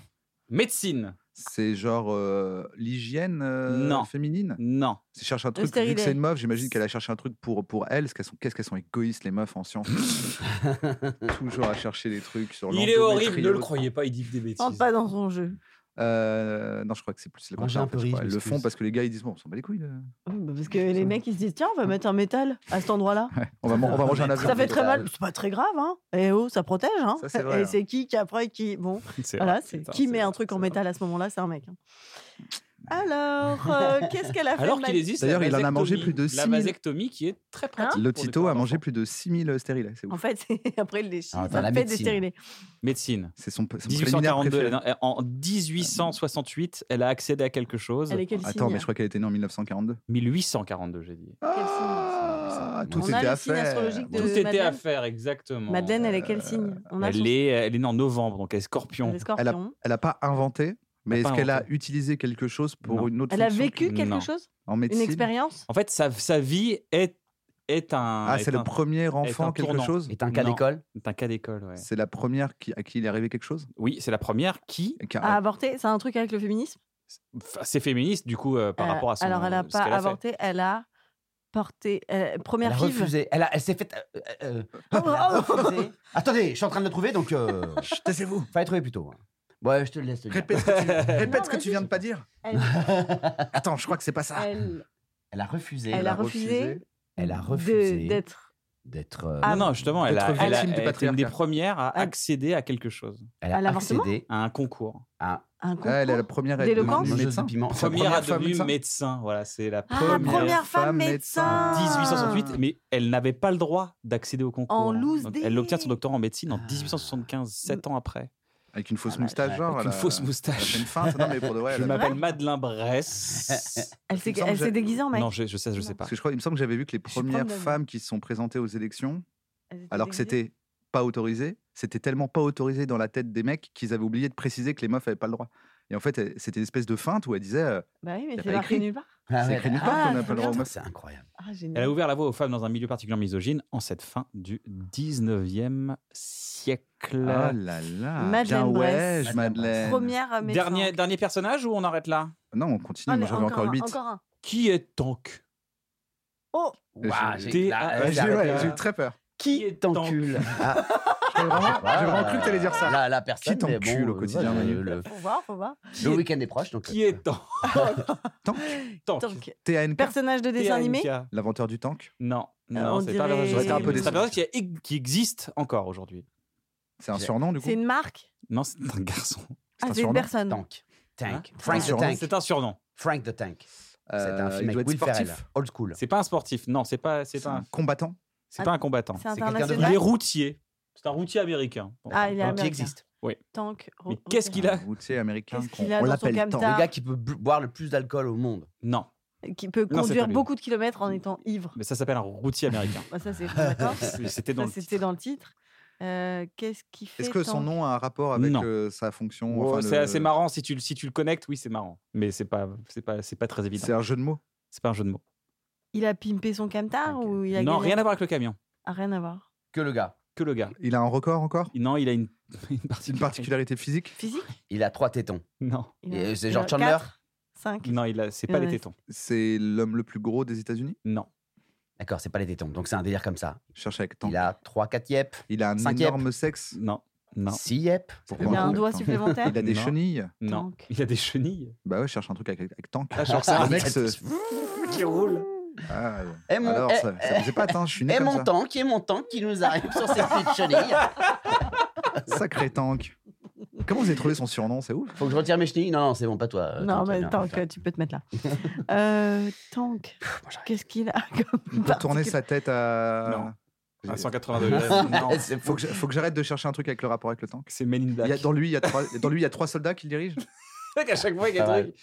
[SPEAKER 1] Médecine.
[SPEAKER 2] C'est genre euh, l'hygiène euh,
[SPEAKER 1] Non.
[SPEAKER 2] féminine
[SPEAKER 1] Non.
[SPEAKER 2] Si cherche un
[SPEAKER 3] Le
[SPEAKER 2] truc, vu que
[SPEAKER 3] stérilet.
[SPEAKER 2] c'est une meuf, j'imagine qu'elle a cherché un truc pour, pour elle, parce qu'elles sont, qu'est-ce qu'elles sont égoïstes, les meufs en sciences. Toujours à chercher des trucs sur
[SPEAKER 1] Il est horrible, ne le croyez pas, il dit des bêtises.
[SPEAKER 3] Rentre pas dans son jeu.
[SPEAKER 2] Euh, non, je crois que c'est plus le
[SPEAKER 4] Moi, j'ai
[SPEAKER 2] contraire,
[SPEAKER 4] un
[SPEAKER 2] en fait,
[SPEAKER 4] peu
[SPEAKER 2] je
[SPEAKER 4] ri,
[SPEAKER 2] crois.
[SPEAKER 4] je
[SPEAKER 2] Elles le
[SPEAKER 4] m'excuse.
[SPEAKER 2] font parce que les gars, ils disent bon, on s'en bat les couilles. euh.
[SPEAKER 3] Oui, bah Parce que les mecs, ils se disent tiens, on va mettre un métal à cet endroit-là.
[SPEAKER 2] Ouais, on, va, man- on va manger un avion.
[SPEAKER 3] Ça fait très
[SPEAKER 6] métal.
[SPEAKER 3] mal. C'est pas très grave, hein. Et oh, ça protège, hein.
[SPEAKER 2] Ça, c'est vrai,
[SPEAKER 3] Et
[SPEAKER 2] hein.
[SPEAKER 3] c'est qui qui après qui. Bon,
[SPEAKER 1] C'est
[SPEAKER 3] voilà,
[SPEAKER 1] vrai,
[SPEAKER 3] c'est
[SPEAKER 1] ça,
[SPEAKER 3] qui
[SPEAKER 1] c'est
[SPEAKER 3] met un
[SPEAKER 1] vrai,
[SPEAKER 3] truc
[SPEAKER 1] c'est
[SPEAKER 3] en
[SPEAKER 1] vrai.
[SPEAKER 3] métal à ce moment-là, c'est un mec. hein. Alors, euh, qu'est-ce qu'elle a fait
[SPEAKER 1] Alors
[SPEAKER 3] de
[SPEAKER 1] qu'il
[SPEAKER 3] ma-
[SPEAKER 1] existe.
[SPEAKER 2] D'ailleurs,
[SPEAKER 1] la
[SPEAKER 2] il en a mangé
[SPEAKER 1] vasectomie.
[SPEAKER 2] plus de
[SPEAKER 1] La
[SPEAKER 2] 6000.
[SPEAKER 1] vasectomie qui est très pratique.
[SPEAKER 3] Hein,
[SPEAKER 1] pour les
[SPEAKER 2] L'Otito
[SPEAKER 1] parents
[SPEAKER 2] a mangé
[SPEAKER 1] d'enfants.
[SPEAKER 2] plus de 6000 stérilés. C'est, ouf.
[SPEAKER 3] En fait, c'est- après le déchire,
[SPEAKER 6] Ah, attends,
[SPEAKER 3] ça
[SPEAKER 6] la
[SPEAKER 3] fait
[SPEAKER 6] médecine.
[SPEAKER 3] déstérilé.
[SPEAKER 1] Médecine.
[SPEAKER 2] c'est son, son préliminaire
[SPEAKER 1] 1842.
[SPEAKER 2] préféré.
[SPEAKER 1] elle est- En 1868, elle a accédé à quelque chose.
[SPEAKER 3] Elle est quel
[SPEAKER 2] Attends,
[SPEAKER 3] signe
[SPEAKER 2] mais je crois qu'elle était née en 1942.
[SPEAKER 1] 1842, j'ai dit.
[SPEAKER 2] Ah,
[SPEAKER 6] signe
[SPEAKER 2] tout
[SPEAKER 6] On
[SPEAKER 2] était
[SPEAKER 3] a le
[SPEAKER 2] à
[SPEAKER 3] signe
[SPEAKER 2] faire.
[SPEAKER 3] astrologique de-
[SPEAKER 1] Tout était à
[SPEAKER 3] Madeleine
[SPEAKER 1] faire, exactement.
[SPEAKER 3] Madeleine, elle est quel signe On a son-
[SPEAKER 1] euh, Elle est, elle est née en novembre, donc elle est
[SPEAKER 3] elle
[SPEAKER 1] scorpion.
[SPEAKER 3] est scorpion.
[SPEAKER 2] Elle
[SPEAKER 3] Elle
[SPEAKER 2] a-
[SPEAKER 3] a,
[SPEAKER 2] Elle n'a pas inventé,
[SPEAKER 1] Elle a
[SPEAKER 2] mais est-ce
[SPEAKER 1] pas
[SPEAKER 2] qu'elle a
[SPEAKER 1] inventé.
[SPEAKER 2] utilisé quelque chose pour
[SPEAKER 1] Non.
[SPEAKER 2] une autre fonction
[SPEAKER 3] vécu
[SPEAKER 1] que-
[SPEAKER 3] quelque
[SPEAKER 1] Non.
[SPEAKER 3] chose
[SPEAKER 2] en
[SPEAKER 3] Une
[SPEAKER 2] médecine
[SPEAKER 3] expérience
[SPEAKER 1] En fait, sa, sa vie est, est un.
[SPEAKER 2] Ah,
[SPEAKER 1] est
[SPEAKER 2] c'est
[SPEAKER 1] un-
[SPEAKER 2] le premier enfant, quelque
[SPEAKER 1] tournant.
[SPEAKER 2] chose
[SPEAKER 6] Est un cas
[SPEAKER 1] Non.
[SPEAKER 6] d'école
[SPEAKER 1] est un cas d'école, ouais.
[SPEAKER 2] C'est la première qui, à qui il est arrivé quelque chose
[SPEAKER 1] Oui, c'est la première qui
[SPEAKER 2] Qui a-
[SPEAKER 3] à avorter C'est un truc avec le féminisme
[SPEAKER 1] Enfin, c'est féministe du coup euh, par
[SPEAKER 3] Euh,
[SPEAKER 1] rapport à son
[SPEAKER 3] Alors, elle n'a
[SPEAKER 1] ce
[SPEAKER 3] pas
[SPEAKER 1] qu'elle a fait.
[SPEAKER 3] avorté, elle a porté. euh,
[SPEAKER 6] Elle a
[SPEAKER 3] première fille.
[SPEAKER 6] refusé. Elle, a- elle s'est faite. euh, euh,
[SPEAKER 3] Oh,
[SPEAKER 6] elle a
[SPEAKER 3] oh.
[SPEAKER 6] refusé. Attendez, je suis en train de le trouver, donc. Euh,
[SPEAKER 2] Taisez-vous
[SPEAKER 6] fallait trouver plus tôt. hein. Ouais, je te le laisse. te dire.
[SPEAKER 2] Répète ce que tu, répète
[SPEAKER 3] Non,
[SPEAKER 2] ce que tu
[SPEAKER 3] vas-y.
[SPEAKER 2] viens de pas dire.
[SPEAKER 3] Elle,
[SPEAKER 1] Ah.
[SPEAKER 2] Attends, je crois que c'est pas ça.
[SPEAKER 3] elle-
[SPEAKER 6] Elle a refusé.
[SPEAKER 3] elle a refusé.
[SPEAKER 2] refusé.
[SPEAKER 6] Elle a
[SPEAKER 3] de-
[SPEAKER 6] refusé
[SPEAKER 3] d'être.
[SPEAKER 6] d'être. euh,
[SPEAKER 1] Ah non, justement, elle a,
[SPEAKER 2] D'être
[SPEAKER 1] elle a-
[SPEAKER 2] victime du
[SPEAKER 1] elle a été une des
[SPEAKER 2] patriarcat.
[SPEAKER 1] premières à
[SPEAKER 3] Ah.
[SPEAKER 1] accéder à quelque chose,
[SPEAKER 6] Elle a
[SPEAKER 3] à l'avortement
[SPEAKER 6] accédé
[SPEAKER 1] à un concours.
[SPEAKER 6] à
[SPEAKER 3] Un
[SPEAKER 2] Ah, elle est la
[SPEAKER 3] concours.
[SPEAKER 2] première à être
[SPEAKER 3] D'éloquence
[SPEAKER 2] devenue
[SPEAKER 6] Mangeuse
[SPEAKER 2] médecin.
[SPEAKER 6] de piment.
[SPEAKER 1] Première,
[SPEAKER 2] première
[SPEAKER 1] à
[SPEAKER 2] femme
[SPEAKER 1] devenir
[SPEAKER 2] médecin.
[SPEAKER 1] médecin. Voilà, c'est la
[SPEAKER 3] Ah,
[SPEAKER 1] première.
[SPEAKER 3] première femme
[SPEAKER 2] femme
[SPEAKER 3] médecin.
[SPEAKER 2] médecin.
[SPEAKER 1] 1868, mais elle n'avait pas le droit d'accéder au concours.
[SPEAKER 3] En loose
[SPEAKER 1] Donc,
[SPEAKER 3] day.
[SPEAKER 2] Ah.
[SPEAKER 1] elle obtient son doctorat en médecine en 1875, 7 ans après.
[SPEAKER 2] Avec une fausse
[SPEAKER 4] Ah, bah,
[SPEAKER 2] moustache,
[SPEAKER 4] ouais,
[SPEAKER 2] genre.
[SPEAKER 1] Avec
[SPEAKER 2] elle
[SPEAKER 1] une
[SPEAKER 2] a-
[SPEAKER 1] fausse
[SPEAKER 2] elle a fait
[SPEAKER 1] moustache.
[SPEAKER 2] Ah, Une feinte. Non, mais pour de vrai.
[SPEAKER 1] Je
[SPEAKER 2] elle a-
[SPEAKER 1] m'appelle Madeleine Bresse.
[SPEAKER 3] Elle s'est
[SPEAKER 2] Il me semble
[SPEAKER 3] elle
[SPEAKER 2] que
[SPEAKER 3] s'est
[SPEAKER 2] j'ai-
[SPEAKER 3] déguisée en mec.
[SPEAKER 1] non, je, je sais, je sais pas.
[SPEAKER 2] Parce que je crois, il me semble que j'avais vu que les
[SPEAKER 3] Je suis
[SPEAKER 2] premières
[SPEAKER 3] problème.
[SPEAKER 2] femmes qui se sont présentées aux élections,
[SPEAKER 3] Elle s'était
[SPEAKER 2] alors que
[SPEAKER 3] déguisée.
[SPEAKER 2] c'était pas autorisé, c'était tellement pas autorisé dans la tête des mecs qu'ils avaient oublié de préciser que les meufs n'avaient pas le droit. Et en fait, elle- c'était une espèce de feinte où elle disait euh,
[SPEAKER 3] Bah oui, mais
[SPEAKER 2] y a
[SPEAKER 3] c'est
[SPEAKER 2] pas
[SPEAKER 3] marqué
[SPEAKER 2] écrit.
[SPEAKER 3] nulle part.
[SPEAKER 6] Ah
[SPEAKER 2] C'est
[SPEAKER 6] ouais,
[SPEAKER 2] écrit nulle
[SPEAKER 6] ah,
[SPEAKER 2] part qu'on
[SPEAKER 6] c'est
[SPEAKER 2] n'a pas le droit aux
[SPEAKER 6] bien,
[SPEAKER 2] meufs.
[SPEAKER 6] C'est incroyable.
[SPEAKER 3] Ah, génial.
[SPEAKER 1] Elle a ouvert la voie aux femmes dans un milieu particulièrement misogyne en cette fin du 19e siècle.
[SPEAKER 2] Oh là là
[SPEAKER 3] Madeleine
[SPEAKER 2] Bien ouais,
[SPEAKER 3] Bresse.
[SPEAKER 6] Madeleine Bresse.
[SPEAKER 2] je- Madeleine.
[SPEAKER 3] Première euh, médecin.
[SPEAKER 1] dernier, dernier personnage ou on arrête là
[SPEAKER 2] Non, on continue,
[SPEAKER 3] Allez,
[SPEAKER 2] moi j'avais encore
[SPEAKER 3] un,
[SPEAKER 2] 8.
[SPEAKER 3] Encore un.
[SPEAKER 1] Qui est Tank
[SPEAKER 3] Oh,
[SPEAKER 6] Ouah,
[SPEAKER 2] J'ai-
[SPEAKER 6] j'ai- là,
[SPEAKER 1] Ah,
[SPEAKER 2] Ouais,
[SPEAKER 6] j'ai
[SPEAKER 2] J'ai
[SPEAKER 6] arrêté,
[SPEAKER 2] ouais,
[SPEAKER 6] là.
[SPEAKER 2] j'ai eu très peur.
[SPEAKER 1] Qui est Tank
[SPEAKER 6] T'encules. Ah,
[SPEAKER 2] J'ai vraiment, j'ai vraiment cru que t'allais dire ça.
[SPEAKER 6] Là, la personne.
[SPEAKER 2] Qui
[SPEAKER 6] mais bon,
[SPEAKER 2] t'encule au
[SPEAKER 6] euh,
[SPEAKER 2] quotidien,
[SPEAKER 6] voilà,
[SPEAKER 2] Manu
[SPEAKER 6] le, le-
[SPEAKER 3] faut voir, faut voir.
[SPEAKER 6] le week-end est proche, donc.
[SPEAKER 1] Qui est Tank Tank.
[SPEAKER 3] Donc,
[SPEAKER 2] TANK,
[SPEAKER 3] personnage de dessin animé.
[SPEAKER 1] TNK.
[SPEAKER 2] l'inventeur du tank,
[SPEAKER 1] Non,
[SPEAKER 3] Euh, on
[SPEAKER 1] non, c'est pas le
[SPEAKER 3] dirait-
[SPEAKER 1] personnage.
[SPEAKER 2] J'aurais été un peu
[SPEAKER 1] C'est un
[SPEAKER 2] déçu.
[SPEAKER 1] personnage qui, a- qui existe encore aujourd'hui.
[SPEAKER 2] c'est un
[SPEAKER 6] J'ai-
[SPEAKER 2] surnom du coup
[SPEAKER 3] C'est une marque.
[SPEAKER 1] Non, c'est un garçon.
[SPEAKER 2] un
[SPEAKER 3] Ah, c'est
[SPEAKER 2] surnom.
[SPEAKER 3] une personne.
[SPEAKER 6] Tank. Tank.
[SPEAKER 1] Hein
[SPEAKER 6] Frank
[SPEAKER 2] C'est un
[SPEAKER 6] the
[SPEAKER 2] surnom.
[SPEAKER 6] Tank.
[SPEAKER 1] C'est un surnom.
[SPEAKER 6] Frank the Tank. C'est un
[SPEAKER 2] Euh,
[SPEAKER 6] film
[SPEAKER 2] Il
[SPEAKER 6] avec
[SPEAKER 2] doit être
[SPEAKER 6] Will Ferrell.
[SPEAKER 2] sportif.
[SPEAKER 6] Old school.
[SPEAKER 1] C'est pas un sportif. Non, c'est pas, c'est
[SPEAKER 2] C'est un
[SPEAKER 1] un,
[SPEAKER 2] combattant.
[SPEAKER 1] c'est pas un combattant.
[SPEAKER 3] C'est
[SPEAKER 6] quelqu'un de
[SPEAKER 1] Il est
[SPEAKER 3] international. routier.
[SPEAKER 1] routier. C'est un routier américain.
[SPEAKER 3] Ah, il est
[SPEAKER 1] Qui
[SPEAKER 3] américain.
[SPEAKER 1] existe.
[SPEAKER 3] Tank. ro-
[SPEAKER 1] Mais qu'est-ce qu'il
[SPEAKER 2] Un
[SPEAKER 1] a
[SPEAKER 2] routier américain.
[SPEAKER 3] Qu'est-ce
[SPEAKER 2] qu'on-
[SPEAKER 3] qu'il a
[SPEAKER 2] on
[SPEAKER 3] dans son
[SPEAKER 2] l'appelle tank.
[SPEAKER 3] camtar
[SPEAKER 6] Le gars qui peut bu- boire le plus d'alcool au monde.
[SPEAKER 1] Non,
[SPEAKER 3] euh, Qui peut
[SPEAKER 1] c'est pas
[SPEAKER 3] conduire
[SPEAKER 1] lui.
[SPEAKER 3] beaucoup de kilomètres en étant ivre.
[SPEAKER 1] mais ça s'appelle un routier américain.
[SPEAKER 3] Bah, ça, c'est d'accord.
[SPEAKER 1] C'était dans
[SPEAKER 3] Ça,
[SPEAKER 1] le titre.
[SPEAKER 3] c'était dans le titre. Euh, Qu'est-ce qu'il fait
[SPEAKER 2] Est-ce que son
[SPEAKER 3] Tank
[SPEAKER 2] nom a un rapport avec
[SPEAKER 1] Non.
[SPEAKER 2] euh, sa fonction
[SPEAKER 1] Ouais,
[SPEAKER 2] enfin,
[SPEAKER 1] c'est
[SPEAKER 2] le-
[SPEAKER 1] assez marrant si tu, le- si tu le connectes, oui, c'est marrant. Mais c'est pas, c'est pas, c'est pas très évident.
[SPEAKER 2] C'est un jeu de mots.
[SPEAKER 1] C'est pas un jeu de mots.
[SPEAKER 3] Il a pimpé son camtar
[SPEAKER 6] Ok.
[SPEAKER 3] ou il a
[SPEAKER 1] Non,
[SPEAKER 3] gagné
[SPEAKER 1] rien à voir avec le camion.
[SPEAKER 3] Ah, rien à voir.
[SPEAKER 6] Que le gars.
[SPEAKER 1] Que le gars.
[SPEAKER 2] Il a un record encore
[SPEAKER 1] Non, il a une, une
[SPEAKER 2] C'est une
[SPEAKER 1] particularité.
[SPEAKER 2] particularité physique
[SPEAKER 3] Physique
[SPEAKER 6] Il a trois tétons.
[SPEAKER 1] Non,
[SPEAKER 6] Et c'est genre Chandler
[SPEAKER 3] 5.
[SPEAKER 1] non, il a, c'est
[SPEAKER 3] Il en
[SPEAKER 1] pas les
[SPEAKER 3] a-
[SPEAKER 1] tétons.
[SPEAKER 2] C'est l'homme le plus gros des États-Unis
[SPEAKER 1] Non.
[SPEAKER 6] D'accord, c'est pas les tétons. Donc c'est un délire comme ça.
[SPEAKER 2] Je cherche avec tank.
[SPEAKER 6] Il a trois, quatre yep.
[SPEAKER 2] Il a un
[SPEAKER 6] Cinq yep.
[SPEAKER 2] énorme sexe.
[SPEAKER 1] Non. Non.
[SPEAKER 6] Six yep.
[SPEAKER 2] Pourquoi
[SPEAKER 3] Il a un
[SPEAKER 2] Tank.
[SPEAKER 3] doigt supplémentaire.
[SPEAKER 2] Il a des
[SPEAKER 1] Non.
[SPEAKER 2] chenilles.
[SPEAKER 1] Non.
[SPEAKER 3] Tank.
[SPEAKER 1] Il a des chenilles.
[SPEAKER 2] Bah ouais, je cherche un truc avec, avec tank.
[SPEAKER 1] Ah, genre,
[SPEAKER 2] c'est un mec. ce-
[SPEAKER 6] qui roule.
[SPEAKER 2] Ah,
[SPEAKER 6] Et mon-
[SPEAKER 2] alors,
[SPEAKER 6] eh,
[SPEAKER 2] ça, ça
[SPEAKER 6] eh,
[SPEAKER 2] me faisait pas atteint, je suis né
[SPEAKER 6] Et
[SPEAKER 2] comme
[SPEAKER 6] mon
[SPEAKER 2] ça.
[SPEAKER 6] tank, et mon tank qui nous arrive sur ses petites chenilles.
[SPEAKER 2] Sacré tank. Comment vous avez trouvé son surnom C'est ouf.
[SPEAKER 6] Faut que je retire mes chenilles Non, non, c'est bon, pas toi. euh,
[SPEAKER 3] Non, mais
[SPEAKER 6] non,
[SPEAKER 3] Tank,
[SPEAKER 6] toi.
[SPEAKER 3] tu peux te mettre là. Euh, tank. Qu'est-ce qu'il a comme
[SPEAKER 2] Il peut tourner sa tête à.
[SPEAKER 1] Non.
[SPEAKER 2] J'ai-
[SPEAKER 1] À 180 degrés. Non.
[SPEAKER 6] Eh, c'est
[SPEAKER 2] Faut
[SPEAKER 6] fou.
[SPEAKER 2] que je- faut que j'arrête de chercher un truc avec le rapport avec le tank.
[SPEAKER 1] C'est Men in
[SPEAKER 2] Il
[SPEAKER 1] Black.
[SPEAKER 2] y a- dans, lui, il y a trois, dans lui, il y a trois soldats qui le dirigent.
[SPEAKER 1] à chaque fois, il y
[SPEAKER 2] Ah,
[SPEAKER 6] Pas
[SPEAKER 1] a un
[SPEAKER 6] mal.
[SPEAKER 1] truc.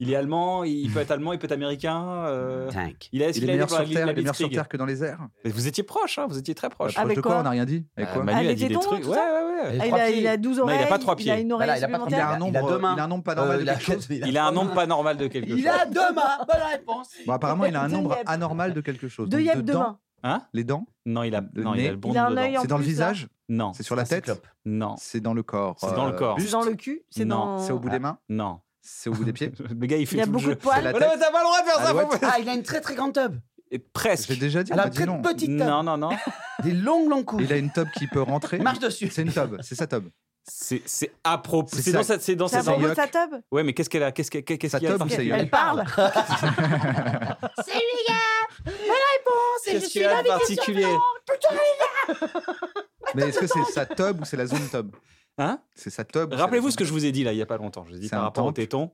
[SPEAKER 1] Il est allemand, il peut être allemand, il peut être américain. euh,
[SPEAKER 6] Tank.
[SPEAKER 1] Il a,
[SPEAKER 2] Il
[SPEAKER 1] il
[SPEAKER 2] est
[SPEAKER 1] a
[SPEAKER 2] meilleur
[SPEAKER 1] été par
[SPEAKER 2] sur
[SPEAKER 1] la-
[SPEAKER 2] terre,
[SPEAKER 1] la
[SPEAKER 2] il est meilleur sur
[SPEAKER 1] Blitzkrieg.
[SPEAKER 2] terre que dans les airs.
[SPEAKER 1] Mais Vous étiez proche, hein, vous étiez très proche.
[SPEAKER 2] Proche
[SPEAKER 3] Avec
[SPEAKER 2] de Ah, quoi
[SPEAKER 3] quoi
[SPEAKER 2] On n'a rien dit. Avec
[SPEAKER 1] Euh,
[SPEAKER 2] quoi
[SPEAKER 1] Manu
[SPEAKER 3] Ah,
[SPEAKER 1] a
[SPEAKER 3] les
[SPEAKER 1] dit des
[SPEAKER 3] tétons,
[SPEAKER 1] trucs.
[SPEAKER 3] tout
[SPEAKER 1] Ouais,
[SPEAKER 3] ça
[SPEAKER 1] ouais, ouais.
[SPEAKER 6] Et
[SPEAKER 3] Ah,
[SPEAKER 6] trois
[SPEAKER 3] il, a,
[SPEAKER 6] pieds.
[SPEAKER 3] il a 12
[SPEAKER 1] Non, il
[SPEAKER 3] oreilles.
[SPEAKER 1] a pas de trois
[SPEAKER 3] Il a
[SPEAKER 1] pieds.
[SPEAKER 3] une oreille
[SPEAKER 6] Voilà, il a pas de
[SPEAKER 2] Il a
[SPEAKER 3] supplémentaire.
[SPEAKER 2] un
[SPEAKER 6] il a
[SPEAKER 2] nombre,
[SPEAKER 6] deux mains.
[SPEAKER 2] il a un nombre pas normal
[SPEAKER 6] Euh,
[SPEAKER 2] de
[SPEAKER 6] il a-
[SPEAKER 2] quelque chose.
[SPEAKER 1] Il a un nombre pas normal de quelque chose.
[SPEAKER 6] Il a deux mains. Bonne réponse.
[SPEAKER 2] Bon, apparemment, il a un
[SPEAKER 3] Deux
[SPEAKER 2] nombre
[SPEAKER 3] yeux.
[SPEAKER 2] anormal de quelque chose.
[SPEAKER 3] Deux
[SPEAKER 2] Donc,
[SPEAKER 3] yeux de
[SPEAKER 2] dedans,
[SPEAKER 3] main.
[SPEAKER 1] Hein
[SPEAKER 2] Les dents,
[SPEAKER 1] Non, il a,
[SPEAKER 2] Le
[SPEAKER 1] non, il
[SPEAKER 2] nez.
[SPEAKER 1] a le bon
[SPEAKER 3] Il a un
[SPEAKER 1] dedans.
[SPEAKER 3] œil en-
[SPEAKER 2] c'est dans le
[SPEAKER 3] plus, là. Ah,
[SPEAKER 2] visage,
[SPEAKER 1] Non,
[SPEAKER 2] c'est sur la
[SPEAKER 6] Un
[SPEAKER 2] tête,
[SPEAKER 6] cyclope.
[SPEAKER 1] non,
[SPEAKER 2] c'est dans le corps.
[SPEAKER 1] C'est dans le corps.
[SPEAKER 3] C'est
[SPEAKER 2] buste,
[SPEAKER 3] dans le cul. C'est
[SPEAKER 1] Non,
[SPEAKER 3] dans.
[SPEAKER 2] C'est au bout des mains,
[SPEAKER 1] non.
[SPEAKER 2] c'est au bout des pieds.
[SPEAKER 1] Le gars, il fait
[SPEAKER 3] Il y a
[SPEAKER 1] tout le
[SPEAKER 3] beaucoup
[SPEAKER 1] jeu.
[SPEAKER 3] de
[SPEAKER 2] la
[SPEAKER 3] poils.
[SPEAKER 1] Oh non, mais t'as pas le droit de faire
[SPEAKER 2] Ah,
[SPEAKER 1] ça.
[SPEAKER 2] ouais.
[SPEAKER 1] faut pas-
[SPEAKER 6] Ah, il a une très très grande tube.
[SPEAKER 1] Et Presque.
[SPEAKER 2] J'ai déjà dit, on
[SPEAKER 6] Elle a
[SPEAKER 2] m'a
[SPEAKER 6] une
[SPEAKER 2] dit
[SPEAKER 6] très
[SPEAKER 2] non.
[SPEAKER 6] petite tube.
[SPEAKER 1] Non, non, non.
[SPEAKER 6] Des longues longues couilles.
[SPEAKER 2] Il a une tobe qui peut rentrer.
[SPEAKER 6] Marche dessus.
[SPEAKER 2] C'est une tobe, c'est sa tobe.
[SPEAKER 1] C'est c'est à propos.
[SPEAKER 2] C'est
[SPEAKER 1] C'est
[SPEAKER 2] ça.
[SPEAKER 1] dans cette. C'est dans
[SPEAKER 3] C'est à
[SPEAKER 1] cette.
[SPEAKER 2] ses
[SPEAKER 3] propos de
[SPEAKER 2] yeux.
[SPEAKER 3] sa tub.
[SPEAKER 1] Ouais, mais qu'est-ce qu'elle a Qu'est-ce qu'elle- qu'est-ce
[SPEAKER 2] Sa
[SPEAKER 1] qu'il y a
[SPEAKER 2] tube ou sa
[SPEAKER 3] Elle
[SPEAKER 2] yeux
[SPEAKER 3] parle.
[SPEAKER 1] Qu'est-ce qu'il y a de particulier
[SPEAKER 2] Mais est-ce que c'est sa tobe ou c'est la zone tobe
[SPEAKER 1] Hein
[SPEAKER 2] C'est sa tobe. ou c'est la
[SPEAKER 1] Rappelez-vous
[SPEAKER 2] zone
[SPEAKER 1] ce que je vous ai dit là, il y a pas longtemps. Je vous ai dit
[SPEAKER 2] C'est
[SPEAKER 1] par
[SPEAKER 2] un
[SPEAKER 1] rapport au
[SPEAKER 2] tank.
[SPEAKER 1] téton.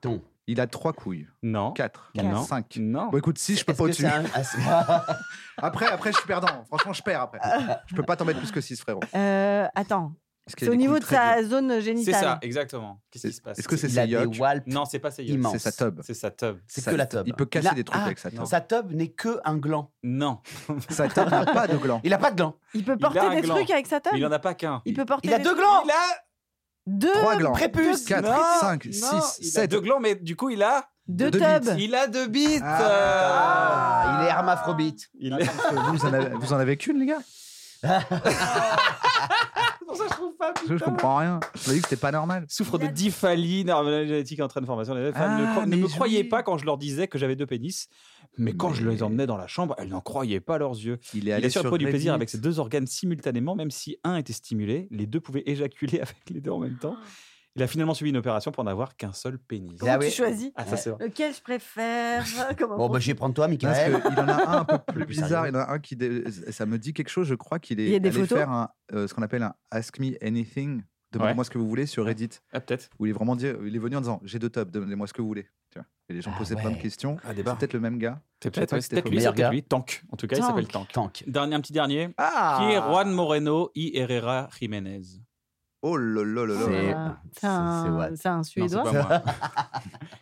[SPEAKER 6] Ton.
[SPEAKER 2] tobe Il a trois couilles.
[SPEAKER 1] Non.
[SPEAKER 2] Quatre.
[SPEAKER 1] Non.
[SPEAKER 2] Cinq.
[SPEAKER 1] Non.
[SPEAKER 2] Bon, écoute, si je peux
[SPEAKER 6] Est-ce
[SPEAKER 2] pas
[SPEAKER 6] que
[SPEAKER 2] au-dessus.
[SPEAKER 6] c'est un- ah, c'est-
[SPEAKER 2] Après, après, je suis perdant. Franchement, je perds après. Je peux pas t'en mettre plus que 6, frérot.
[SPEAKER 3] Euh, Attends.
[SPEAKER 2] Parce qu'il y a
[SPEAKER 3] C'est au
[SPEAKER 2] des
[SPEAKER 3] niveau
[SPEAKER 2] couilles
[SPEAKER 3] de
[SPEAKER 2] très
[SPEAKER 3] sa zone
[SPEAKER 1] C'est
[SPEAKER 3] génitale.
[SPEAKER 1] ça, exactement. Qu'est-ce qui se passe
[SPEAKER 2] Est-ce que c'est
[SPEAKER 6] Il a
[SPEAKER 2] ses
[SPEAKER 6] des
[SPEAKER 2] yeux
[SPEAKER 6] walps.
[SPEAKER 1] Non, c'est pas ça.
[SPEAKER 6] Immense.
[SPEAKER 2] C'est sa tobe.
[SPEAKER 1] C'est sa tub.
[SPEAKER 6] C'est
[SPEAKER 2] Ça-
[SPEAKER 6] que la tube.
[SPEAKER 2] il ah, peut casser des trucs avec sa tube.
[SPEAKER 6] Sa tube n'est que un gland.
[SPEAKER 1] Non.
[SPEAKER 2] Sa tobe n'a pas de gland.
[SPEAKER 6] Il a pas de gland.
[SPEAKER 3] Il peut
[SPEAKER 1] Il a
[SPEAKER 3] porter
[SPEAKER 1] un
[SPEAKER 3] des
[SPEAKER 1] gland.
[SPEAKER 3] trucs avec sa tub.
[SPEAKER 1] Il en a pas qu'un.
[SPEAKER 3] Il peut porter
[SPEAKER 6] Il a
[SPEAKER 3] des
[SPEAKER 6] deux
[SPEAKER 3] trucs-
[SPEAKER 6] glands.
[SPEAKER 1] Il a
[SPEAKER 3] Deux,
[SPEAKER 2] Trois glands.
[SPEAKER 6] Prépuce.
[SPEAKER 2] Quatre,
[SPEAKER 1] Non,
[SPEAKER 2] cinq,
[SPEAKER 1] non,
[SPEAKER 2] six,
[SPEAKER 1] il a
[SPEAKER 2] sept.
[SPEAKER 1] deux glands, mais du coup, il a.
[SPEAKER 3] deux
[SPEAKER 2] Deux
[SPEAKER 3] tubs.
[SPEAKER 1] Il a deux bites.
[SPEAKER 2] Ah.
[SPEAKER 6] Ah, il est hermaphrodite.
[SPEAKER 1] Euh, il a-
[SPEAKER 2] Vous en avez, vous en avez qu'une, les gars
[SPEAKER 1] C'est pour ça que je trouve pas.
[SPEAKER 2] Parce que je
[SPEAKER 1] putain.
[SPEAKER 2] comprends rien. Je me dis que c'était pas normal.
[SPEAKER 1] Souffre de dysphalie normal génétique en train de formation. Les femmes ne,
[SPEAKER 2] Ah,
[SPEAKER 1] cro- ne
[SPEAKER 2] mais
[SPEAKER 1] me
[SPEAKER 2] oui.
[SPEAKER 1] croyaient pas quand je leur disais que j'avais deux pénis, mais quand je les emmenais dans la chambre, elles n'en croyaient pas à leurs yeux.
[SPEAKER 2] Il
[SPEAKER 1] Il
[SPEAKER 2] est allé
[SPEAKER 1] a surpris du
[SPEAKER 2] Reddit.
[SPEAKER 1] plaisir avec ses deux organes simultanément, même si un était stimulé, les deux pouvaient éjaculer avec les deux en même temps. Il a finalement subi une opération pour n'avoir qu'un seul pénis.
[SPEAKER 3] Comment
[SPEAKER 6] Ah
[SPEAKER 3] tu
[SPEAKER 6] oui.
[SPEAKER 3] choisis
[SPEAKER 1] Ah, ça c'est vrai.
[SPEAKER 3] Lequel je préfère Comment
[SPEAKER 6] Bon,
[SPEAKER 3] on-
[SPEAKER 6] bah, je vais prendre toi,
[SPEAKER 2] Parce
[SPEAKER 6] Michael.
[SPEAKER 2] que il en a un un peu
[SPEAKER 6] Plus
[SPEAKER 2] plus bizarre.
[SPEAKER 6] sérieux.
[SPEAKER 2] Il en a un qui. dé- Ça me dit quelque chose. Je crois qu'il est
[SPEAKER 3] Il y a des
[SPEAKER 2] allé
[SPEAKER 3] photos
[SPEAKER 2] faire un, euh, ce qu'on appelle un Ask Me Anything. Demandez-moi ce que vous voulez sur Reddit.
[SPEAKER 1] Ah, peut-être.
[SPEAKER 2] Où il est vraiment dit, il est venu en disant J'ai deux tubs, demandez-moi ce que vous voulez. Tu vois. Et les gens
[SPEAKER 6] Ah
[SPEAKER 2] posaient plein de
[SPEAKER 6] ouais.
[SPEAKER 2] questions.
[SPEAKER 1] Ah,
[SPEAKER 2] C'est peut-être le même gars.
[SPEAKER 1] C'est
[SPEAKER 2] Je sais
[SPEAKER 1] peut-être
[SPEAKER 2] pas
[SPEAKER 1] ouais,
[SPEAKER 2] si
[SPEAKER 1] c'est
[SPEAKER 2] c'était
[SPEAKER 1] peut-être lui,
[SPEAKER 6] le
[SPEAKER 1] c'est
[SPEAKER 6] meilleur
[SPEAKER 1] peut-être lui. Tank. En tout cas, il
[SPEAKER 3] Tank.
[SPEAKER 1] s'appelle Tank.
[SPEAKER 6] Tank.
[SPEAKER 1] Dernier, un petit dernier.
[SPEAKER 2] Ah
[SPEAKER 1] Qui est Juan Moreno y Herrera Jiménez
[SPEAKER 2] Oh là là là là.
[SPEAKER 4] C'est-
[SPEAKER 3] Voilà.
[SPEAKER 4] c'est-
[SPEAKER 3] C'est un-
[SPEAKER 4] c'est what
[SPEAKER 3] c'est un
[SPEAKER 1] Non, c'est
[SPEAKER 3] Suédois.
[SPEAKER 1] pas moi.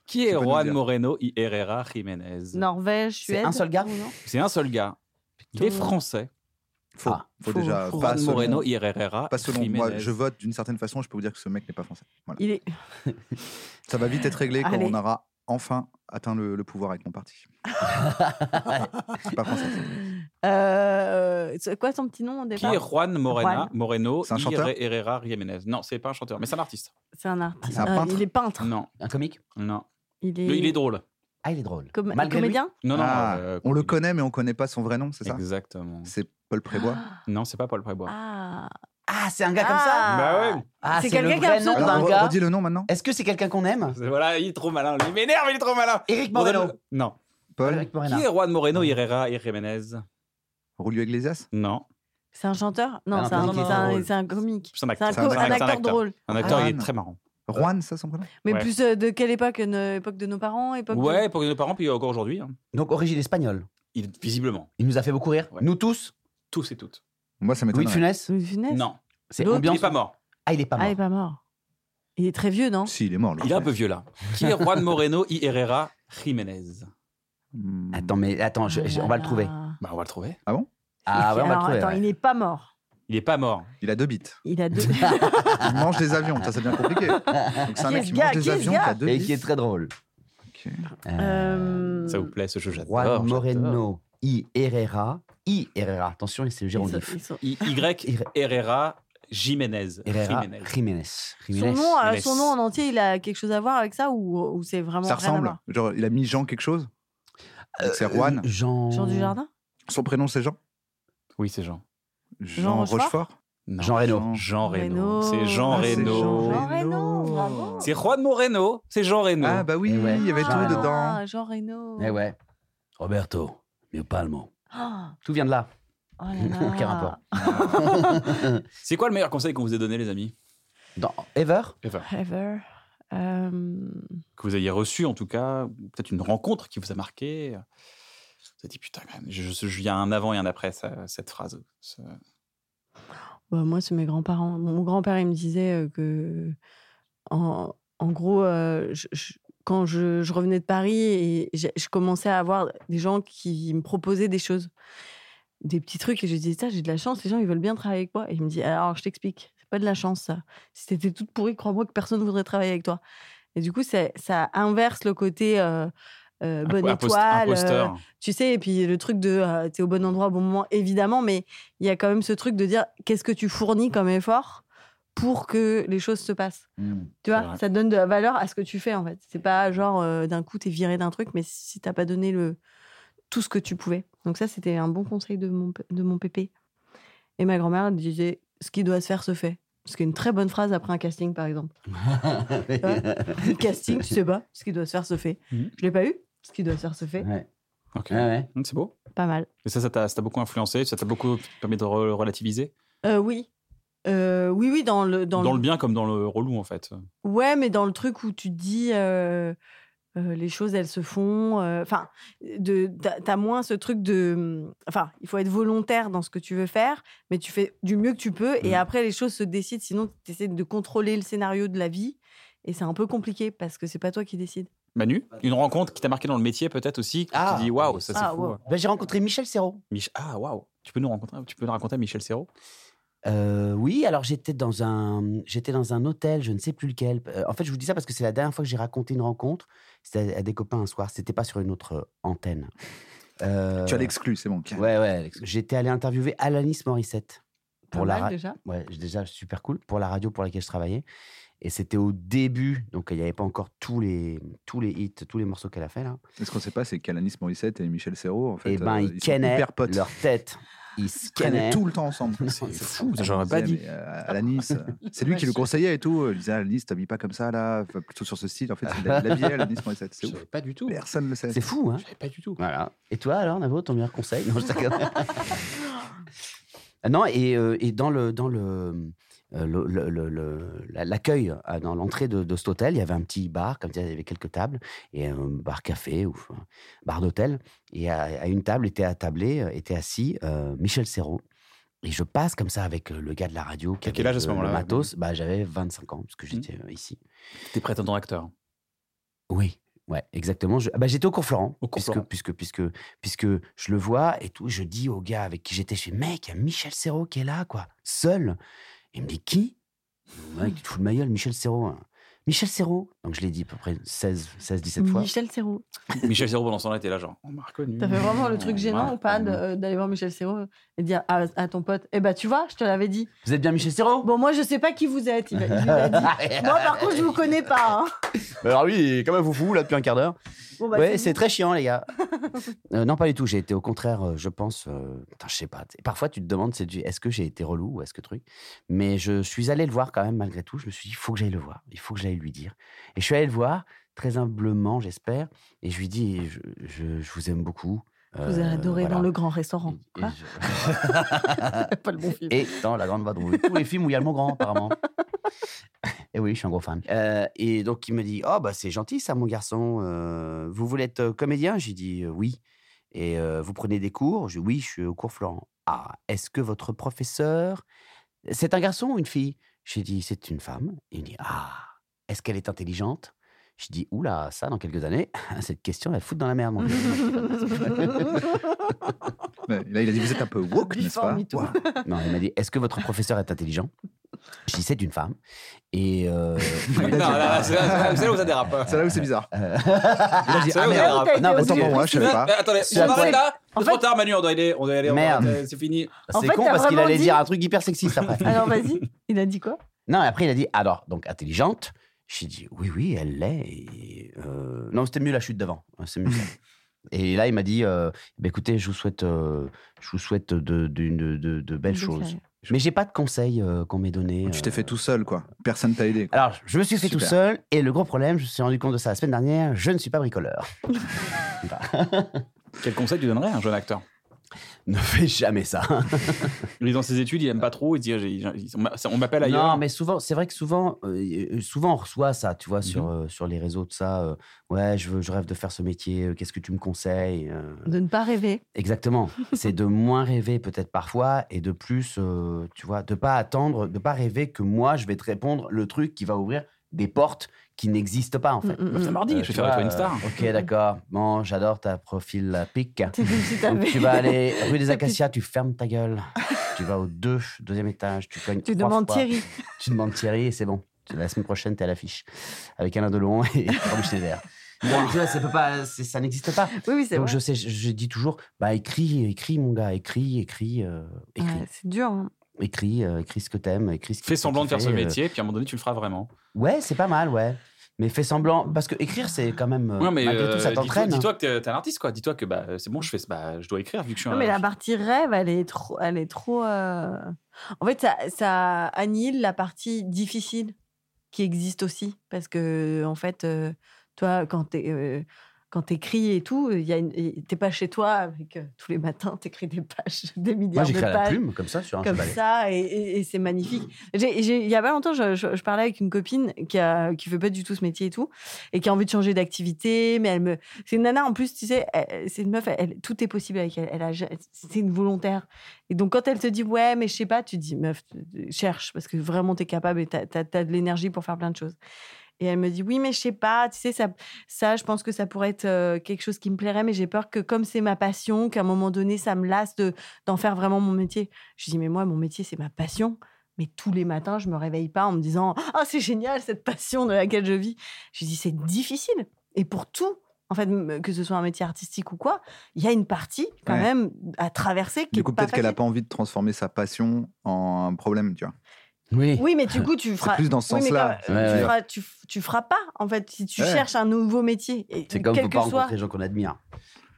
[SPEAKER 1] Qui
[SPEAKER 2] Tu
[SPEAKER 1] est
[SPEAKER 2] peux nous
[SPEAKER 1] Juan
[SPEAKER 2] dire.
[SPEAKER 1] Moreno y Herrera Jiménez
[SPEAKER 3] Norvège,
[SPEAKER 4] C'est
[SPEAKER 3] Suède.
[SPEAKER 4] un seul gars
[SPEAKER 3] ou non
[SPEAKER 1] C'est un seul gars. Il est français.
[SPEAKER 2] Faux.
[SPEAKER 4] Ah,
[SPEAKER 2] Faut
[SPEAKER 3] faux, hein.
[SPEAKER 2] déjà
[SPEAKER 3] faux.
[SPEAKER 2] pas
[SPEAKER 1] Juan
[SPEAKER 2] selon-
[SPEAKER 1] Moreno y Herrera
[SPEAKER 2] Pas selon moi,
[SPEAKER 1] Jiménez.
[SPEAKER 2] je vote d'une certaine façon, je peux vous dire que ce mec n'est pas français. Voilà.
[SPEAKER 3] Il est.
[SPEAKER 2] Ça va vite être réglé quand
[SPEAKER 3] Allez.
[SPEAKER 2] on aura enfin atteint le, le pouvoir avec mon parti. C'est pas français.
[SPEAKER 3] Euh, c'est quoi son petit nom au
[SPEAKER 1] Qui
[SPEAKER 3] départ
[SPEAKER 1] est Juan Morena,
[SPEAKER 3] Juan.
[SPEAKER 1] Moreno
[SPEAKER 2] C'est un
[SPEAKER 1] y
[SPEAKER 2] chanteur
[SPEAKER 1] Herrera Jiménez Non, c'est pas un chanteur, mais c'est un artiste.
[SPEAKER 3] C'est un artiste.
[SPEAKER 2] C'est un
[SPEAKER 3] Euh,
[SPEAKER 2] peintre.
[SPEAKER 3] il est peintre.
[SPEAKER 1] Non,
[SPEAKER 4] Un comique
[SPEAKER 1] non.
[SPEAKER 3] Il est,
[SPEAKER 1] Il est drôle.
[SPEAKER 4] Ah, il est drôle.
[SPEAKER 3] com-
[SPEAKER 4] Malgré lui.
[SPEAKER 3] comédien
[SPEAKER 1] Non, non.
[SPEAKER 2] Ah,
[SPEAKER 1] euh,
[SPEAKER 2] on le connaît, mais on connaît pas son vrai nom, c'est ça
[SPEAKER 1] Exactement.
[SPEAKER 2] C'est Paul Prébois.
[SPEAKER 1] Non, c'est pas Paul Prébois.
[SPEAKER 3] Ah.
[SPEAKER 4] Ah, c'est un gars comme ça
[SPEAKER 1] Bah ouais.
[SPEAKER 4] Ah,
[SPEAKER 3] C'est
[SPEAKER 4] c'est le
[SPEAKER 3] quelqu'un qui a
[SPEAKER 4] vrai
[SPEAKER 3] un
[SPEAKER 4] nom
[SPEAKER 3] pseudo.
[SPEAKER 4] d'un
[SPEAKER 2] Alors,
[SPEAKER 4] gars.
[SPEAKER 2] redis le nom maintenant.
[SPEAKER 4] Est-ce que c'est quelqu'un qu'on aime
[SPEAKER 1] Voilà, il est trop malin. Il m'énerve, il est trop malin.
[SPEAKER 4] Eric Moreno.
[SPEAKER 1] Non.
[SPEAKER 2] Paul
[SPEAKER 4] Eric Moreno.
[SPEAKER 1] Qui est Juan Moreno y Herrera y Jiménez
[SPEAKER 2] Roulio Iglesias
[SPEAKER 1] Non.
[SPEAKER 3] C'est un chanteur Non,
[SPEAKER 4] Ah,
[SPEAKER 3] c'est un,
[SPEAKER 4] non, non,
[SPEAKER 3] c'est un-
[SPEAKER 4] drôle.
[SPEAKER 3] c'est un comique.
[SPEAKER 1] C'est un
[SPEAKER 3] C'est un,
[SPEAKER 1] acteur.
[SPEAKER 3] co-
[SPEAKER 1] C'est
[SPEAKER 3] un acteur
[SPEAKER 1] acteur.
[SPEAKER 3] drôle.
[SPEAKER 1] Un acteur, il est
[SPEAKER 2] Juan.
[SPEAKER 1] très marrant.
[SPEAKER 2] Juan, ça, son prénom
[SPEAKER 3] Mais
[SPEAKER 1] Ouais.
[SPEAKER 3] plus euh, de quelle époque Une époque de nos parents époque de-
[SPEAKER 1] Ouais, pour nos parents, puis encore aujourd'hui. hein.
[SPEAKER 4] Donc, origine espagnole.
[SPEAKER 1] Il- Visiblement.
[SPEAKER 4] Il nous a fait beaucoup rire.
[SPEAKER 1] Ouais.
[SPEAKER 4] Nous tous.
[SPEAKER 1] Tous et toutes.
[SPEAKER 2] Moi, ça
[SPEAKER 4] Louis
[SPEAKER 2] m'étonne.
[SPEAKER 4] de Funès.
[SPEAKER 3] Louis de Funès
[SPEAKER 1] Non.
[SPEAKER 4] C'est
[SPEAKER 3] L'autre,
[SPEAKER 1] Il
[SPEAKER 4] ambiance.
[SPEAKER 1] est pas mort.
[SPEAKER 4] Ah, il est pas
[SPEAKER 3] Ah, il est
[SPEAKER 4] mort.
[SPEAKER 3] pas mort. Il est très vieux, non
[SPEAKER 2] Si, il est mort. lui.
[SPEAKER 1] Il est un peu vieux là. Qui est Juan Moreno y Herrera Jiménez
[SPEAKER 2] Hmm.
[SPEAKER 4] Attends, mais attends, je- je- on va le trouver.
[SPEAKER 3] Ah.
[SPEAKER 1] Bah, on va le trouver.
[SPEAKER 4] Ah,
[SPEAKER 3] Et
[SPEAKER 4] ouais, on va le
[SPEAKER 3] alors,
[SPEAKER 4] trouver.
[SPEAKER 3] attends,
[SPEAKER 4] ouais.
[SPEAKER 3] il n'est pas mort.
[SPEAKER 1] Il est pas mort.
[SPEAKER 2] Il a deux bites.
[SPEAKER 3] Il a deux.
[SPEAKER 2] Il mange des avions, ça, ça devient compliqué. Donc, c'est un
[SPEAKER 3] Qui
[SPEAKER 2] mec
[SPEAKER 3] est ce
[SPEAKER 2] qui
[SPEAKER 3] gars
[SPEAKER 2] mange
[SPEAKER 3] Qui
[SPEAKER 2] des
[SPEAKER 3] est ce
[SPEAKER 2] avions, qui
[SPEAKER 3] gars
[SPEAKER 2] a deux
[SPEAKER 4] Et qui est
[SPEAKER 2] bites.
[SPEAKER 4] très drôle.
[SPEAKER 2] Ok.
[SPEAKER 4] Euh,
[SPEAKER 3] Euh,
[SPEAKER 1] Ça vous plaît ce jeu
[SPEAKER 4] Juan
[SPEAKER 1] J'adore. j'adore.
[SPEAKER 4] Moreno. I. Herrera. I. Herrera. Attention, c'est
[SPEAKER 3] ils sont-
[SPEAKER 4] Gérondif.
[SPEAKER 3] ils sont-
[SPEAKER 1] Y y Herrera Jiménez.
[SPEAKER 4] Herrera.
[SPEAKER 1] Jiménez.
[SPEAKER 4] Jiménez.
[SPEAKER 3] Son
[SPEAKER 4] Jiménez.
[SPEAKER 3] nom, euh,
[SPEAKER 1] Jiménez.
[SPEAKER 3] son nom en entier, il a quelque chose à voir avec ça ou, euh, ou c'est Ah vraiment
[SPEAKER 2] Ça
[SPEAKER 3] rien à
[SPEAKER 2] ressemble.
[SPEAKER 3] voir
[SPEAKER 2] Genre, il a mis Jean quelque chose. Donc, C'est
[SPEAKER 4] Euh,
[SPEAKER 2] Juan.
[SPEAKER 4] Jean.
[SPEAKER 3] Jean du Jardin
[SPEAKER 2] Son prénom, c'est Jean
[SPEAKER 1] Oui, c'est Jean.
[SPEAKER 2] Jean,
[SPEAKER 3] Rochefort
[SPEAKER 2] Rochefort
[SPEAKER 1] Non.
[SPEAKER 4] Jean Reno.
[SPEAKER 1] Jean Reno.
[SPEAKER 3] Reno.
[SPEAKER 1] C'est Jean
[SPEAKER 2] Ah, c'est
[SPEAKER 1] Reno.
[SPEAKER 2] Jean
[SPEAKER 3] Jean Reno, bravo.
[SPEAKER 1] C'est Juan Moreno. C'est Jean Reno.
[SPEAKER 2] Ah, bah oui,
[SPEAKER 4] Eh ouais.
[SPEAKER 2] il y avait tout
[SPEAKER 4] Jean Reno.
[SPEAKER 2] dedans.
[SPEAKER 3] Ah, Jean Reno.
[SPEAKER 4] Eh ouais. Roberto. Mio Palmo.
[SPEAKER 3] Ah,
[SPEAKER 4] Tout vient de là.
[SPEAKER 3] oh là là.
[SPEAKER 4] Aucun rapport.
[SPEAKER 1] C'est quoi le meilleur conseil qu'on vous ait donné, les amis
[SPEAKER 4] Dans Ever.
[SPEAKER 3] Ever. Euh,
[SPEAKER 1] Eh ben, Que vous ayez reçu, en tout cas, ou peut-être une rencontre qui vous a marqué. Vous avez dit, putain, quand même, je- je- je- il y a un avant et un après, ça- cette phrase. Ça-
[SPEAKER 3] bah, moi, c'est mes grands-parents. Mon grand-père, il me disait euh, que, en, en gros, euh, je- je- quand je, je revenais de Paris, et j'ai- je commençais à avoir des gens qui me proposaient des choses, des petits trucs, et je disais, ça, j'ai de la chance, les gens, ils veulent bien travailler avec moi. Et il me dit, alors, je t'explique, c'est pas de la chance, ça. Si t'étais toute pourrie, crois-moi que personne voudrait travailler avec toi. Et du coup, ça, ça inverse le côté euh, euh, bonne
[SPEAKER 1] Impo-
[SPEAKER 3] étoile. euh,
[SPEAKER 1] Imposteur.
[SPEAKER 3] tu sais, et puis le truc de euh, t'es au bon endroit au bon moment, évidemment, mais il y a quand même ce truc de dire qu'est-ce que tu fournis comme effort pour que les choses se passent. Tu
[SPEAKER 1] C'est
[SPEAKER 3] vois,
[SPEAKER 1] vrai.
[SPEAKER 3] ça donne de la valeur à ce que tu fais en fait. C'est pas genre euh, d'un coup t'es viré d'un truc, mais si t'as pas donné le tout ce que tu pouvais. Donc ça, c'était un bon conseil de mon, p- de mon pépé. Et ma grand-mère elle disait ce qui doit se faire se fait. Ce qui est une très bonne phrase après un casting, par exemple. Le casting, tu sais pas, ce qui doit se faire se fait.
[SPEAKER 1] Mhm.
[SPEAKER 3] Je l'ai pas eu, ce qui doit se faire se fait.
[SPEAKER 4] Ouais.
[SPEAKER 1] Ok.
[SPEAKER 4] Ouais, ouais.
[SPEAKER 1] Hum, C'est beau.
[SPEAKER 3] Pas mal.
[SPEAKER 1] Et ça, ça t'a ça t'a beaucoup influencé, ça t'a beaucoup permis de re- relativiser.
[SPEAKER 3] Euh, oui. Euh, oui, oui, dans le,
[SPEAKER 1] Dans,
[SPEAKER 3] dans,
[SPEAKER 1] le bien comme dans le relou, en fait.
[SPEAKER 3] Ouais, mais dans le truc où tu te dis euh, euh, les choses, elles se font. euh, Enfin, de t'as t'as moins ce truc de. mm, Enfin, il faut être volontaire dans ce que tu veux faire, mais tu fais du mieux que tu peux.
[SPEAKER 1] Mhm.
[SPEAKER 4] Mmh.
[SPEAKER 3] Et après, les choses se décident. Sinon, tu essaies de contrôler le scénario de la vie. Et c'est un peu compliqué parce que c'est pas toi qui décides.
[SPEAKER 1] Manu, une rencontre qui t'a marqué dans le métier, peut-être aussi. que
[SPEAKER 4] Ah.
[SPEAKER 1] Tu dis, waouh, ça c'est
[SPEAKER 3] Ah,
[SPEAKER 1] fou.
[SPEAKER 3] wow.
[SPEAKER 4] Ben, J'ai rencontré Michel Serrault.
[SPEAKER 1] Mich- ah, waouh. Tu peux nous rencontrer, tu peux nous raconter à Michel Serrault
[SPEAKER 4] Euh, oui, alors j'étais dans un j'étais dans un hôtel, je ne sais plus lequel. Euh, en fait, je vous dis ça parce que c'est la dernière fois que j'ai raconté une rencontre. C'était à, à des copains un soir. C'était pas sur une autre euh, antenne. Euh,
[SPEAKER 2] Tu as l'exclu, c'est bon.
[SPEAKER 4] Ouais, ouais. l'ex- J'étais allé interviewer Alanis Morissette pour
[SPEAKER 2] Ah
[SPEAKER 3] Pas
[SPEAKER 4] la
[SPEAKER 3] mal,
[SPEAKER 4] ra-
[SPEAKER 3] déjà.
[SPEAKER 4] ouais, j- déjà super cool pour la radio pour laquelle je travaillais. Et c'était au début, donc il n'y avait pas encore tous les tous les hits, tous les morceaux qu'elle a fait là.
[SPEAKER 2] Et Ce qu'on ne sait pas, c'est qu'Alanis Morissette et Michel Serrault, en fait,
[SPEAKER 4] et ben
[SPEAKER 2] euh,
[SPEAKER 4] ils,
[SPEAKER 2] sont
[SPEAKER 4] kennaient
[SPEAKER 2] hyper potes.
[SPEAKER 4] leur tête, ils se
[SPEAKER 2] Ils traînaient
[SPEAKER 4] kennaient.
[SPEAKER 2] tout le temps ensemble.
[SPEAKER 1] C'est fou, ça, j'aurais
[SPEAKER 2] Je
[SPEAKER 1] pas
[SPEAKER 2] disais,
[SPEAKER 1] dit.
[SPEAKER 2] mais, euh, Alanis, euh, c'est lui qui le conseillait et tout. Il disait Alanis, t'habilles pas comme ça là, va plutôt sur ce style. En fait, il l'habillait Alanis Morissette. C'est
[SPEAKER 1] Je
[SPEAKER 2] ouf.
[SPEAKER 1] savais pas du tout.
[SPEAKER 2] Personne ne le sait.
[SPEAKER 4] C'est fou, hein
[SPEAKER 1] Je savais Eh, pas du tout.
[SPEAKER 4] Voilà. Et toi, alors, Navo, ton meilleur conseil Non, je te regarde. Ah Non, et, euh, et dans le dans le euh, le- le- le- le- la- l'accueil euh, dans l'entrée de, de cet hôtel, il y avait un petit bar, comme ça, il y avait quelques tables et un bar café ou un bar d'hôtel. Et à, à une table était attablé, euh, était assis euh, Michel Serrault. Et je passe comme ça avec euh, le gars de la radio. Qui
[SPEAKER 1] T'as
[SPEAKER 4] avait
[SPEAKER 1] quel âge à ce
[SPEAKER 4] le- le
[SPEAKER 1] moment-là, Mmh.
[SPEAKER 4] Matos, bah, j'avais 25 ans, parce que j'étais euh, ici.
[SPEAKER 1] T'es prétendant acteur.
[SPEAKER 4] Oui, ouais, exactement. Je- ah bah, j'étais au cours Florent,
[SPEAKER 1] Au cours
[SPEAKER 4] puisque,
[SPEAKER 1] Florent.
[SPEAKER 4] puisque, puisque, puisque je le vois et tout. Je dis au gars avec qui j'étais, je fais mec, il y a Michel Serrault qui est là, quoi, seul. Il me dit qui Le Mec, tu te fous de ma gueule, Michel Serrault. hein. Michel Serrault. Donc je l'ai dit à peu près 16, 16 17 fois.
[SPEAKER 3] Michel Serrault.
[SPEAKER 1] Michel Serrault, pendant ce temps-là, était là, genre, oh, on m'a reconnu.
[SPEAKER 3] T'as fait vraiment le
[SPEAKER 4] Mmh,
[SPEAKER 3] truc
[SPEAKER 1] On
[SPEAKER 3] gênant
[SPEAKER 1] m'a
[SPEAKER 3] ou pas de-
[SPEAKER 1] reconnu.
[SPEAKER 3] euh, d'aller voir Michel Serrault et dire à, à ton pote Eh bah, tu vois, je te l'avais dit.
[SPEAKER 4] Vous êtes bien Michel Serrault
[SPEAKER 3] Bon, moi, je sais pas qui vous êtes. Il, va- il lui a dit. Moi, par contre, je vous connais pas. hein.
[SPEAKER 4] Bah, Alors lui, il est quand même vous fou là depuis un quart d'heure.
[SPEAKER 3] Bon, bah,
[SPEAKER 4] ouais,
[SPEAKER 3] c'est
[SPEAKER 4] c'est très chiant, les gars. Euh, non, pas du tout. J'ai été au contraire, euh, je pense. euh, putain, je sais pas. T'sais, Parfois, tu te demandes c'est du- est-ce que j'ai été relou ou est-ce que truc. Mais je suis allé le voir quand même, malgré tout. Je me suis dit il faut que j'aille le voir. Il faut que j'aille lui dire. Et je suis allé le voir, très humblement, j'espère. Et je lui dis je, je- je vous aime beaucoup.
[SPEAKER 3] vous. Vous
[SPEAKER 4] Euh,
[SPEAKER 3] avez adoré
[SPEAKER 4] voilà.
[SPEAKER 3] dans le grand restaurant.
[SPEAKER 4] Et- et
[SPEAKER 3] Quoi
[SPEAKER 4] je-
[SPEAKER 3] pas le bon film.
[SPEAKER 4] et dans La Grande Vadrouille. Tous les films où il y a le mot grand, apparemment. Et oui, je suis un gros fan. Euh, et donc, il me dit Oh, bah, c'est gentil, ça, mon garçon. Euh, vous voulez être euh, comédien J'ai dit euh, Oui. Et euh, vous prenez des cours Je dis Oui, je suis au cours Florent. Ah, est-ce que votre professeur. C'est un garçon ou une fille J'ai dit C'est une femme. Il me dit Ah, est-ce qu'elle est intelligente Je dis Oula, ça, dans quelques années, cette question, elle va te foutre dans la merde, mon vieux.
[SPEAKER 2] Ouais, Là, il a dit Vous êtes un peu woke, n'est-ce
[SPEAKER 3] Before
[SPEAKER 2] pas
[SPEAKER 3] me too.
[SPEAKER 2] Waouh.
[SPEAKER 4] Non, il m'a dit Est-ce que votre professeur est intelligent Je dis C'est une femme. Et. euh,
[SPEAKER 1] Non, là, là, c'est là c'est là où ça dérape.
[SPEAKER 2] C'est là où c'est bizarre.
[SPEAKER 4] Euh, Il a dit,
[SPEAKER 1] C'est
[SPEAKER 4] Ah,
[SPEAKER 1] là où ça
[SPEAKER 4] merde.
[SPEAKER 1] dérape.
[SPEAKER 4] Non, parce
[SPEAKER 2] Autant
[SPEAKER 4] que-
[SPEAKER 2] pour moi, je savais pas.
[SPEAKER 1] Mais Attendez,
[SPEAKER 4] C'est
[SPEAKER 1] on
[SPEAKER 4] la
[SPEAKER 1] arrête
[SPEAKER 4] pointe.
[SPEAKER 1] là
[SPEAKER 3] En
[SPEAKER 1] C'est trop
[SPEAKER 3] fait-
[SPEAKER 1] tard, Manu, on doit aller. On doit aller on doit
[SPEAKER 4] Merde.
[SPEAKER 1] arrêter, C'est fini.
[SPEAKER 3] En
[SPEAKER 4] C'est
[SPEAKER 3] fait,
[SPEAKER 4] con
[SPEAKER 3] t'as
[SPEAKER 4] parce qu'il
[SPEAKER 3] vraiment
[SPEAKER 4] allait
[SPEAKER 3] dit-
[SPEAKER 4] dire un truc hyper sexiste après.
[SPEAKER 3] Alors, vas-y. Il a dit quoi
[SPEAKER 4] non, et après, il a dit Alors, donc intelligente. J'ai dit Oui, oui, elle l'est. et, euh, Non, c'était mieux la chute d'avant. Hein, C'est mieux. ça. Et là, il m'a dit euh, Bah, écoutez, je vous souhaite, euh, je vous souhaite de, d'une- de- de- de belles
[SPEAKER 3] Des
[SPEAKER 4] choses.
[SPEAKER 3] choses.
[SPEAKER 4] Mais j'ai pas de conseils euh, qu'on m'ait donné.
[SPEAKER 2] Tu t'es
[SPEAKER 4] euh,
[SPEAKER 2] fait tout seul, quoi. Personne t'a aidé. quoi.
[SPEAKER 4] Alors, je me suis fait tout
[SPEAKER 2] Super.
[SPEAKER 4] seul et le gros problème, je me suis rendu compte de ça la semaine dernière, je ne suis pas bricoleur.
[SPEAKER 1] Quel conseil tu donnerais à un jeune acteur
[SPEAKER 4] Ne fais jamais ça.
[SPEAKER 1] Il est dans ses études, il aime pas trop, il dit ah, j'ai- j'ai- on m'a- on m'appelle ailleurs.
[SPEAKER 4] Non, mais souvent, c'est vrai que souvent, euh, souvent on reçoit ça, tu vois, sur,
[SPEAKER 3] Mhm.
[SPEAKER 4] euh, sur les réseaux, tout ça. euh, ouais, je, veux, je rêve de faire ce métier, euh, qu'est-ce que tu me conseilles euh,
[SPEAKER 3] De ne pas rêver.
[SPEAKER 4] Exactement. c'est de moins rêver peut-être parfois et de plus, euh, tu vois, de pas attendre, de pas rêver que moi, je vais te répondre le truc qui va ouvrir des portes qui n'existent pas, en fait.
[SPEAKER 3] Mm, mm, mm.
[SPEAKER 1] C'est mardi,
[SPEAKER 4] Euh,
[SPEAKER 1] je
[SPEAKER 4] tu
[SPEAKER 1] vais faire de
[SPEAKER 4] vois,
[SPEAKER 1] toi une star.
[SPEAKER 4] euh, ok, d'accord. Bon, j'adore ta profil à pic.
[SPEAKER 3] C'est comme si
[SPEAKER 4] Donc,
[SPEAKER 3] t'avais-
[SPEAKER 4] tu vas aller rue des Acacias, tu fermes ta gueule. tu vas au deux, deuxième étage, tu cognes.
[SPEAKER 3] Tu
[SPEAKER 4] trois
[SPEAKER 3] demandes
[SPEAKER 4] fois.
[SPEAKER 3] Thierry.
[SPEAKER 4] Tu demandes Thierry et c'est bon. La semaine prochaine, t'es à l'affiche avec Alain Delon et Romy Schneider. Non, tu vois, ça peut pas, c'est- ça n'existe pas.
[SPEAKER 3] Oui, oui, c'est
[SPEAKER 4] Donc
[SPEAKER 3] vrai.
[SPEAKER 4] je sais, je, je dis toujours, bah écris, écris mon gars, écris, écris, euh, écris,
[SPEAKER 3] Ouais, c'est dur. hein.
[SPEAKER 4] écris, euh, écris ce que t'aimes, écris. Ce qui te
[SPEAKER 1] Fais
[SPEAKER 4] fait
[SPEAKER 1] semblant de faire ce
[SPEAKER 4] kiffer, euh.
[SPEAKER 1] métier, puis à un moment donné, tu le feras vraiment.
[SPEAKER 4] Ouais, c'est pas mal, ouais. Mais fais semblant, parce que écrire, c'est quand même. euh,
[SPEAKER 1] Ouais, mais
[SPEAKER 4] malgré
[SPEAKER 1] euh,
[SPEAKER 4] tout, ça
[SPEAKER 1] dis-toi-
[SPEAKER 4] t'entraîne. hein.
[SPEAKER 1] dis-toi que t'es t'es un artiste, quoi. Dis-toi que bah, c'est bon, je, fais, bah, je dois écrire vu que je suis
[SPEAKER 3] Non,
[SPEAKER 1] un.
[SPEAKER 3] mais la partie rêve, elle est trop. Elle est trop euh, En fait, ça, ça annihile la partie difficile qui existe aussi. Parce que, en fait, euh, toi, quand t'es. euh, quand t'écris et tout, il y a une- et t'es pas chez toi avec euh, tous les matins, t'écris des pages, des
[SPEAKER 4] Moi,
[SPEAKER 3] milliards de
[SPEAKER 4] j'écris à la
[SPEAKER 3] pages
[SPEAKER 4] plume, comme ça, sur un
[SPEAKER 3] comme
[SPEAKER 4] chevalet.
[SPEAKER 3] ça, et, et- et c'est magnifique. J'ai- j'ai- Il y a pas longtemps, je, je- je parlais avec une copine qui, a, qui fait pas du tout ce métier et tout, et qui a envie de changer d'activité, mais elle me, c'est une nana en plus, tu sais, elle- elle- c'est une meuf, elle, elle- tout est possible avec elle. elle a ja- c'est une volontaire. Et donc quand elle te dit ouais, mais je sais pas, tu dis meuf, euh, cherche parce que vraiment t'es capable et t'as, t'as- t'as de l'énergie pour faire plein de choses. Et elle me dit oui, mais je sais pas, tu sais ça, ça, je pense que ça pourrait être euh, quelque chose qui me plairait, mais j'ai peur que comme c'est ma passion, qu'à un moment donné, ça me lasse de, d'en faire vraiment mon métier. Je dis, mais moi, mon métier, c'est ma passion. Mais tous les matins, je me réveille pas en me disant Ah, c'est génial, cette passion de laquelle je vis. Je dis, c'est difficile. Et pour tout, en fait, m- que ce soit un métier artistique ou quoi, il y a une partie quand
[SPEAKER 2] Ouais.
[SPEAKER 3] même à traverser qui
[SPEAKER 2] Du
[SPEAKER 3] est
[SPEAKER 2] coup,
[SPEAKER 3] pas
[SPEAKER 2] peut-être qu'elle a
[SPEAKER 3] facile.
[SPEAKER 2] pas envie de transformer sa passion en un problème, tu vois.
[SPEAKER 4] Oui.
[SPEAKER 3] Oui, mais du coup, tu feras.
[SPEAKER 2] plus dans ce
[SPEAKER 3] Oui, mais
[SPEAKER 2] sens-là.
[SPEAKER 3] quand-
[SPEAKER 4] Ouais,
[SPEAKER 3] tu,
[SPEAKER 4] ouais.
[SPEAKER 3] Feras, tu, f- tu feras pas, en fait, si tu
[SPEAKER 2] Ouais.
[SPEAKER 3] cherches un nouveau métier. et-
[SPEAKER 4] C'est comme
[SPEAKER 3] quel
[SPEAKER 4] faut
[SPEAKER 3] que
[SPEAKER 4] pas
[SPEAKER 3] soit.
[SPEAKER 4] rencontrer les gens qu'on admire.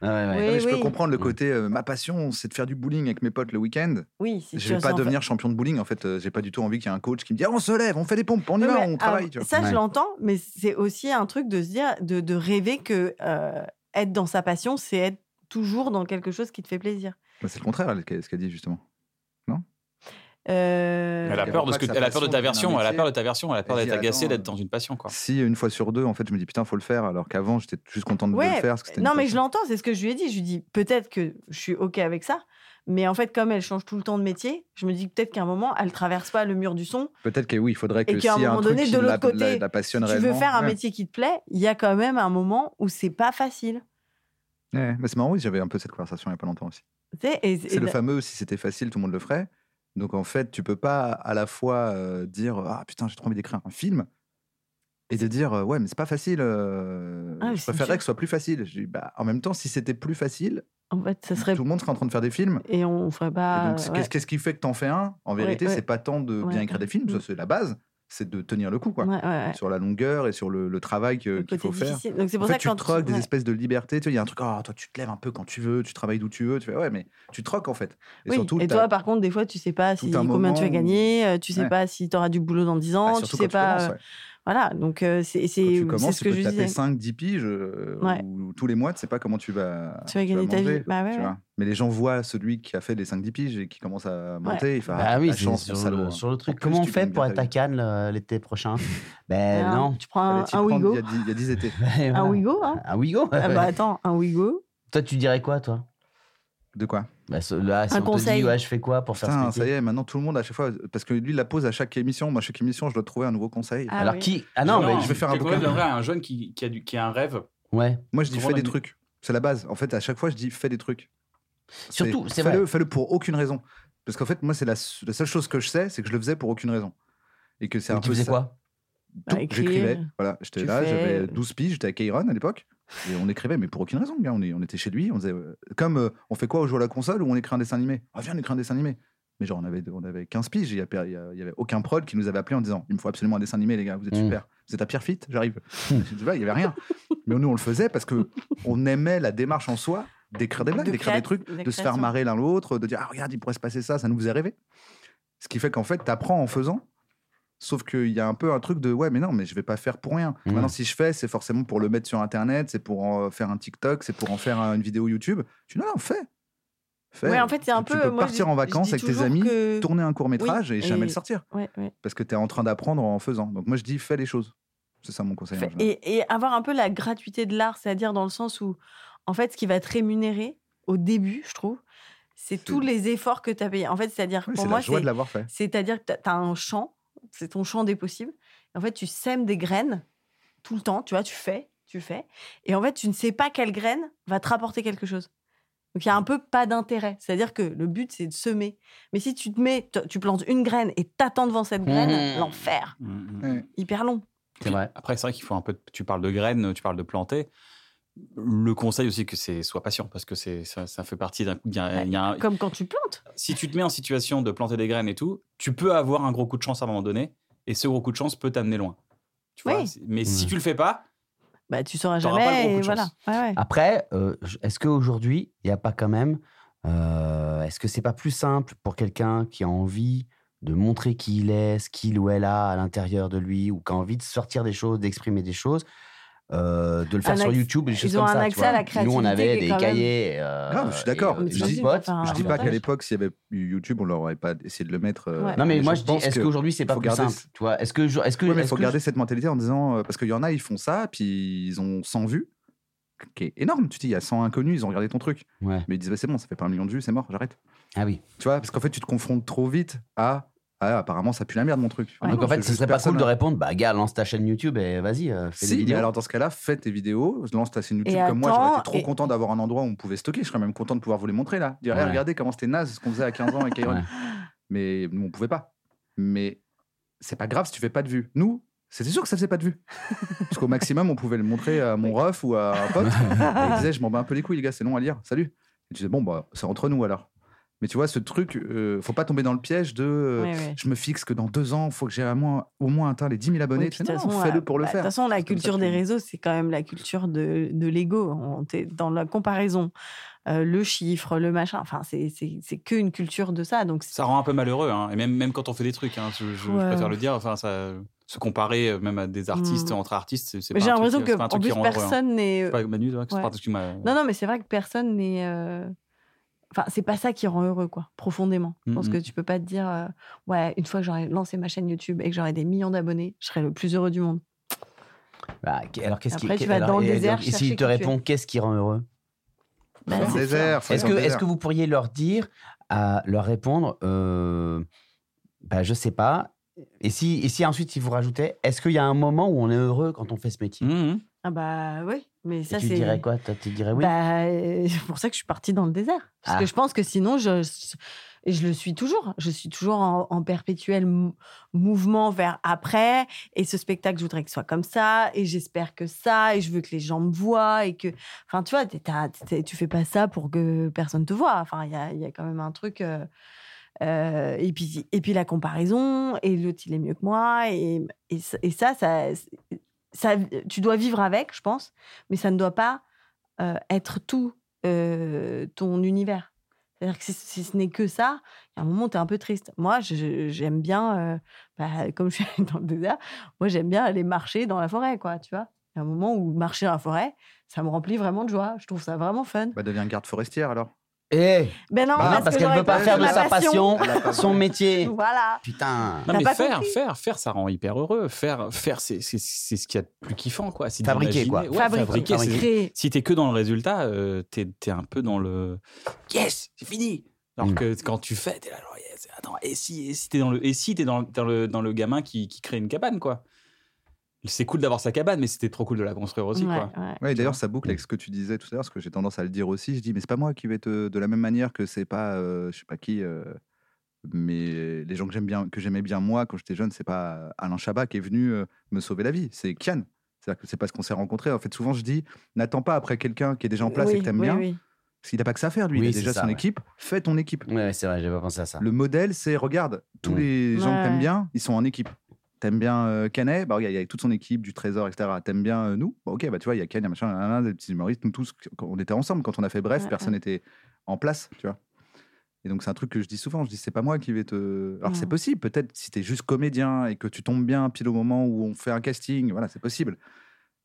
[SPEAKER 4] Ouais, ouais, ouais.
[SPEAKER 2] Non, mais je
[SPEAKER 3] oui.
[SPEAKER 2] peux comprendre le côté euh, ma passion, c'est de faire du bowling avec mes potes le week-end.
[SPEAKER 3] Oui, si tu
[SPEAKER 2] je vais
[SPEAKER 3] as
[SPEAKER 2] pas
[SPEAKER 3] ça, en fait.
[SPEAKER 2] devenir champion de bowling en fait. euh, j'ai pas du tout envie qu'il y ait un coach qui me dise Oh, on se lève, on fait des pompes, on y
[SPEAKER 3] Ouais,
[SPEAKER 2] va,
[SPEAKER 3] mais,
[SPEAKER 2] on travaille.
[SPEAKER 3] alors,
[SPEAKER 2] Tu vois.
[SPEAKER 3] Ça,
[SPEAKER 4] Ouais.
[SPEAKER 3] je l'entends, mais c'est aussi un truc de se dire, de, de rêver que euh, être dans sa passion, c'est être toujours dans quelque chose qui te fait plaisir.
[SPEAKER 2] Bah, c'est le contraire elle, ce qu'elle ce qu'elle dit justement.
[SPEAKER 3] Euh,
[SPEAKER 1] Elle a
[SPEAKER 2] Il y a
[SPEAKER 1] peur
[SPEAKER 2] pas
[SPEAKER 1] de ce
[SPEAKER 2] que
[SPEAKER 1] que,
[SPEAKER 2] sa
[SPEAKER 1] elle a peur de
[SPEAKER 2] passion
[SPEAKER 1] ta
[SPEAKER 2] devienne un
[SPEAKER 1] version, elle a
[SPEAKER 2] métier.
[SPEAKER 1] peur de ta version, elle a peur
[SPEAKER 2] Elle
[SPEAKER 1] d'être
[SPEAKER 2] dit,
[SPEAKER 1] agacée,
[SPEAKER 2] attends,
[SPEAKER 1] d'être dans une passion, quoi.
[SPEAKER 2] Si une fois sur deux, en fait, je me dis putain, faut le faire, alors qu'avant, j'étais juste content de le
[SPEAKER 3] Ouais,
[SPEAKER 2] faire. Parce que c'était une
[SPEAKER 3] non, mais
[SPEAKER 2] passion.
[SPEAKER 3] je l'entends, c'est ce que je lui ai dit. Je lui dis peut-être que je suis OK avec ça, mais en fait, comme elle change tout le temps de métier, je me dis peut-être qu'à un moment, elle traverse pas le mur du son.
[SPEAKER 2] Peut-être que oui, il faudrait que
[SPEAKER 3] qu'à
[SPEAKER 2] si
[SPEAKER 3] un
[SPEAKER 2] un,
[SPEAKER 3] moment
[SPEAKER 2] truc
[SPEAKER 3] donné,
[SPEAKER 2] qui
[SPEAKER 3] de
[SPEAKER 2] la-
[SPEAKER 3] l'autre côté,
[SPEAKER 2] la, la passionne
[SPEAKER 3] Si tu veux
[SPEAKER 2] réellement-
[SPEAKER 3] faire un
[SPEAKER 2] Ouais.
[SPEAKER 3] métier qui te plaît, il y a quand même un moment où c'est pas facile.
[SPEAKER 2] Ouais, mais c'est marrant, oui, j'avais un peu cette conversation il n'y a pas longtemps aussi.
[SPEAKER 3] Tu sais, et-
[SPEAKER 2] C'est
[SPEAKER 3] et-
[SPEAKER 2] le fameux si c'était facile, tout le monde le ferait. Donc en fait, tu peux pas à la fois euh, dire ah putain, j'ai trop envie d'écrire un film et de dire euh, ouais, mais c'est pas facile. euh,
[SPEAKER 3] Ah, mais
[SPEAKER 2] je
[SPEAKER 3] c'est
[SPEAKER 2] préférerais
[SPEAKER 3] sûr.
[SPEAKER 2] que ce soit plus facile. Je dis, bah, en même temps, si c'était plus facile,
[SPEAKER 3] En fait, ça serait
[SPEAKER 2] tout le monde serait en train de faire des films.
[SPEAKER 3] et on ferait pas.
[SPEAKER 2] Et donc, c'est-
[SPEAKER 3] ouais.
[SPEAKER 2] qu'est-ce qu'est-ce qui fait que t'en fais un En vérité,
[SPEAKER 3] ouais.
[SPEAKER 2] c'est pas tant de bien
[SPEAKER 3] Ouais.
[SPEAKER 2] écrire des films, ça,
[SPEAKER 3] Mm.
[SPEAKER 2] c'est la base, c'est de tenir le coup, quoi.
[SPEAKER 3] Ouais, ouais, ouais.
[SPEAKER 2] Sur la longueur et sur le, le travail que-
[SPEAKER 3] Le
[SPEAKER 2] qu'il
[SPEAKER 3] côté
[SPEAKER 2] faut faire.
[SPEAKER 3] difficile. Donc c'est
[SPEAKER 2] En
[SPEAKER 3] pour
[SPEAKER 2] fait,
[SPEAKER 3] ça que
[SPEAKER 2] tu
[SPEAKER 3] quand
[SPEAKER 2] troques des
[SPEAKER 3] ouais.
[SPEAKER 2] espèces de liberté. Tu vois, il y a un truc, Ah, toi, tu te lèves un peu quand tu veux, tu travailles d'où tu veux. Tu fais, ouais, mais tu troques en fait. Et
[SPEAKER 3] Oui,
[SPEAKER 2] surtout,
[SPEAKER 3] et
[SPEAKER 2] t'as-
[SPEAKER 3] toi, par contre, des fois, tu sais pas si
[SPEAKER 2] un
[SPEAKER 3] combien tu
[SPEAKER 2] moment
[SPEAKER 3] vas
[SPEAKER 2] où-
[SPEAKER 3] gagner, euh, tu sais
[SPEAKER 2] Ouais.
[SPEAKER 3] pas si tu auras du boulot dans 10
[SPEAKER 2] bah,
[SPEAKER 3] ans,
[SPEAKER 2] surtout
[SPEAKER 3] tu
[SPEAKER 2] quand
[SPEAKER 3] sais pas.
[SPEAKER 2] commences,
[SPEAKER 3] euh,
[SPEAKER 2] ouais.
[SPEAKER 3] Voilà, donc euh, c'est
[SPEAKER 2] Quand
[SPEAKER 3] c'est
[SPEAKER 2] tu
[SPEAKER 3] c'est
[SPEAKER 2] commences,
[SPEAKER 3] ce
[SPEAKER 2] tu
[SPEAKER 3] que
[SPEAKER 2] peux
[SPEAKER 3] je
[SPEAKER 2] te taper
[SPEAKER 3] disais.
[SPEAKER 2] 5, 10 piges euh,
[SPEAKER 3] Ouais.
[SPEAKER 2] où tous les mois, tu sais pas comment tu vas,
[SPEAKER 3] Tu vas gagner ta
[SPEAKER 2] manger,
[SPEAKER 3] vie. Bah ouais,
[SPEAKER 2] tu
[SPEAKER 3] ouais.
[SPEAKER 2] vois. Mais les gens voient celui qui a fait les 5-10 piges et qui commence à monter. Il fait, ah,
[SPEAKER 6] Bah oui,
[SPEAKER 2] la
[SPEAKER 6] c'est
[SPEAKER 2] chance,
[SPEAKER 6] sur,
[SPEAKER 2] mon salaud.
[SPEAKER 6] le, sur le truc.
[SPEAKER 2] plus,
[SPEAKER 6] Comment on
[SPEAKER 2] tu
[SPEAKER 6] fait
[SPEAKER 2] gagnes
[SPEAKER 6] pour
[SPEAKER 2] bien
[SPEAKER 6] être
[SPEAKER 2] ta
[SPEAKER 6] à
[SPEAKER 2] vie.
[SPEAKER 6] Cannes euh, l'été prochain Ben
[SPEAKER 3] Voilà,
[SPEAKER 6] non.
[SPEAKER 3] Eh Tu prends
[SPEAKER 2] Fallait
[SPEAKER 3] un,
[SPEAKER 2] t'y
[SPEAKER 3] un
[SPEAKER 2] prendre
[SPEAKER 3] Wigo.
[SPEAKER 2] Il y a dix- il y a 10 étés.
[SPEAKER 6] Ouais, voilà.
[SPEAKER 3] Un Wigo, hein
[SPEAKER 6] Un Wigo
[SPEAKER 3] Ah bah attends, un Wigo.
[SPEAKER 6] Toi, tu dirais quoi, toi
[SPEAKER 2] De quoi
[SPEAKER 6] Bah, ce- là, si on
[SPEAKER 3] Un
[SPEAKER 6] te
[SPEAKER 3] conseil.
[SPEAKER 6] dit, ouais, je fais quoi pour faire
[SPEAKER 2] Putain,
[SPEAKER 6] ce
[SPEAKER 2] ça y
[SPEAKER 6] métier
[SPEAKER 2] est, maintenant tout le monde à chaque fois, parce que lui il la pose à chaque émission. Moi, à chaque émission, je dois trouver un nouveau conseil.
[SPEAKER 3] Ah
[SPEAKER 6] Alors
[SPEAKER 3] oui.
[SPEAKER 6] qui Ah non,
[SPEAKER 2] Non,
[SPEAKER 6] mais
[SPEAKER 2] je vais faire un
[SPEAKER 1] Quelque
[SPEAKER 2] bouquin.
[SPEAKER 1] chose donnerait à un jeune qui, qui a du, qui a un rêve.
[SPEAKER 6] ouais.
[SPEAKER 2] Moi, je dis
[SPEAKER 1] Comment
[SPEAKER 2] fais
[SPEAKER 1] on
[SPEAKER 2] des
[SPEAKER 1] a-
[SPEAKER 2] trucs. C'est la base. En fait, à chaque fois, je dis fais des trucs.
[SPEAKER 6] Surtout, c'est
[SPEAKER 2] fais-le,
[SPEAKER 6] vrai.
[SPEAKER 2] fais-le pour aucune raison. Parce qu'en fait, moi, c'est la, s- la seule chose que je sais, c'est que je le faisais pour aucune raison. Et que c'est un
[SPEAKER 6] Tu
[SPEAKER 2] peu
[SPEAKER 6] faisais
[SPEAKER 2] ça.
[SPEAKER 6] quoi
[SPEAKER 2] Tout,
[SPEAKER 3] Bah, écrire.
[SPEAKER 2] J'écrivais. Voilà, j'étais
[SPEAKER 3] Tu
[SPEAKER 2] là,
[SPEAKER 3] fais-
[SPEAKER 2] j'avais 12 piges, j'étais à Kairon à l'époque. Et on écrivait, mais pour aucune raison, gars. On, est- on était chez lui. On faisait, euh, comme euh, on fait quoi On joue à la console ou on écrit un dessin animé Ah, viens, on écrit un dessin animé. Mais genre, on avait, on avait 15 piges. Il n'y avait aucun prod qui nous avait appelé en disant Il me faut absolument un dessin animé, les gars, vous êtes
[SPEAKER 6] Mm.
[SPEAKER 2] super. Vous êtes à Pierrefitte, j'arrive.
[SPEAKER 6] Mm.
[SPEAKER 2] Je sais pas, Il n'y avait rien. Mais nous, on le faisait parce que on aimait la démarche en soi d'écrire des blagues,
[SPEAKER 3] De
[SPEAKER 2] d'écrire des
[SPEAKER 3] créat-
[SPEAKER 2] trucs,
[SPEAKER 3] de
[SPEAKER 2] de se faire
[SPEAKER 3] création.
[SPEAKER 2] marrer l'un l'autre, de dire Ah, regarde, il pourrait se passer ça, ça nous faisait rêver. Ce qui fait qu'en fait, tu apprends en faisant. Sauf qu'il y a un peu un truc de ouais, mais non, mais je vais pas faire pour rien.
[SPEAKER 6] Mmh.
[SPEAKER 2] Maintenant, si je fais, c'est forcément pour le mettre sur Internet, c'est pour en faire un TikTok, c'est pour en faire euh, une vidéo YouTube. Je dis non, non, fais. Fais.
[SPEAKER 3] Ouais, en fait, c'est un
[SPEAKER 2] tu
[SPEAKER 3] peu.
[SPEAKER 2] peux
[SPEAKER 3] moi, je
[SPEAKER 2] partir
[SPEAKER 3] dis-
[SPEAKER 2] en vacances
[SPEAKER 3] je dis
[SPEAKER 2] avec tes
[SPEAKER 3] toujours
[SPEAKER 2] amis,
[SPEAKER 3] que-
[SPEAKER 2] tourner un court métrage
[SPEAKER 3] Oui,
[SPEAKER 2] et jamais
[SPEAKER 3] et-
[SPEAKER 2] le sortir.
[SPEAKER 3] Ouais, ouais.
[SPEAKER 2] Parce que tu es en train d'apprendre en faisant. Donc moi, je dis fais les choses. C'est ça mon conseil. en
[SPEAKER 3] Fait-
[SPEAKER 2] général.
[SPEAKER 3] Et, et avoir un peu la gratuité de l'art, c'est-à-dire dans le sens où, en fait, ce qui va te rémunérer au début, je trouve, c'est tous les efforts que tu as payés. En fait, c'est-à-dire,
[SPEAKER 2] Oui,
[SPEAKER 3] pour
[SPEAKER 2] c'est
[SPEAKER 3] moi,
[SPEAKER 2] la joie
[SPEAKER 3] c'est-
[SPEAKER 2] de l'avoir fait.
[SPEAKER 3] c'est-à-dire que tu as un champ, c'est ton champ des possibles. En fait, tu sèmes des graines tout le temps, tu vois, tu fais, tu fais. Et en fait, tu ne sais pas quelle graine va te rapporter quelque chose. Donc, il y a un
[SPEAKER 1] Mmh.
[SPEAKER 3] peu pas d'intérêt. C'est-à-dire que le but, c'est de semer. Mais si tu te mets, t- tu plantes une graine et t'attends devant cette graine,
[SPEAKER 6] Mmh.
[SPEAKER 3] l'enfer,
[SPEAKER 2] Ouais.
[SPEAKER 3] hyper long.
[SPEAKER 6] C'est vrai.
[SPEAKER 1] Après, c'est vrai qu'il faut un peu. de- Tu parles de graines, tu parles de planter. Le conseil aussi que c'est sois patient parce que c'est ça, ça fait partie d'un coup. il y a- il y a un-
[SPEAKER 3] Comme quand tu plantes.
[SPEAKER 1] si tu te mets en situation de planter des graines et tout, tu peux avoir un gros coup de chance à un moment donné et ce gros coup de chance peut t'amener loin. Tu vois.
[SPEAKER 3] Oui.
[SPEAKER 1] c'est- Mais si
[SPEAKER 6] Ouais.
[SPEAKER 1] tu le fais pas,
[SPEAKER 3] Bah, tu sauras
[SPEAKER 1] T'auras pas le gros
[SPEAKER 3] jamais.
[SPEAKER 1] coup
[SPEAKER 3] Et
[SPEAKER 1] de
[SPEAKER 3] voilà.
[SPEAKER 1] chance. Ah,
[SPEAKER 3] Ouais, ouais.
[SPEAKER 6] Après, euh, je- est-ce qu'aujourd'hui, il n'y a pas quand même. euh, est-ce que c'est pas plus simple pour quelqu'un qui a envie de montrer qui il est, ce qu'il ou elle a à l'intérieur de lui, ou qui a envie de sortir des choses, d'exprimer des choses, euh, de le faire
[SPEAKER 3] Un
[SPEAKER 6] sur
[SPEAKER 3] acc-
[SPEAKER 6] YouTube, des choses
[SPEAKER 3] ils ont
[SPEAKER 6] comme
[SPEAKER 3] un
[SPEAKER 6] ça. tu
[SPEAKER 3] accès
[SPEAKER 6] vois.
[SPEAKER 3] à la
[SPEAKER 6] Nous, on
[SPEAKER 3] créativité
[SPEAKER 6] avait
[SPEAKER 3] qui est
[SPEAKER 6] des
[SPEAKER 3] quand même-
[SPEAKER 6] cahiers. euh,
[SPEAKER 2] Non, mais Ah, je suis
[SPEAKER 6] et,
[SPEAKER 2] d'accord.
[SPEAKER 6] euh,
[SPEAKER 3] Mais
[SPEAKER 6] des
[SPEAKER 2] Je dis-
[SPEAKER 3] t'imagines,
[SPEAKER 6] potes.
[SPEAKER 3] t'as fait un
[SPEAKER 2] Je dis pas qu'à
[SPEAKER 3] reportage.
[SPEAKER 2] l'époque, s'il y avait eu YouTube, on leur aurait pas essayé de le mettre. euh,
[SPEAKER 3] Ouais.
[SPEAKER 6] Non, mais
[SPEAKER 2] mais
[SPEAKER 6] moi,
[SPEAKER 2] je
[SPEAKER 6] je dis,
[SPEAKER 2] pense
[SPEAKER 6] est-ce
[SPEAKER 2] que
[SPEAKER 6] qu'aujourd'hui, c'est pas
[SPEAKER 2] faut
[SPEAKER 6] plus
[SPEAKER 2] garder
[SPEAKER 6] simple Tu vois, est-ce que. je- Est-ce que
[SPEAKER 2] Oui, mais il
[SPEAKER 6] est-ce
[SPEAKER 2] faut
[SPEAKER 6] que
[SPEAKER 2] garder cette mentalité en disant. euh, Parce qu'il y en a, ils font ça, puis ils ont 100 vues, qui est énorme. Tu te dis, il y a 100 inconnus, ils ont regardé ton truc.
[SPEAKER 6] je- Ouais.
[SPEAKER 2] Mais ils disent, bah, c'est bon, ça fait pas un million de vues, c'est mort, j'arrête.
[SPEAKER 6] Ah oui.
[SPEAKER 2] Tu vois, parce qu'en fait, tu te confrontes trop vite à. Ah, apparemment, ça pue la merde, mon truc.
[SPEAKER 3] Ouais.
[SPEAKER 6] Donc en
[SPEAKER 2] Parce
[SPEAKER 6] fait,
[SPEAKER 2] que
[SPEAKER 6] ce
[SPEAKER 2] juste
[SPEAKER 6] serait pas
[SPEAKER 2] personne
[SPEAKER 6] cool de
[SPEAKER 2] a-
[SPEAKER 6] répondre, bah gars, lance ta chaîne YouTube et vas-y, euh, fais des
[SPEAKER 2] Si, mais
[SPEAKER 6] vidéos.
[SPEAKER 2] alors dans ce cas-là, fais tes vidéos, lance ta chaîne YouTube
[SPEAKER 3] Et
[SPEAKER 2] comme moi. J'aurais été
[SPEAKER 3] attends,
[SPEAKER 2] trop
[SPEAKER 3] et-
[SPEAKER 2] content d'avoir un endroit où on pouvait stocker. Je serais même content de pouvoir vous les montrer là. Dire, eh,
[SPEAKER 6] Ouais.
[SPEAKER 2] regardez comment c'était naze ce qu'on faisait à 15 ans avec Iron.
[SPEAKER 6] Ouais.
[SPEAKER 2] Mais nous, on pouvait pas. Mais c'est pas grave si tu fais pas de vues. Nous, c'était sûr que ça faisait pas de vues. Parce qu'au maximum, on pouvait le montrer à mon ref ou à un pote. Et il disait, je m'en bats un peu les couilles, les gars, c'est long à lire. Salut. Et tu disais, bon, bah, c'est entre nous alors. Mais tu vois, ce truc, euh, faut pas tomber dans le piège de. euh,
[SPEAKER 3] Ouais, ouais.
[SPEAKER 2] Je me fixe que dans deux ans, faut que j'ai à moins- au moins atteint les 10 000
[SPEAKER 3] Oui,
[SPEAKER 2] abonnés.
[SPEAKER 3] puis
[SPEAKER 2] Tu
[SPEAKER 3] de
[SPEAKER 2] sais,
[SPEAKER 3] toute
[SPEAKER 2] non,
[SPEAKER 3] façon,
[SPEAKER 2] fais-le
[SPEAKER 3] la-
[SPEAKER 2] pour le
[SPEAKER 3] bah, De
[SPEAKER 2] faire.
[SPEAKER 3] toute façon, la
[SPEAKER 2] C'est comme ça
[SPEAKER 3] culture
[SPEAKER 2] que
[SPEAKER 3] des
[SPEAKER 2] tu-
[SPEAKER 3] réseaux, c'est quand même la culture de, de l'ego. On t'est dans la comparaison, euh, le chiffre, le machin. Enfin, c'est- c'est c'est que une culture de ça. Donc, c'est-
[SPEAKER 1] ça rend un peu malheureux. hein. Et même, même quand on fait des trucs, hein, je, je- je
[SPEAKER 3] Ouais.
[SPEAKER 1] préfère le dire. Enfin, ça, se comparer euh, même à des artistes
[SPEAKER 3] Mm.
[SPEAKER 1] entre artistes, c'est- c'est
[SPEAKER 3] Mais
[SPEAKER 1] pas
[SPEAKER 3] j'ai
[SPEAKER 1] un truc-
[SPEAKER 3] l'impression que
[SPEAKER 1] c'est pas un
[SPEAKER 3] en
[SPEAKER 1] truc qui
[SPEAKER 3] plus
[SPEAKER 1] rend heureux, hein.
[SPEAKER 3] personne n'est.
[SPEAKER 1] C'est pas Manu, toi, que c'est
[SPEAKER 3] Ouais.
[SPEAKER 1] pas- excuse-moi.
[SPEAKER 3] Non, non, mais c'est vrai que personne n'est. euh, Enfin, c'est pas ça qui rend heureux, quoi, profondément. Je pense
[SPEAKER 1] Mhm.
[SPEAKER 3] que tu peux pas te dire, euh, ouais, une fois que j'aurai lancé ma chaîne YouTube et que j'aurai des millions d'abonnés, je serai le plus heureux du monde.
[SPEAKER 6] Bah, qu- alors, qu'est-ce qui.
[SPEAKER 3] Après, tu
[SPEAKER 6] qu'est-
[SPEAKER 3] vas
[SPEAKER 6] alors,
[SPEAKER 3] dans le
[SPEAKER 6] et-
[SPEAKER 3] désert
[SPEAKER 6] donc, Et
[SPEAKER 3] chercher
[SPEAKER 6] s'il te
[SPEAKER 3] qui tu
[SPEAKER 6] répond, qu'est-ce qui rend heureux
[SPEAKER 3] Bah,
[SPEAKER 2] Dans le
[SPEAKER 3] c'est
[SPEAKER 2] désert, faut aller
[SPEAKER 6] Est-ce
[SPEAKER 2] dans
[SPEAKER 6] que,
[SPEAKER 2] le
[SPEAKER 6] est
[SPEAKER 2] désert.
[SPEAKER 6] que vous pourriez leur dire, à leur répondre, euh, bah, je sais pas. Et si, et si ensuite, si vous rajoutez, est-ce qu'il y a un moment où on est heureux quand on fait ce métier
[SPEAKER 1] Mhm.
[SPEAKER 3] Ah bah oui, mais
[SPEAKER 6] Et
[SPEAKER 3] ça
[SPEAKER 6] Tu
[SPEAKER 3] c'est.
[SPEAKER 6] dirais quoi Toi, Tu dirais oui
[SPEAKER 3] Bah, euh, c'est pour ça que je suis partie dans le désert. Parce
[SPEAKER 6] Ah.
[SPEAKER 3] que je pense que sinon, je, je- je le suis toujours. Je suis toujours en, en perpétuel mou- mouvement vers après. Et ce spectacle, je voudrais qu'il soit comme ça. Et j'espère que ça. Et je veux que les gens me voient. Et que. Enfin, tu vois, t'es- t'as- t'es- tu fais pas ça pour que personne te voit. Enfin, il y a, il y a quand même un truc. euh, euh, et, puis, et puis la comparaison, et l'autre il est mieux que moi, et, et, ça- et ça, ça, ça, tu dois vivre avec, je pense, mais ça ne doit pas euh, être tout euh, ton univers. C'est-à-dire que si, si ce n'est que ça, il y a un moment où tu es un peu triste. Moi, je- j'aime bien, euh, bah, comme je suis dans le désert, moi j'aime bien aller marcher dans la forêt, quoi, tu vois. Il y a un moment où marcher dans la forêt, ça me remplit vraiment de joie. Je trouve ça vraiment fun.
[SPEAKER 2] Bah, deviens garde forestière alors.
[SPEAKER 6] Eh
[SPEAKER 3] Ben
[SPEAKER 2] Bah non,
[SPEAKER 3] non, parce,
[SPEAKER 6] parce
[SPEAKER 3] que
[SPEAKER 6] qu'elle
[SPEAKER 3] j'aurais
[SPEAKER 6] veut pas
[SPEAKER 3] fait
[SPEAKER 6] faire de
[SPEAKER 3] ma
[SPEAKER 6] sa passion
[SPEAKER 2] Elle a pas
[SPEAKER 6] son
[SPEAKER 2] voulu.
[SPEAKER 6] métier.
[SPEAKER 3] Voilà.
[SPEAKER 6] Putain.
[SPEAKER 1] Non,
[SPEAKER 3] T'as
[SPEAKER 1] mais
[SPEAKER 3] pas
[SPEAKER 1] faire,
[SPEAKER 3] compris.
[SPEAKER 1] faire, faire, ça rend hyper heureux. Faire, faire, c'est c'est- c'est ce qu'il y a de plus kiffant, quoi. C'est
[SPEAKER 6] Fabriquer,
[SPEAKER 1] d'imaginer.
[SPEAKER 6] quoi.
[SPEAKER 1] Ouais,
[SPEAKER 3] Fabriquer,
[SPEAKER 1] fabriquer. c'est-
[SPEAKER 3] créer.
[SPEAKER 1] Si t'es que dans le résultat, euh, t'es t'es un peu dans le yes, c'est fini. Alors
[SPEAKER 6] Mm.
[SPEAKER 1] que quand tu fais, t'es là, genre, yes, attends, et si, et si, t'es dans le, et si, t'es dans, le- dans le, dans le gamin qui, qui crée une cabane, quoi. C'est cool d'avoir sa cabane, mais c'était trop cool de la construire aussi,
[SPEAKER 3] Ouais,
[SPEAKER 1] quoi.
[SPEAKER 3] ouais.
[SPEAKER 2] Ouais, et d'ailleurs, ça boucle avec ce que tu disais tout à l'heure, parce que j'ai tendance à le dire aussi. Je dis, mais c'est pas moi qui vais te. De la même manière que c'est pas. euh, je sais pas qui. euh, mais les gens que j'aime bien, que j'aimais bien moi quand j'étais jeune, c'est pas Alain Chabat qui est venu euh, me sauver la vie, c'est Kian. C'est-à-dire que c'est parce qu'on s'est rencontrés. En fait, souvent, je dis, n'attends pas après quelqu'un qui est déjà en place et
[SPEAKER 3] Oui,
[SPEAKER 2] que t'aimes
[SPEAKER 3] oui,
[SPEAKER 2] bien.
[SPEAKER 3] oui.
[SPEAKER 2] Parce qu'il n'a pas que ça à faire, lui.
[SPEAKER 6] Oui,
[SPEAKER 2] il a
[SPEAKER 6] c'est
[SPEAKER 2] déjà
[SPEAKER 6] ça,
[SPEAKER 2] son
[SPEAKER 6] ouais.
[SPEAKER 2] équipe. Fais ton équipe.
[SPEAKER 6] Ouais, c'est vrai, j'avais pas pensé à ça.
[SPEAKER 2] Le modèle, c'est regarde, tous
[SPEAKER 6] Mm.
[SPEAKER 2] les gens que
[SPEAKER 3] Ouais.
[SPEAKER 2] t'aimes bien, ils sont en équipe. T'aimes bien euh, Canet Bah regarde, il y a toute son équipe, du Trésor, etc. T'aimes bien euh, nous Bah ok, bah tu vois, il y a Canet, il y a machin, nan, nan, des petits humoristes, nous tous, quand on était ensemble. Quand on a fait Bref,
[SPEAKER 3] Ouais,
[SPEAKER 2] personne n'était en place, tu vois. Et donc c'est un truc que je dis souvent, je dis c'est pas moi qui vais te... Alors c'est
[SPEAKER 3] Mm.
[SPEAKER 2] possible, peut-être si t'es juste comédien et que tu tombes bien pile au moment où on fait un casting, voilà, c'est possible.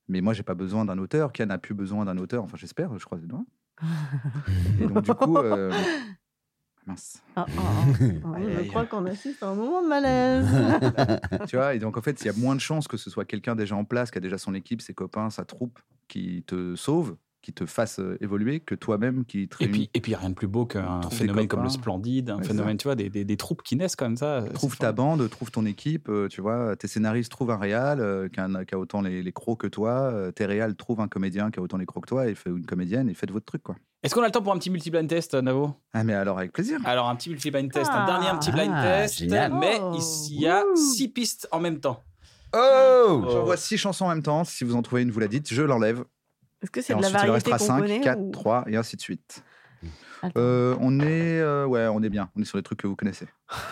[SPEAKER 2] Mais moi, j'ai pas besoin d'un auteur. Kian n'a plus besoin d'un auteur. Enfin, j'espère, je crois les doigts. Et donc, du coup. euh, Mince.
[SPEAKER 3] Ah, ah, ah.
[SPEAKER 2] Aïe,
[SPEAKER 3] Je
[SPEAKER 2] aïe,
[SPEAKER 3] crois
[SPEAKER 2] aïe.
[SPEAKER 3] qu'on assiste à un moment de malaise.
[SPEAKER 2] tu vois, et donc en fait, il y a moins de chances que ce soit quelqu'un déjà en place, qui a déjà son équipe, ses copains, sa troupe, qui te sauve, qui te fasse euh, évoluer, que toi-même qui te
[SPEAKER 1] Et
[SPEAKER 2] réunis-
[SPEAKER 1] puis, et puis, y a rien de plus beau qu'un
[SPEAKER 2] Trouve des
[SPEAKER 1] phénomène comme
[SPEAKER 2] copains.
[SPEAKER 1] le Splendide, un
[SPEAKER 2] Ouais,
[SPEAKER 1] phénomène, tu vois, des, des, des troupes qui naissent comme ça.
[SPEAKER 2] euh, trouve ta bande, trouve ton équipe, euh, tu vois, tes scénaristes trouvent un réal euh, qui, a, un- qui a autant les, les crocs que toi, euh, tes réals trouvent un comédien qui a autant les crocs que toi, et fait, ou une comédienne, et faites votre truc, quoi.
[SPEAKER 1] Est-ce qu'on a le temps pour un petit multi-blind test, euh, Navo
[SPEAKER 2] Ah, mais alors avec plaisir.
[SPEAKER 1] Alors, un petit multi-blind test,
[SPEAKER 3] Ah.
[SPEAKER 1] un dernier petit blind
[SPEAKER 6] Ah,
[SPEAKER 1] test.
[SPEAKER 6] génial.
[SPEAKER 1] Mais
[SPEAKER 3] Oh.
[SPEAKER 1] ici, il y a
[SPEAKER 3] Ouh.
[SPEAKER 1] six pistes en même temps.
[SPEAKER 6] Oh
[SPEAKER 2] J'envoie six chansons en même temps. Si vous en trouvez une, vous la dites, je l'enlève.
[SPEAKER 3] Est-ce que
[SPEAKER 2] Et
[SPEAKER 3] c'est de la
[SPEAKER 2] ensuite, il en
[SPEAKER 3] variété
[SPEAKER 2] restera 5,
[SPEAKER 3] qu'on connaît
[SPEAKER 2] 4,
[SPEAKER 3] ou-
[SPEAKER 2] 3, et ainsi de suite.
[SPEAKER 3] Attends.
[SPEAKER 2] Euh, on est, euh, ouais, on est bien. On est sur les trucs que vous connaissez.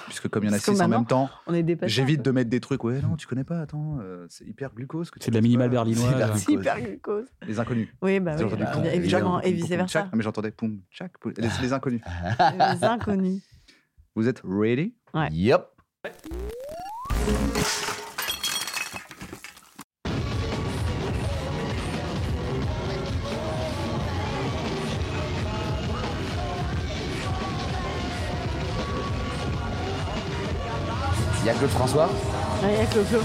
[SPEAKER 2] Puisque comme il y en a
[SPEAKER 3] Parce que
[SPEAKER 2] six en
[SPEAKER 3] maintenant,
[SPEAKER 2] même temps,
[SPEAKER 3] On est dépassé.
[SPEAKER 2] J'évite de mettre des trucs, ouais, non, tu connais pas, attends, euh, c'est hyper glucose. que tu
[SPEAKER 1] C'est de la
[SPEAKER 2] connais
[SPEAKER 1] minimale
[SPEAKER 2] pas.
[SPEAKER 1] berlinoise. hein,
[SPEAKER 2] C'est de la
[SPEAKER 1] C'est
[SPEAKER 3] C'est
[SPEAKER 2] glucose.
[SPEAKER 3] hyper glucose.
[SPEAKER 2] Les inconnus.
[SPEAKER 3] Oui, bah
[SPEAKER 2] J'ai
[SPEAKER 3] oui,
[SPEAKER 2] entendu
[SPEAKER 3] bah,
[SPEAKER 2] poum,
[SPEAKER 6] bien
[SPEAKER 2] tchac,
[SPEAKER 3] évidemment,
[SPEAKER 2] poum,
[SPEAKER 3] et Ah.
[SPEAKER 2] poum,
[SPEAKER 3] vice
[SPEAKER 2] poum,
[SPEAKER 3] versa.
[SPEAKER 2] tchac. Ah, mais j'entendais poum, tchac, poum. Les, les inconnus.
[SPEAKER 3] Les inconnus.
[SPEAKER 2] Vous êtes ready
[SPEAKER 3] Ouais.
[SPEAKER 6] Yep. Il y a Claude François.
[SPEAKER 3] Ah, il y a Claude Flo.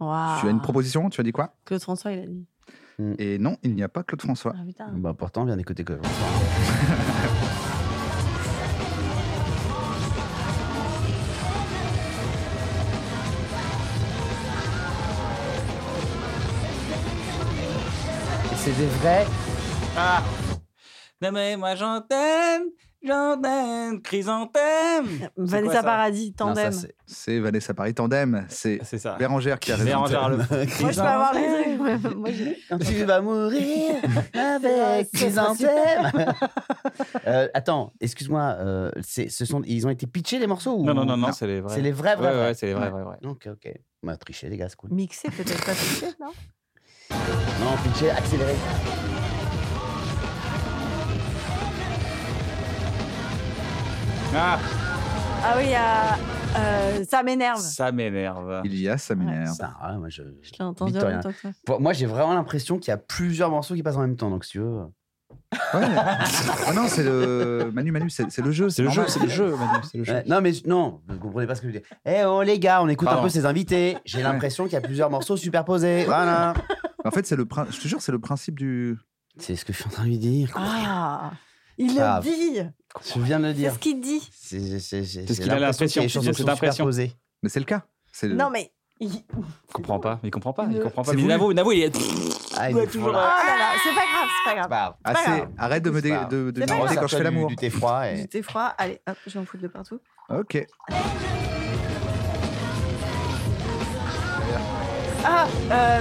[SPEAKER 3] Waouh.
[SPEAKER 2] Tu as
[SPEAKER 3] Ah.
[SPEAKER 2] une proposition, tu as dit quoi
[SPEAKER 3] Claude François, il a dit.
[SPEAKER 2] Et non, il n'y a pas Claude François.
[SPEAKER 3] Ah putain.
[SPEAKER 6] Bah pourtant, on vient d'écouter Claude François. Et C'est des vrais.
[SPEAKER 1] Non mais moi j'entends, j'entends, chrysanthème.
[SPEAKER 3] Vanessa
[SPEAKER 1] quoi, ça
[SPEAKER 3] Paradis,
[SPEAKER 6] Non, ça,
[SPEAKER 3] tandem.
[SPEAKER 6] c'est-
[SPEAKER 2] C'est Vanessa Paris Tandem, c'est
[SPEAKER 1] C'est ça.
[SPEAKER 2] Bérangère qui a raison.
[SPEAKER 1] Ah. Bérangère le.
[SPEAKER 3] Moi, je peux avoir les trucs. Moi, j'ai-
[SPEAKER 6] tu vas mourir avec
[SPEAKER 3] C'est
[SPEAKER 6] chrysanthème. euh, attends, excuse-moi. euh, c'est- ce sont, ils ont été pitchés les morceaux ou...
[SPEAKER 1] Non non non non, c'est les vrais.
[SPEAKER 6] C'est les vrais, vrais.
[SPEAKER 1] Ouais,
[SPEAKER 6] vrais.
[SPEAKER 1] ouais, c'est les vrais, vrais, vrais.
[SPEAKER 6] Ok, ok. Bah, triché, les gars, c'est cool.
[SPEAKER 3] Mixé, peut-être pas mixé, non
[SPEAKER 6] Non, pitché, accéléré.
[SPEAKER 1] Ah,
[SPEAKER 3] Ah oui, il y a, euh, ça m'énerve.
[SPEAKER 1] ça m'énerve.
[SPEAKER 2] Il y a, ça m'énerve.
[SPEAKER 6] Ça, ouais, moi, je,
[SPEAKER 3] Je l'ai entendu en
[SPEAKER 6] Victorien.
[SPEAKER 3] même temps que toi.
[SPEAKER 4] euh,
[SPEAKER 6] Pour- moi, j'ai vraiment l'impression qu'il y a plusieurs morceaux qui passent en même temps. Donc, si tu veux.
[SPEAKER 2] Ouais. Ah non, c'est le. Manu, Manu, c'est c'est le jeu.
[SPEAKER 1] C'est le jeu,
[SPEAKER 2] normal.
[SPEAKER 1] c'est le jeu, Manu, c'est le jeu.
[SPEAKER 4] Ouais, non, mais non, vous comprenez pas ce que je veux dire. Eh oh les gars, on écoute
[SPEAKER 1] Pardon.
[SPEAKER 4] un peu ces invités. J'ai l'impression qu'il y a plusieurs morceaux superposés. Voilà.
[SPEAKER 2] En fait, c'est le. prin- Je te jure, c'est le principe du.
[SPEAKER 4] C'est ce que je suis en train de lui dire.
[SPEAKER 3] Ah Il
[SPEAKER 4] Ah.
[SPEAKER 3] le dit
[SPEAKER 4] Je viens de le
[SPEAKER 3] C'est
[SPEAKER 4] dire.
[SPEAKER 3] ce qu'il dit
[SPEAKER 4] C'est c'est- c'est-
[SPEAKER 1] C'est ce
[SPEAKER 4] j'ai
[SPEAKER 1] qu'il a l'impression,
[SPEAKER 4] qu'il y a des
[SPEAKER 1] tu dis,
[SPEAKER 4] chansons qui
[SPEAKER 1] c'est
[SPEAKER 4] sont
[SPEAKER 1] l'impression.
[SPEAKER 4] superposées.
[SPEAKER 2] Mais c'est le cas. C'est le-
[SPEAKER 3] Non, mais. il-
[SPEAKER 1] Il comprend pas, il comprend pas, il
[SPEAKER 3] Le-
[SPEAKER 1] comprend pas.
[SPEAKER 2] C'est
[SPEAKER 1] Mais
[SPEAKER 2] voulu.
[SPEAKER 1] Navo, Navo, il est.
[SPEAKER 4] Ah, il
[SPEAKER 1] Ouais,
[SPEAKER 4] est
[SPEAKER 1] toujours
[SPEAKER 3] Oh
[SPEAKER 1] là.
[SPEAKER 4] là.
[SPEAKER 3] là là, c'est pas grave, c'est pas grave.
[SPEAKER 4] Bah,
[SPEAKER 2] Ah,
[SPEAKER 3] pas
[SPEAKER 2] c'est-
[SPEAKER 3] grave.
[SPEAKER 2] Arrête de me
[SPEAKER 4] C'est
[SPEAKER 2] dé-
[SPEAKER 4] pas
[SPEAKER 2] de, de
[SPEAKER 3] C'est pas
[SPEAKER 2] m'écouter quand
[SPEAKER 3] grave.
[SPEAKER 2] je fais
[SPEAKER 4] Ressorte-toi du-
[SPEAKER 2] l'amour.
[SPEAKER 4] Du thé froid.
[SPEAKER 3] Du
[SPEAKER 4] et-
[SPEAKER 3] thé froid, allez, hop, j'en fous de partout.
[SPEAKER 2] Ok.
[SPEAKER 3] Ah euh,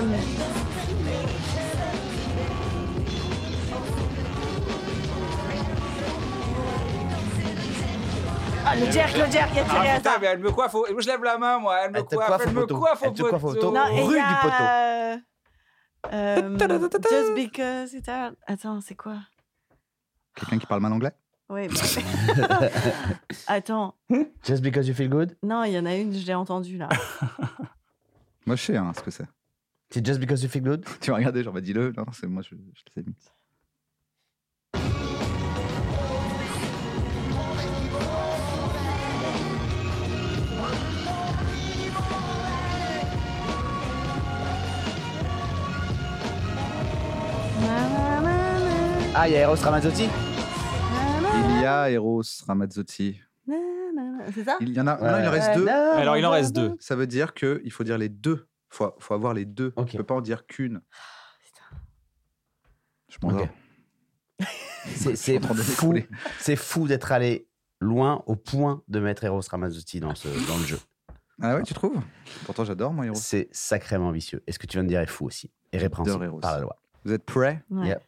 [SPEAKER 3] Ah, le jerk, le jerk, il y a Thierry
[SPEAKER 4] Ah,
[SPEAKER 3] Hazard.
[SPEAKER 1] mais elle me coiffe, au- je lève la main, moi, elle
[SPEAKER 4] Elle te coiffe au poteau. Elle te coiffe au poteau.
[SPEAKER 3] Non, et il
[SPEAKER 4] Rue
[SPEAKER 3] y a,
[SPEAKER 4] du poteau.
[SPEAKER 3] euh, euh, just because it's hard. Attends, c'est quoi
[SPEAKER 2] Quelqu'un qui parle mal anglais
[SPEAKER 3] Oui. Attends,
[SPEAKER 4] Just because you feel good.
[SPEAKER 3] non, il y en a une, je l'ai entendue là.
[SPEAKER 2] Moi, je sais hein, ce que c'est.
[SPEAKER 4] C'est just because you feel good.
[SPEAKER 2] Tu vas regarder, genre, bah, dis-le. Non, non, c'est moi, je, je les ai mis.
[SPEAKER 3] Na, na, na,
[SPEAKER 4] Ah, il y a Eros Ramazzotti.
[SPEAKER 3] na, na,
[SPEAKER 2] Il y a Eros Ramazzotti.
[SPEAKER 3] na, na, na. C'est ça
[SPEAKER 2] Il y en a. Non, il en reste
[SPEAKER 4] Ouais.
[SPEAKER 2] deux.
[SPEAKER 1] Alors, il en reste deux.
[SPEAKER 2] Ça veut dire qu'il faut dire les deux. Il faut, faut avoir les deux.
[SPEAKER 4] Ok.
[SPEAKER 2] Tu peux pas en dire qu'une. Je m'en
[SPEAKER 4] Ok.
[SPEAKER 2] vais.
[SPEAKER 4] C'est
[SPEAKER 2] Je suis
[SPEAKER 4] c'est
[SPEAKER 2] en train de
[SPEAKER 4] fou.
[SPEAKER 2] m'écrouler.
[SPEAKER 4] C'est fou d'être allé loin au point de mettre Eros Ramazzotti dans, ce, dans le jeu.
[SPEAKER 2] Ah ouais, tu trouves Pourtant, j'adore, moi, Eros.
[SPEAKER 4] C'est sacrément ambitieux. Et ce que tu viens de dire est fou aussi. Et
[SPEAKER 2] J'adore
[SPEAKER 4] répréhensible
[SPEAKER 2] Eros.
[SPEAKER 4] par la loi.
[SPEAKER 2] Vous êtes prêts
[SPEAKER 3] Ouais.
[SPEAKER 4] Yep.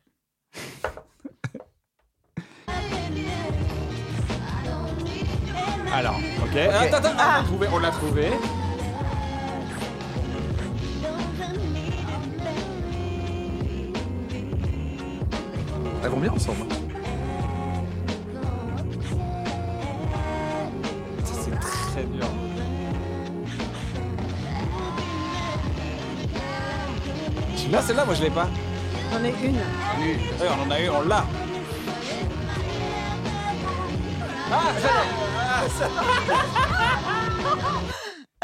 [SPEAKER 1] Alors, ok. Attends, attends, on
[SPEAKER 3] Ah.
[SPEAKER 1] l'a trouvé, on l'a trouvé.
[SPEAKER 4] Ah,
[SPEAKER 2] Elles vont bien ensemble.
[SPEAKER 1] Ça, C'est très dur. Là, celle-là, moi, je l'ai pas.
[SPEAKER 3] J'en ai une.
[SPEAKER 1] Oui, on en a eu, on l'a. Ah, ça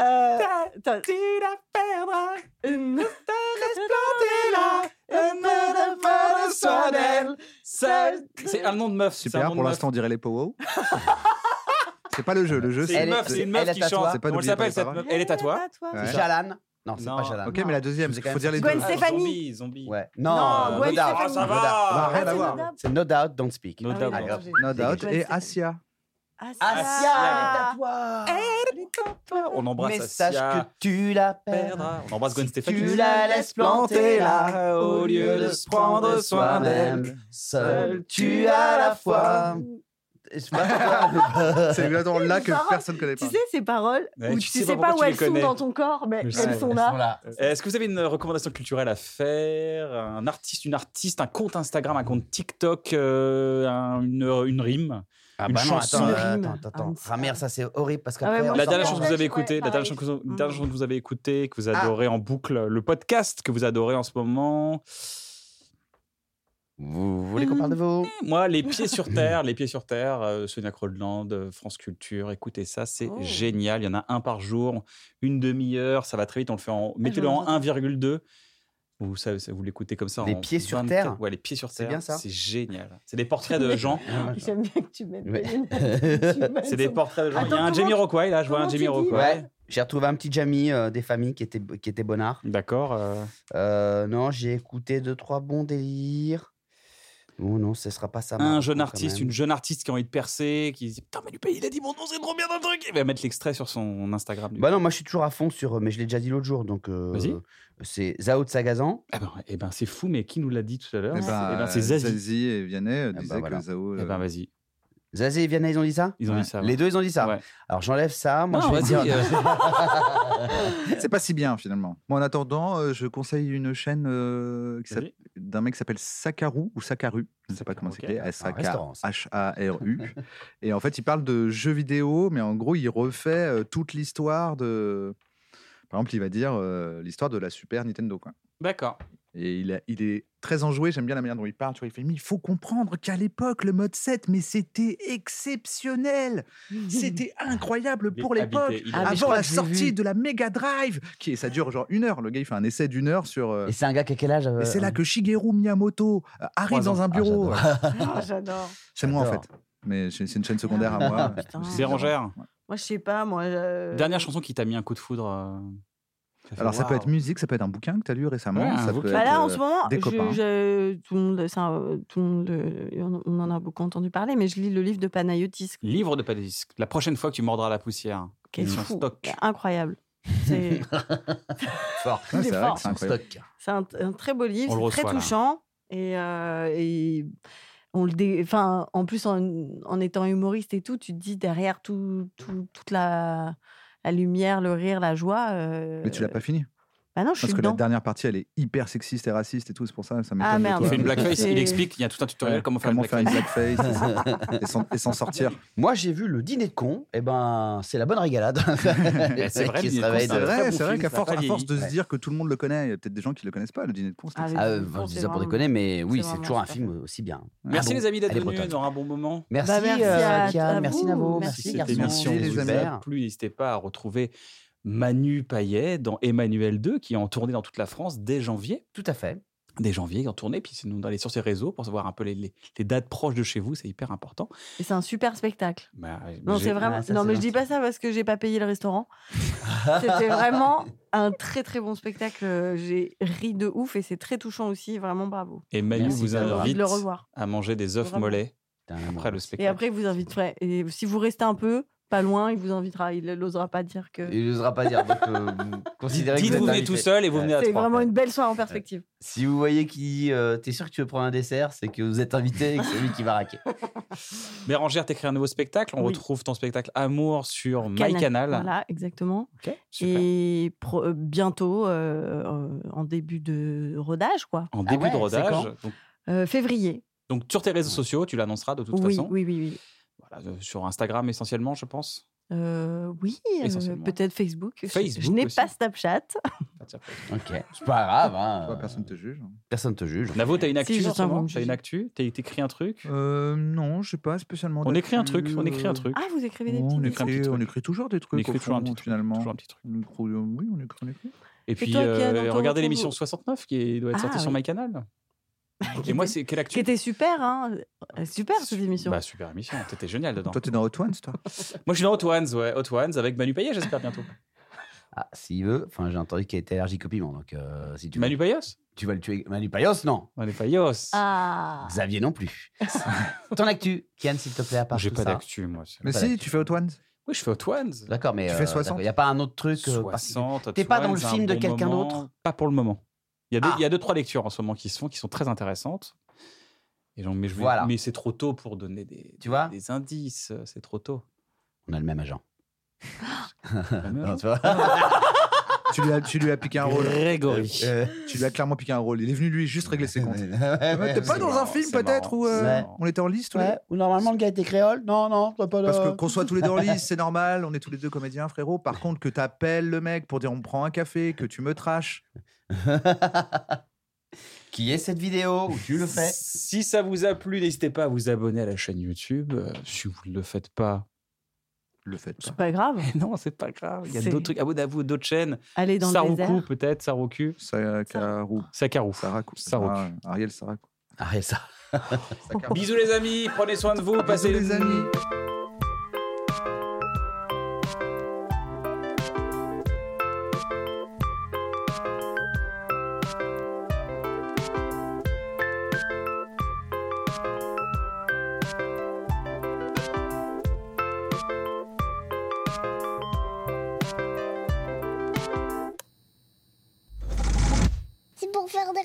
[SPEAKER 3] Euh, attends.
[SPEAKER 1] Tu la perdras,
[SPEAKER 3] Une-
[SPEAKER 1] là, et ne pas le soin d'elle. Seule- C'est un nom de meuf. c'est un
[SPEAKER 2] Super,
[SPEAKER 1] nom
[SPEAKER 2] pour
[SPEAKER 1] de meuf.
[SPEAKER 2] l'instant, on dirait les Powo. c'est pas le jeu, le jeu,
[SPEAKER 1] C'est
[SPEAKER 2] c'est.
[SPEAKER 1] une meuf, c'est une
[SPEAKER 4] elle
[SPEAKER 1] meuf
[SPEAKER 4] est
[SPEAKER 1] qui
[SPEAKER 4] à toi.
[SPEAKER 1] chante.
[SPEAKER 2] C'est pas
[SPEAKER 1] Comment elle
[SPEAKER 2] d'oublier pas les
[SPEAKER 1] s'appelle cette
[SPEAKER 2] paroles.
[SPEAKER 1] meuf Elle est à toi.
[SPEAKER 3] toi.
[SPEAKER 2] Ouais.
[SPEAKER 4] Jalan. Non, c'est
[SPEAKER 1] Non.
[SPEAKER 4] pas Jalan.
[SPEAKER 2] Ok, mais la deuxième,
[SPEAKER 4] Je vous ai
[SPEAKER 2] il
[SPEAKER 4] quand
[SPEAKER 2] faut
[SPEAKER 4] même
[SPEAKER 2] dire les deux.
[SPEAKER 3] sorti. Gwen Stefani.
[SPEAKER 1] Zombie, zombie.
[SPEAKER 4] Ouais. Non,
[SPEAKER 3] Non,
[SPEAKER 4] no
[SPEAKER 3] Gwen
[SPEAKER 4] doubt.
[SPEAKER 3] Stefani.
[SPEAKER 4] No
[SPEAKER 3] Ça
[SPEAKER 1] va.
[SPEAKER 4] doubt.
[SPEAKER 1] Ah,
[SPEAKER 2] rien
[SPEAKER 3] Ah,
[SPEAKER 2] à
[SPEAKER 3] c'est
[SPEAKER 2] voir.
[SPEAKER 3] Nodab.
[SPEAKER 4] C'est No Doubt, Don't Speak.
[SPEAKER 1] No
[SPEAKER 3] Ah oui,
[SPEAKER 1] doubt.
[SPEAKER 3] d'accord,
[SPEAKER 4] Allez,
[SPEAKER 3] j'ai-
[SPEAKER 2] No doubt.
[SPEAKER 3] Gwen
[SPEAKER 2] Et
[SPEAKER 3] Stefani.
[SPEAKER 2] Asia.
[SPEAKER 4] Asia, elle est à
[SPEAKER 3] Asia
[SPEAKER 4] toi.
[SPEAKER 1] On embrasse
[SPEAKER 4] Mais sache que
[SPEAKER 1] Asia.
[SPEAKER 4] tu la perdras.
[SPEAKER 1] Perdra. On embrace Gwen Stefani.
[SPEAKER 4] Tu la laisses planter là,
[SPEAKER 1] au lieu de se prendre soin d'elle.
[SPEAKER 4] Seul tu as la foi. Je sais pas.
[SPEAKER 2] C'est exactement là que
[SPEAKER 3] Les paroles.
[SPEAKER 2] personne connaît pas.
[SPEAKER 3] Tu sais ces paroles
[SPEAKER 1] Ouais,
[SPEAKER 3] où
[SPEAKER 1] tu
[SPEAKER 3] tu
[SPEAKER 1] sais
[SPEAKER 3] sais
[SPEAKER 1] pas
[SPEAKER 3] pas où
[SPEAKER 1] pourquoi
[SPEAKER 3] elles
[SPEAKER 1] tu les
[SPEAKER 3] sont
[SPEAKER 1] connais.
[SPEAKER 3] dans ton corps, mais
[SPEAKER 1] Je sais,
[SPEAKER 3] elles sont là.
[SPEAKER 1] Est-ce que vous avez une recommandation culturelle à faire Un artiste, une artiste, un compte Instagram, un compte TikTok, euh, un- une, une rime
[SPEAKER 4] Ah
[SPEAKER 1] Une
[SPEAKER 4] bah non,
[SPEAKER 1] chanson.
[SPEAKER 4] attends,
[SPEAKER 3] Une
[SPEAKER 4] euh,
[SPEAKER 3] rime.
[SPEAKER 4] attends, attends.
[SPEAKER 3] Ah,
[SPEAKER 4] Ramère, ça c'est horrible parce
[SPEAKER 3] Ah ouais,
[SPEAKER 4] qu'après.
[SPEAKER 3] moi,
[SPEAKER 4] on
[SPEAKER 1] La
[SPEAKER 3] je
[SPEAKER 1] dernière
[SPEAKER 3] pense
[SPEAKER 1] chanson que
[SPEAKER 4] s'entend.
[SPEAKER 1] vous
[SPEAKER 3] que
[SPEAKER 1] avez
[SPEAKER 3] je
[SPEAKER 1] écoutée, la
[SPEAKER 3] pourrais
[SPEAKER 1] dernière
[SPEAKER 3] parler.
[SPEAKER 1] chanson que vous,
[SPEAKER 3] Mm.
[SPEAKER 1] dernière chanson que vous avez écoutée, que vous
[SPEAKER 4] Ah.
[SPEAKER 1] adorez en boucle, le podcast que vous adorez en ce moment.
[SPEAKER 4] Vous voulez qu'on parle de vous
[SPEAKER 1] Moi, les pieds sur terre, les pieds sur terre, euh, Sonia Crodeland, euh, France Culture, écoutez ça, c'est
[SPEAKER 3] Oh.
[SPEAKER 1] génial. Il y en a un par jour, une demi-heure, ça va très vite. On le fait en, mettez-le
[SPEAKER 3] j'aime
[SPEAKER 1] en
[SPEAKER 3] bien.
[SPEAKER 1] 1,2. Ou ça, ça, vous l'écoutez comme ça.
[SPEAKER 4] Les
[SPEAKER 1] en
[SPEAKER 4] pieds sur
[SPEAKER 1] 24
[SPEAKER 4] terre
[SPEAKER 1] Ouais, les pieds sur
[SPEAKER 4] C'est
[SPEAKER 1] terre.
[SPEAKER 4] bien ça
[SPEAKER 1] C'est génial. C'est des portraits de gens.
[SPEAKER 4] Ah,
[SPEAKER 3] J'aime bien que tu mettes.
[SPEAKER 4] Ouais.
[SPEAKER 3] des lunettes. Tu mets
[SPEAKER 1] C'est des
[SPEAKER 3] ton-
[SPEAKER 1] portraits de gens. Il y a
[SPEAKER 3] Attends,
[SPEAKER 1] un
[SPEAKER 3] comment-
[SPEAKER 1] Jamie Rockway là. Je vois un
[SPEAKER 3] comment tu
[SPEAKER 1] Jamie
[SPEAKER 3] dis,
[SPEAKER 1] Rockway.
[SPEAKER 4] Ouais. J'ai retrouvé un petit Jamie euh, des familles qui était, qui était bonnard.
[SPEAKER 1] D'accord. euh,
[SPEAKER 4] Euh, non, j'ai écouté deux, trois bons délires. Non, non, ce sera pas ça.
[SPEAKER 1] un
[SPEAKER 4] Marco,
[SPEAKER 1] jeune
[SPEAKER 4] quand
[SPEAKER 1] artiste,
[SPEAKER 4] même.
[SPEAKER 1] une jeune artiste qui a envie de percer, qui dit Putain, Manu Payet, il a dit mon nom, c'est trop bien d'un truc. Il va mettre l'extrait sur son Instagram. du
[SPEAKER 4] Bah
[SPEAKER 1] coup.
[SPEAKER 4] non, moi je suis toujours à fond sur. euh, Mais je l'ai déjà dit l'autre jour, donc. euh,
[SPEAKER 1] Vas-y.
[SPEAKER 4] C'est Zao de Sagazan.
[SPEAKER 1] Ah ben, eh ben, c'est fou, mais qui nous l'a dit tout à l'heure
[SPEAKER 2] Eh
[SPEAKER 1] Eh
[SPEAKER 2] ben,
[SPEAKER 1] ben, c'est Zazie.
[SPEAKER 2] Zazie et Vianney euh,
[SPEAKER 4] bah,
[SPEAKER 2] disaient
[SPEAKER 4] voilà.
[SPEAKER 2] que Zao.
[SPEAKER 1] Eh ben,
[SPEAKER 2] euh,
[SPEAKER 1] vas-y.
[SPEAKER 4] Zazé et Vianney, ils ont dit ça
[SPEAKER 1] Ils ont
[SPEAKER 2] Ouais.
[SPEAKER 1] dit ça. ouais.
[SPEAKER 4] Les deux, ils ont dit ça.
[SPEAKER 1] Ouais.
[SPEAKER 4] Alors j'enlève ça. Moi,
[SPEAKER 1] Non,
[SPEAKER 4] je vais
[SPEAKER 1] vas-y, euh.
[SPEAKER 4] dire.
[SPEAKER 2] C'est pas si bien finalement. Moi, en attendant, euh, je conseille une chaîne euh, qui s'appelle-
[SPEAKER 1] Vas-y.
[SPEAKER 2] d'un mec qui s'appelle Sakaru ou Sakaru. Je ne sais pas comment
[SPEAKER 1] Ok.
[SPEAKER 2] c'était. S A K
[SPEAKER 4] restaurant, ça.
[SPEAKER 2] H A R U. Et en fait, il parle de jeux vidéo, mais en gros, il refait euh, toute l'histoire de. Par exemple, il va dire euh, l'histoire de la Super Nintendo. Quoi.
[SPEAKER 1] D'accord.
[SPEAKER 2] Et il, a- il est très enjoué, j'aime bien la manière dont il parle. Tu vois, il fait Mais il faut comprendre qu'à l'époque, le mode 7, mais c'était exceptionnel C'était incroyable
[SPEAKER 1] Il est
[SPEAKER 2] pour l'époque
[SPEAKER 1] habité, il est
[SPEAKER 3] Ah, mais
[SPEAKER 2] Avant
[SPEAKER 3] je crois
[SPEAKER 2] la
[SPEAKER 3] que je l'ai
[SPEAKER 2] sortie
[SPEAKER 3] vu.
[SPEAKER 2] de la Mega Drive qui, Ça dure genre une heure. Le gars, il fait un essai d'une heure sur. euh,
[SPEAKER 6] Et c'est un gars qui a quel âge euh
[SPEAKER 2] et c'est
[SPEAKER 3] euh,
[SPEAKER 2] là que Shigeru Miyamoto euh, arrive
[SPEAKER 6] Trois
[SPEAKER 2] dans
[SPEAKER 6] ans.
[SPEAKER 2] un bureau.
[SPEAKER 6] Ah,
[SPEAKER 3] Ah, J'adore. Ah,
[SPEAKER 2] c'est moi, en
[SPEAKER 6] J'adore.
[SPEAKER 2] fait. Mais c'est c'est une chaîne secondaire à moi.
[SPEAKER 3] Putain.
[SPEAKER 1] Bérangère,
[SPEAKER 3] Moi, je sais pas, moi. euh,
[SPEAKER 1] dernière chanson qui t'a mis un coup de foudre. euh, fait
[SPEAKER 2] Alors, ça peut
[SPEAKER 1] waouh.
[SPEAKER 2] être musique, ça peut être un bouquin que tu as lu récemment.
[SPEAKER 1] Ouais, un
[SPEAKER 2] ça peut
[SPEAKER 1] bouquin.
[SPEAKER 2] être,
[SPEAKER 3] Bah là, en
[SPEAKER 2] euh,
[SPEAKER 3] ce moment,
[SPEAKER 2] des
[SPEAKER 3] je-
[SPEAKER 2] copains.
[SPEAKER 3] je- tout le monde, ça, euh, tout le monde le- on en a beaucoup entendu parler, mais je lis le livre de Panayotis,
[SPEAKER 1] Livre de Padis. La prochaine fois que tu mordras la poussière.
[SPEAKER 3] qui est
[SPEAKER 1] Ils sont
[SPEAKER 3] fou,
[SPEAKER 1] stock.
[SPEAKER 3] qui est incroyable. C'est
[SPEAKER 6] Fort.
[SPEAKER 2] Ouais,
[SPEAKER 3] des
[SPEAKER 2] c'est vrai
[SPEAKER 3] forts.
[SPEAKER 2] que c'est incroyable.
[SPEAKER 3] c'est un, un très beau livre,
[SPEAKER 1] On le
[SPEAKER 3] c'est
[SPEAKER 1] reçoit,
[SPEAKER 3] très
[SPEAKER 1] là.
[SPEAKER 3] touchant. Et, euh, et on le dé- enfin, en plus, en, en étant humoriste et tout, tu te dis derrière tout, tout- toute la, la lumière, le rire, la joie. euh,
[SPEAKER 2] Mais tu l'as pas fini.
[SPEAKER 3] Bah non, je
[SPEAKER 2] Parce
[SPEAKER 3] suis
[SPEAKER 2] que la
[SPEAKER 3] dedans.
[SPEAKER 2] dernière partie, elle est hyper sexiste et raciste et tout. C'est pour ça, ça m'étonne.
[SPEAKER 3] Ah,
[SPEAKER 2] de
[SPEAKER 3] merde.
[SPEAKER 1] Il
[SPEAKER 2] toi.
[SPEAKER 1] fait une blackface,
[SPEAKER 3] C'est-
[SPEAKER 1] il explique, il y a tout un tutoriel comment faire
[SPEAKER 2] bah, Comment
[SPEAKER 1] une
[SPEAKER 2] faire une
[SPEAKER 1] blackface.
[SPEAKER 2] blackface et s'en- et s'en sortir.
[SPEAKER 6] Moi, j'ai vu le dîner de con. Eh ben, c'est la bonne régalade.
[SPEAKER 1] Eh, c'est vrai,
[SPEAKER 6] Qui se euh,
[SPEAKER 1] le dîner de cons,
[SPEAKER 6] réveille
[SPEAKER 1] c'est
[SPEAKER 2] C'est
[SPEAKER 6] de-
[SPEAKER 1] très
[SPEAKER 3] euh,
[SPEAKER 2] vrai,
[SPEAKER 1] bon
[SPEAKER 2] c'est vrai
[SPEAKER 1] film,
[SPEAKER 2] qu'à
[SPEAKER 1] ça
[SPEAKER 2] force,
[SPEAKER 1] a
[SPEAKER 2] à
[SPEAKER 1] pas
[SPEAKER 2] force de
[SPEAKER 1] vieilli.
[SPEAKER 2] se dire que tout le monde le connaît, il y a peut-être des gens qui le connaissent pas, le dîner de cons. c'était
[SPEAKER 3] Ah,
[SPEAKER 2] ça.
[SPEAKER 3] oui.
[SPEAKER 6] Ah, euh, bon, je dis ça pour déconner, mais oui,
[SPEAKER 3] c'est
[SPEAKER 6] c'est toujours un
[SPEAKER 3] vraiment
[SPEAKER 6] film aussi bien.
[SPEAKER 1] Merci
[SPEAKER 6] Ah bon,
[SPEAKER 1] les amis d'être
[SPEAKER 6] elle est
[SPEAKER 1] venus,
[SPEAKER 6] bretonne.
[SPEAKER 1] on aura un bon moment.
[SPEAKER 6] Merci,
[SPEAKER 3] Bah, merci à-
[SPEAKER 6] euh, Kian,
[SPEAKER 3] à
[SPEAKER 6] merci
[SPEAKER 3] vous.
[SPEAKER 6] Navo,
[SPEAKER 3] Merci,
[SPEAKER 6] merci
[SPEAKER 1] cette
[SPEAKER 6] garçon,
[SPEAKER 1] émission
[SPEAKER 2] Merci, les
[SPEAKER 1] vous
[SPEAKER 2] amis.
[SPEAKER 1] a plu, n'hésitez pas à retrouver Manu Payet dans Emmanuel 2 qui est en tournée dans toute la France dès janvier.
[SPEAKER 6] Tout à fait.
[SPEAKER 1] Dès janvier, en tournée, puis sinon d'aller sur ses réseaux pour savoir un peu les, les- les dates proches de chez vous, c'est hyper important.
[SPEAKER 3] Et c'est un super spectacle.
[SPEAKER 1] Bah,
[SPEAKER 3] Non,
[SPEAKER 1] j'ai-
[SPEAKER 3] c'est vraiment.
[SPEAKER 6] Ah, ça,
[SPEAKER 3] non,
[SPEAKER 6] c'est
[SPEAKER 3] mais je dis
[SPEAKER 6] gentil.
[SPEAKER 3] pas ça parce que j'ai pas payé le restaurant. C'était vraiment un très très bon spectacle. J'ai ri de ouf et c'est très touchant aussi. Vraiment bravo.
[SPEAKER 1] Et Manu
[SPEAKER 6] Merci,
[SPEAKER 1] vous
[SPEAKER 6] ça
[SPEAKER 3] J'ai
[SPEAKER 6] va.
[SPEAKER 3] envie
[SPEAKER 1] invite
[SPEAKER 3] de le revoir.
[SPEAKER 1] à manger des œufs
[SPEAKER 3] Vraiment.
[SPEAKER 1] mollets
[SPEAKER 6] T'es un amour.
[SPEAKER 1] après le
[SPEAKER 3] Et
[SPEAKER 1] spectacle.
[SPEAKER 3] après, il vous inviterait. Et si vous restez un peu pas loin, il vous invitera. Il n'osera pas dire que.
[SPEAKER 6] Il n'osera pas dire, donc euh, vous considérez que
[SPEAKER 1] Dites,
[SPEAKER 6] vous,
[SPEAKER 1] vous
[SPEAKER 6] êtes
[SPEAKER 1] venez
[SPEAKER 6] invité.
[SPEAKER 1] tout seul et vous
[SPEAKER 6] Ouais.
[SPEAKER 1] venez à
[SPEAKER 3] C'est
[SPEAKER 1] trois.
[SPEAKER 3] vraiment une belle soirée en perspective.
[SPEAKER 6] Si vous voyez qui. euh, T'es sûr que tu veux prendre un dessert, c'est que vous êtes invité et que c'est lui qui va raquer.
[SPEAKER 1] Bérangère, t'écris un nouveau spectacle. On
[SPEAKER 3] Oui.
[SPEAKER 1] retrouve ton spectacle Amour sur
[SPEAKER 3] Canal.
[SPEAKER 1] My Canal.
[SPEAKER 3] Voilà, exactement.
[SPEAKER 1] Ok, super.
[SPEAKER 3] Et pro- euh, bientôt, euh, euh, en début de rodage, quoi.
[SPEAKER 1] En début
[SPEAKER 6] ouais,
[SPEAKER 1] de
[SPEAKER 6] c'est
[SPEAKER 1] rodage.
[SPEAKER 6] quand
[SPEAKER 1] Donc,
[SPEAKER 3] Euh, février.
[SPEAKER 1] donc sur tes réseaux sociaux, tu l'annonceras de toute
[SPEAKER 3] oui,
[SPEAKER 1] façon.
[SPEAKER 3] oui, oui, oui.
[SPEAKER 1] Voilà, euh, sur Instagram essentiellement, je pense.
[SPEAKER 3] Euh, oui, euh,
[SPEAKER 1] Essentiellement.
[SPEAKER 3] peut-être Facebook. Je- je
[SPEAKER 1] Facebook
[SPEAKER 3] n'ai
[SPEAKER 1] aussi.
[SPEAKER 3] pas Snapchat.
[SPEAKER 6] Ok. C'est pas grave,
[SPEAKER 2] Tu vois,
[SPEAKER 6] hein.
[SPEAKER 2] Personne te juge.
[SPEAKER 6] Personne te juge.
[SPEAKER 1] Navo, t'as une actu
[SPEAKER 3] je
[SPEAKER 1] en
[SPEAKER 3] sais,
[SPEAKER 1] ce moment
[SPEAKER 3] bon,
[SPEAKER 1] T'as
[SPEAKER 3] je-
[SPEAKER 1] une actu T'as- T'écris un truc
[SPEAKER 2] Euh, non, je sais pas spécialement.
[SPEAKER 1] On écrit un
[SPEAKER 2] d'actu,
[SPEAKER 1] truc, on écrit un
[SPEAKER 2] euh,
[SPEAKER 1] truc.
[SPEAKER 3] Ah, vous écrivez des
[SPEAKER 2] ouais,
[SPEAKER 3] petits
[SPEAKER 2] on,
[SPEAKER 3] livres.
[SPEAKER 1] un petit
[SPEAKER 2] écrit, on
[SPEAKER 1] truc.
[SPEAKER 2] écrit toujours des trucs.
[SPEAKER 1] On
[SPEAKER 2] au
[SPEAKER 1] écrit toujours un
[SPEAKER 2] fond,
[SPEAKER 1] petit truc,
[SPEAKER 2] finalement.
[SPEAKER 1] toujours un petit truc.
[SPEAKER 2] On écrit- Oui, on écrit, on écrit.
[SPEAKER 1] Et puis,
[SPEAKER 3] toi, Kian,
[SPEAKER 1] euh,
[SPEAKER 3] on te
[SPEAKER 1] regardez
[SPEAKER 3] retrouve
[SPEAKER 1] l'émission
[SPEAKER 3] où
[SPEAKER 1] 69 qui est- doit être
[SPEAKER 3] Ah,
[SPEAKER 1] sortie sur
[SPEAKER 3] oui.
[SPEAKER 1] MyCanal.
[SPEAKER 3] Qui
[SPEAKER 1] Et moi,
[SPEAKER 3] était-
[SPEAKER 1] c'est quelle actu
[SPEAKER 3] Qui était super, hein. Euh, Super cette émission.
[SPEAKER 1] Bah, super émission, t'étais génial dedans.
[SPEAKER 2] Toi, t'es dans Hot Ones, toi
[SPEAKER 1] Moi, je suis dans Hot Ones, ouais, Hot Ones avec Manu Payet, j'espère bientôt.
[SPEAKER 6] Ah, s'il veut. Enfin, j'ai entendu qu'il était allergique au piment, donc euh, si tu veux.
[SPEAKER 1] Manu Payos
[SPEAKER 6] Tu vas le tuer. Manu Payos, non.
[SPEAKER 1] Manu Payos.
[SPEAKER 3] Ah.
[SPEAKER 6] Xavier non plus. Ton actu, Kian, s'il te plaît, à part
[SPEAKER 1] J'ai
[SPEAKER 6] tout
[SPEAKER 1] pas
[SPEAKER 6] ça.
[SPEAKER 1] d'actu, moi. c'est-
[SPEAKER 2] Mais
[SPEAKER 6] Pas
[SPEAKER 2] si,
[SPEAKER 6] d'actu.
[SPEAKER 2] tu fais Hot Ones.
[SPEAKER 1] Oui, je fais Hot Ones.
[SPEAKER 6] D'accord, mais
[SPEAKER 2] Tu fais 60.
[SPEAKER 6] Il n'y a pas un autre truc. euh, particulier.
[SPEAKER 1] 60.
[SPEAKER 6] T'es
[SPEAKER 1] Hot
[SPEAKER 6] pas dans
[SPEAKER 1] Ones,
[SPEAKER 6] le
[SPEAKER 1] un
[SPEAKER 6] film de
[SPEAKER 1] bon
[SPEAKER 6] quelqu'un
[SPEAKER 1] moment.
[SPEAKER 6] d'autre
[SPEAKER 1] Pas pour le moment. Il y, a deux,
[SPEAKER 6] Ah.
[SPEAKER 1] il y a deux, trois lectures en ce moment qui se font, qui sont très intéressantes. Et donc, mais je vais-
[SPEAKER 6] Voilà.
[SPEAKER 1] mais c'est trop tôt pour donner des,
[SPEAKER 6] Tu vois
[SPEAKER 1] des indices. euh, C'est trop tôt.
[SPEAKER 6] On a le même agent. Ah,
[SPEAKER 1] même
[SPEAKER 6] Non,
[SPEAKER 1] agent.
[SPEAKER 6] tu vois
[SPEAKER 2] Tu lui as- tu lui as piqué un rôle.
[SPEAKER 1] Grégory.
[SPEAKER 6] Euh,
[SPEAKER 2] Tu lui as clairement piqué un rôle. Il est venu, lui, juste régler ses comptes.
[SPEAKER 6] ouais,
[SPEAKER 2] Ouais,
[SPEAKER 6] ouais,
[SPEAKER 2] T'es pas
[SPEAKER 6] ouais.
[SPEAKER 2] dans un
[SPEAKER 1] marrant,
[SPEAKER 2] film,
[SPEAKER 1] c'est
[SPEAKER 2] peut-être,
[SPEAKER 1] marrant,
[SPEAKER 2] où euh,
[SPEAKER 1] c'est marrant.
[SPEAKER 2] on était en liste tous les
[SPEAKER 6] Ouais, ou normalement le gars était créole Non, non, t'as pas de.
[SPEAKER 2] Parce que qu'on soit tous les deux en lice, c'est normal, on est tous les deux comédiens, frérot. Par contre, que t'appelles le mec pour dire on prend un café, que tu me trash.
[SPEAKER 6] Qui est cette vidéo où tu le fais
[SPEAKER 1] Si ça vous a plu, n'hésitez pas à vous abonner à la chaîne YouTube. Euh, Si vous ne le faites pas,
[SPEAKER 2] Le fait. pas.
[SPEAKER 3] C'est pas grave.
[SPEAKER 1] mais non, c'est pas grave. Il y a
[SPEAKER 3] C'est-
[SPEAKER 1] d'autres trucs. Abonnez-vous à d'autres chaînes.
[SPEAKER 3] Allez dans le
[SPEAKER 1] Saroku,
[SPEAKER 3] désert.
[SPEAKER 1] peut-être. Saroku.
[SPEAKER 2] Sakarou.
[SPEAKER 1] Sakarou.
[SPEAKER 2] Sarakou.
[SPEAKER 1] Sarou.
[SPEAKER 2] Ah, Ariel Sarakou.
[SPEAKER 6] Arrête ça.
[SPEAKER 2] Sakarou.
[SPEAKER 1] Bisous, les amis. Prenez soin de vous. Passez
[SPEAKER 2] Ah. Bisous, les amis.
[SPEAKER 7] C'est pour faire de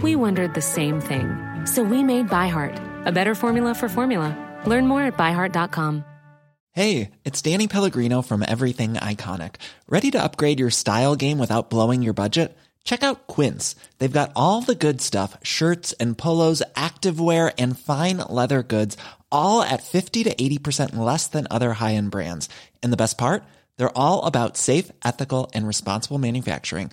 [SPEAKER 8] we wondered the same thing. So we made ByHeart, a better formula for formula. Learn more at byheart.com.
[SPEAKER 2] Hey, it's Danny Pellegrino from Everything Iconic. Ready to upgrade your style game without blowing your budget? Check out Quince. They've got all the good stuff shirts and polos, activewear, and fine leather goods, all at 50 to 80% less than other high end brands. And the best part? They're all about safe, ethical, and responsible manufacturing.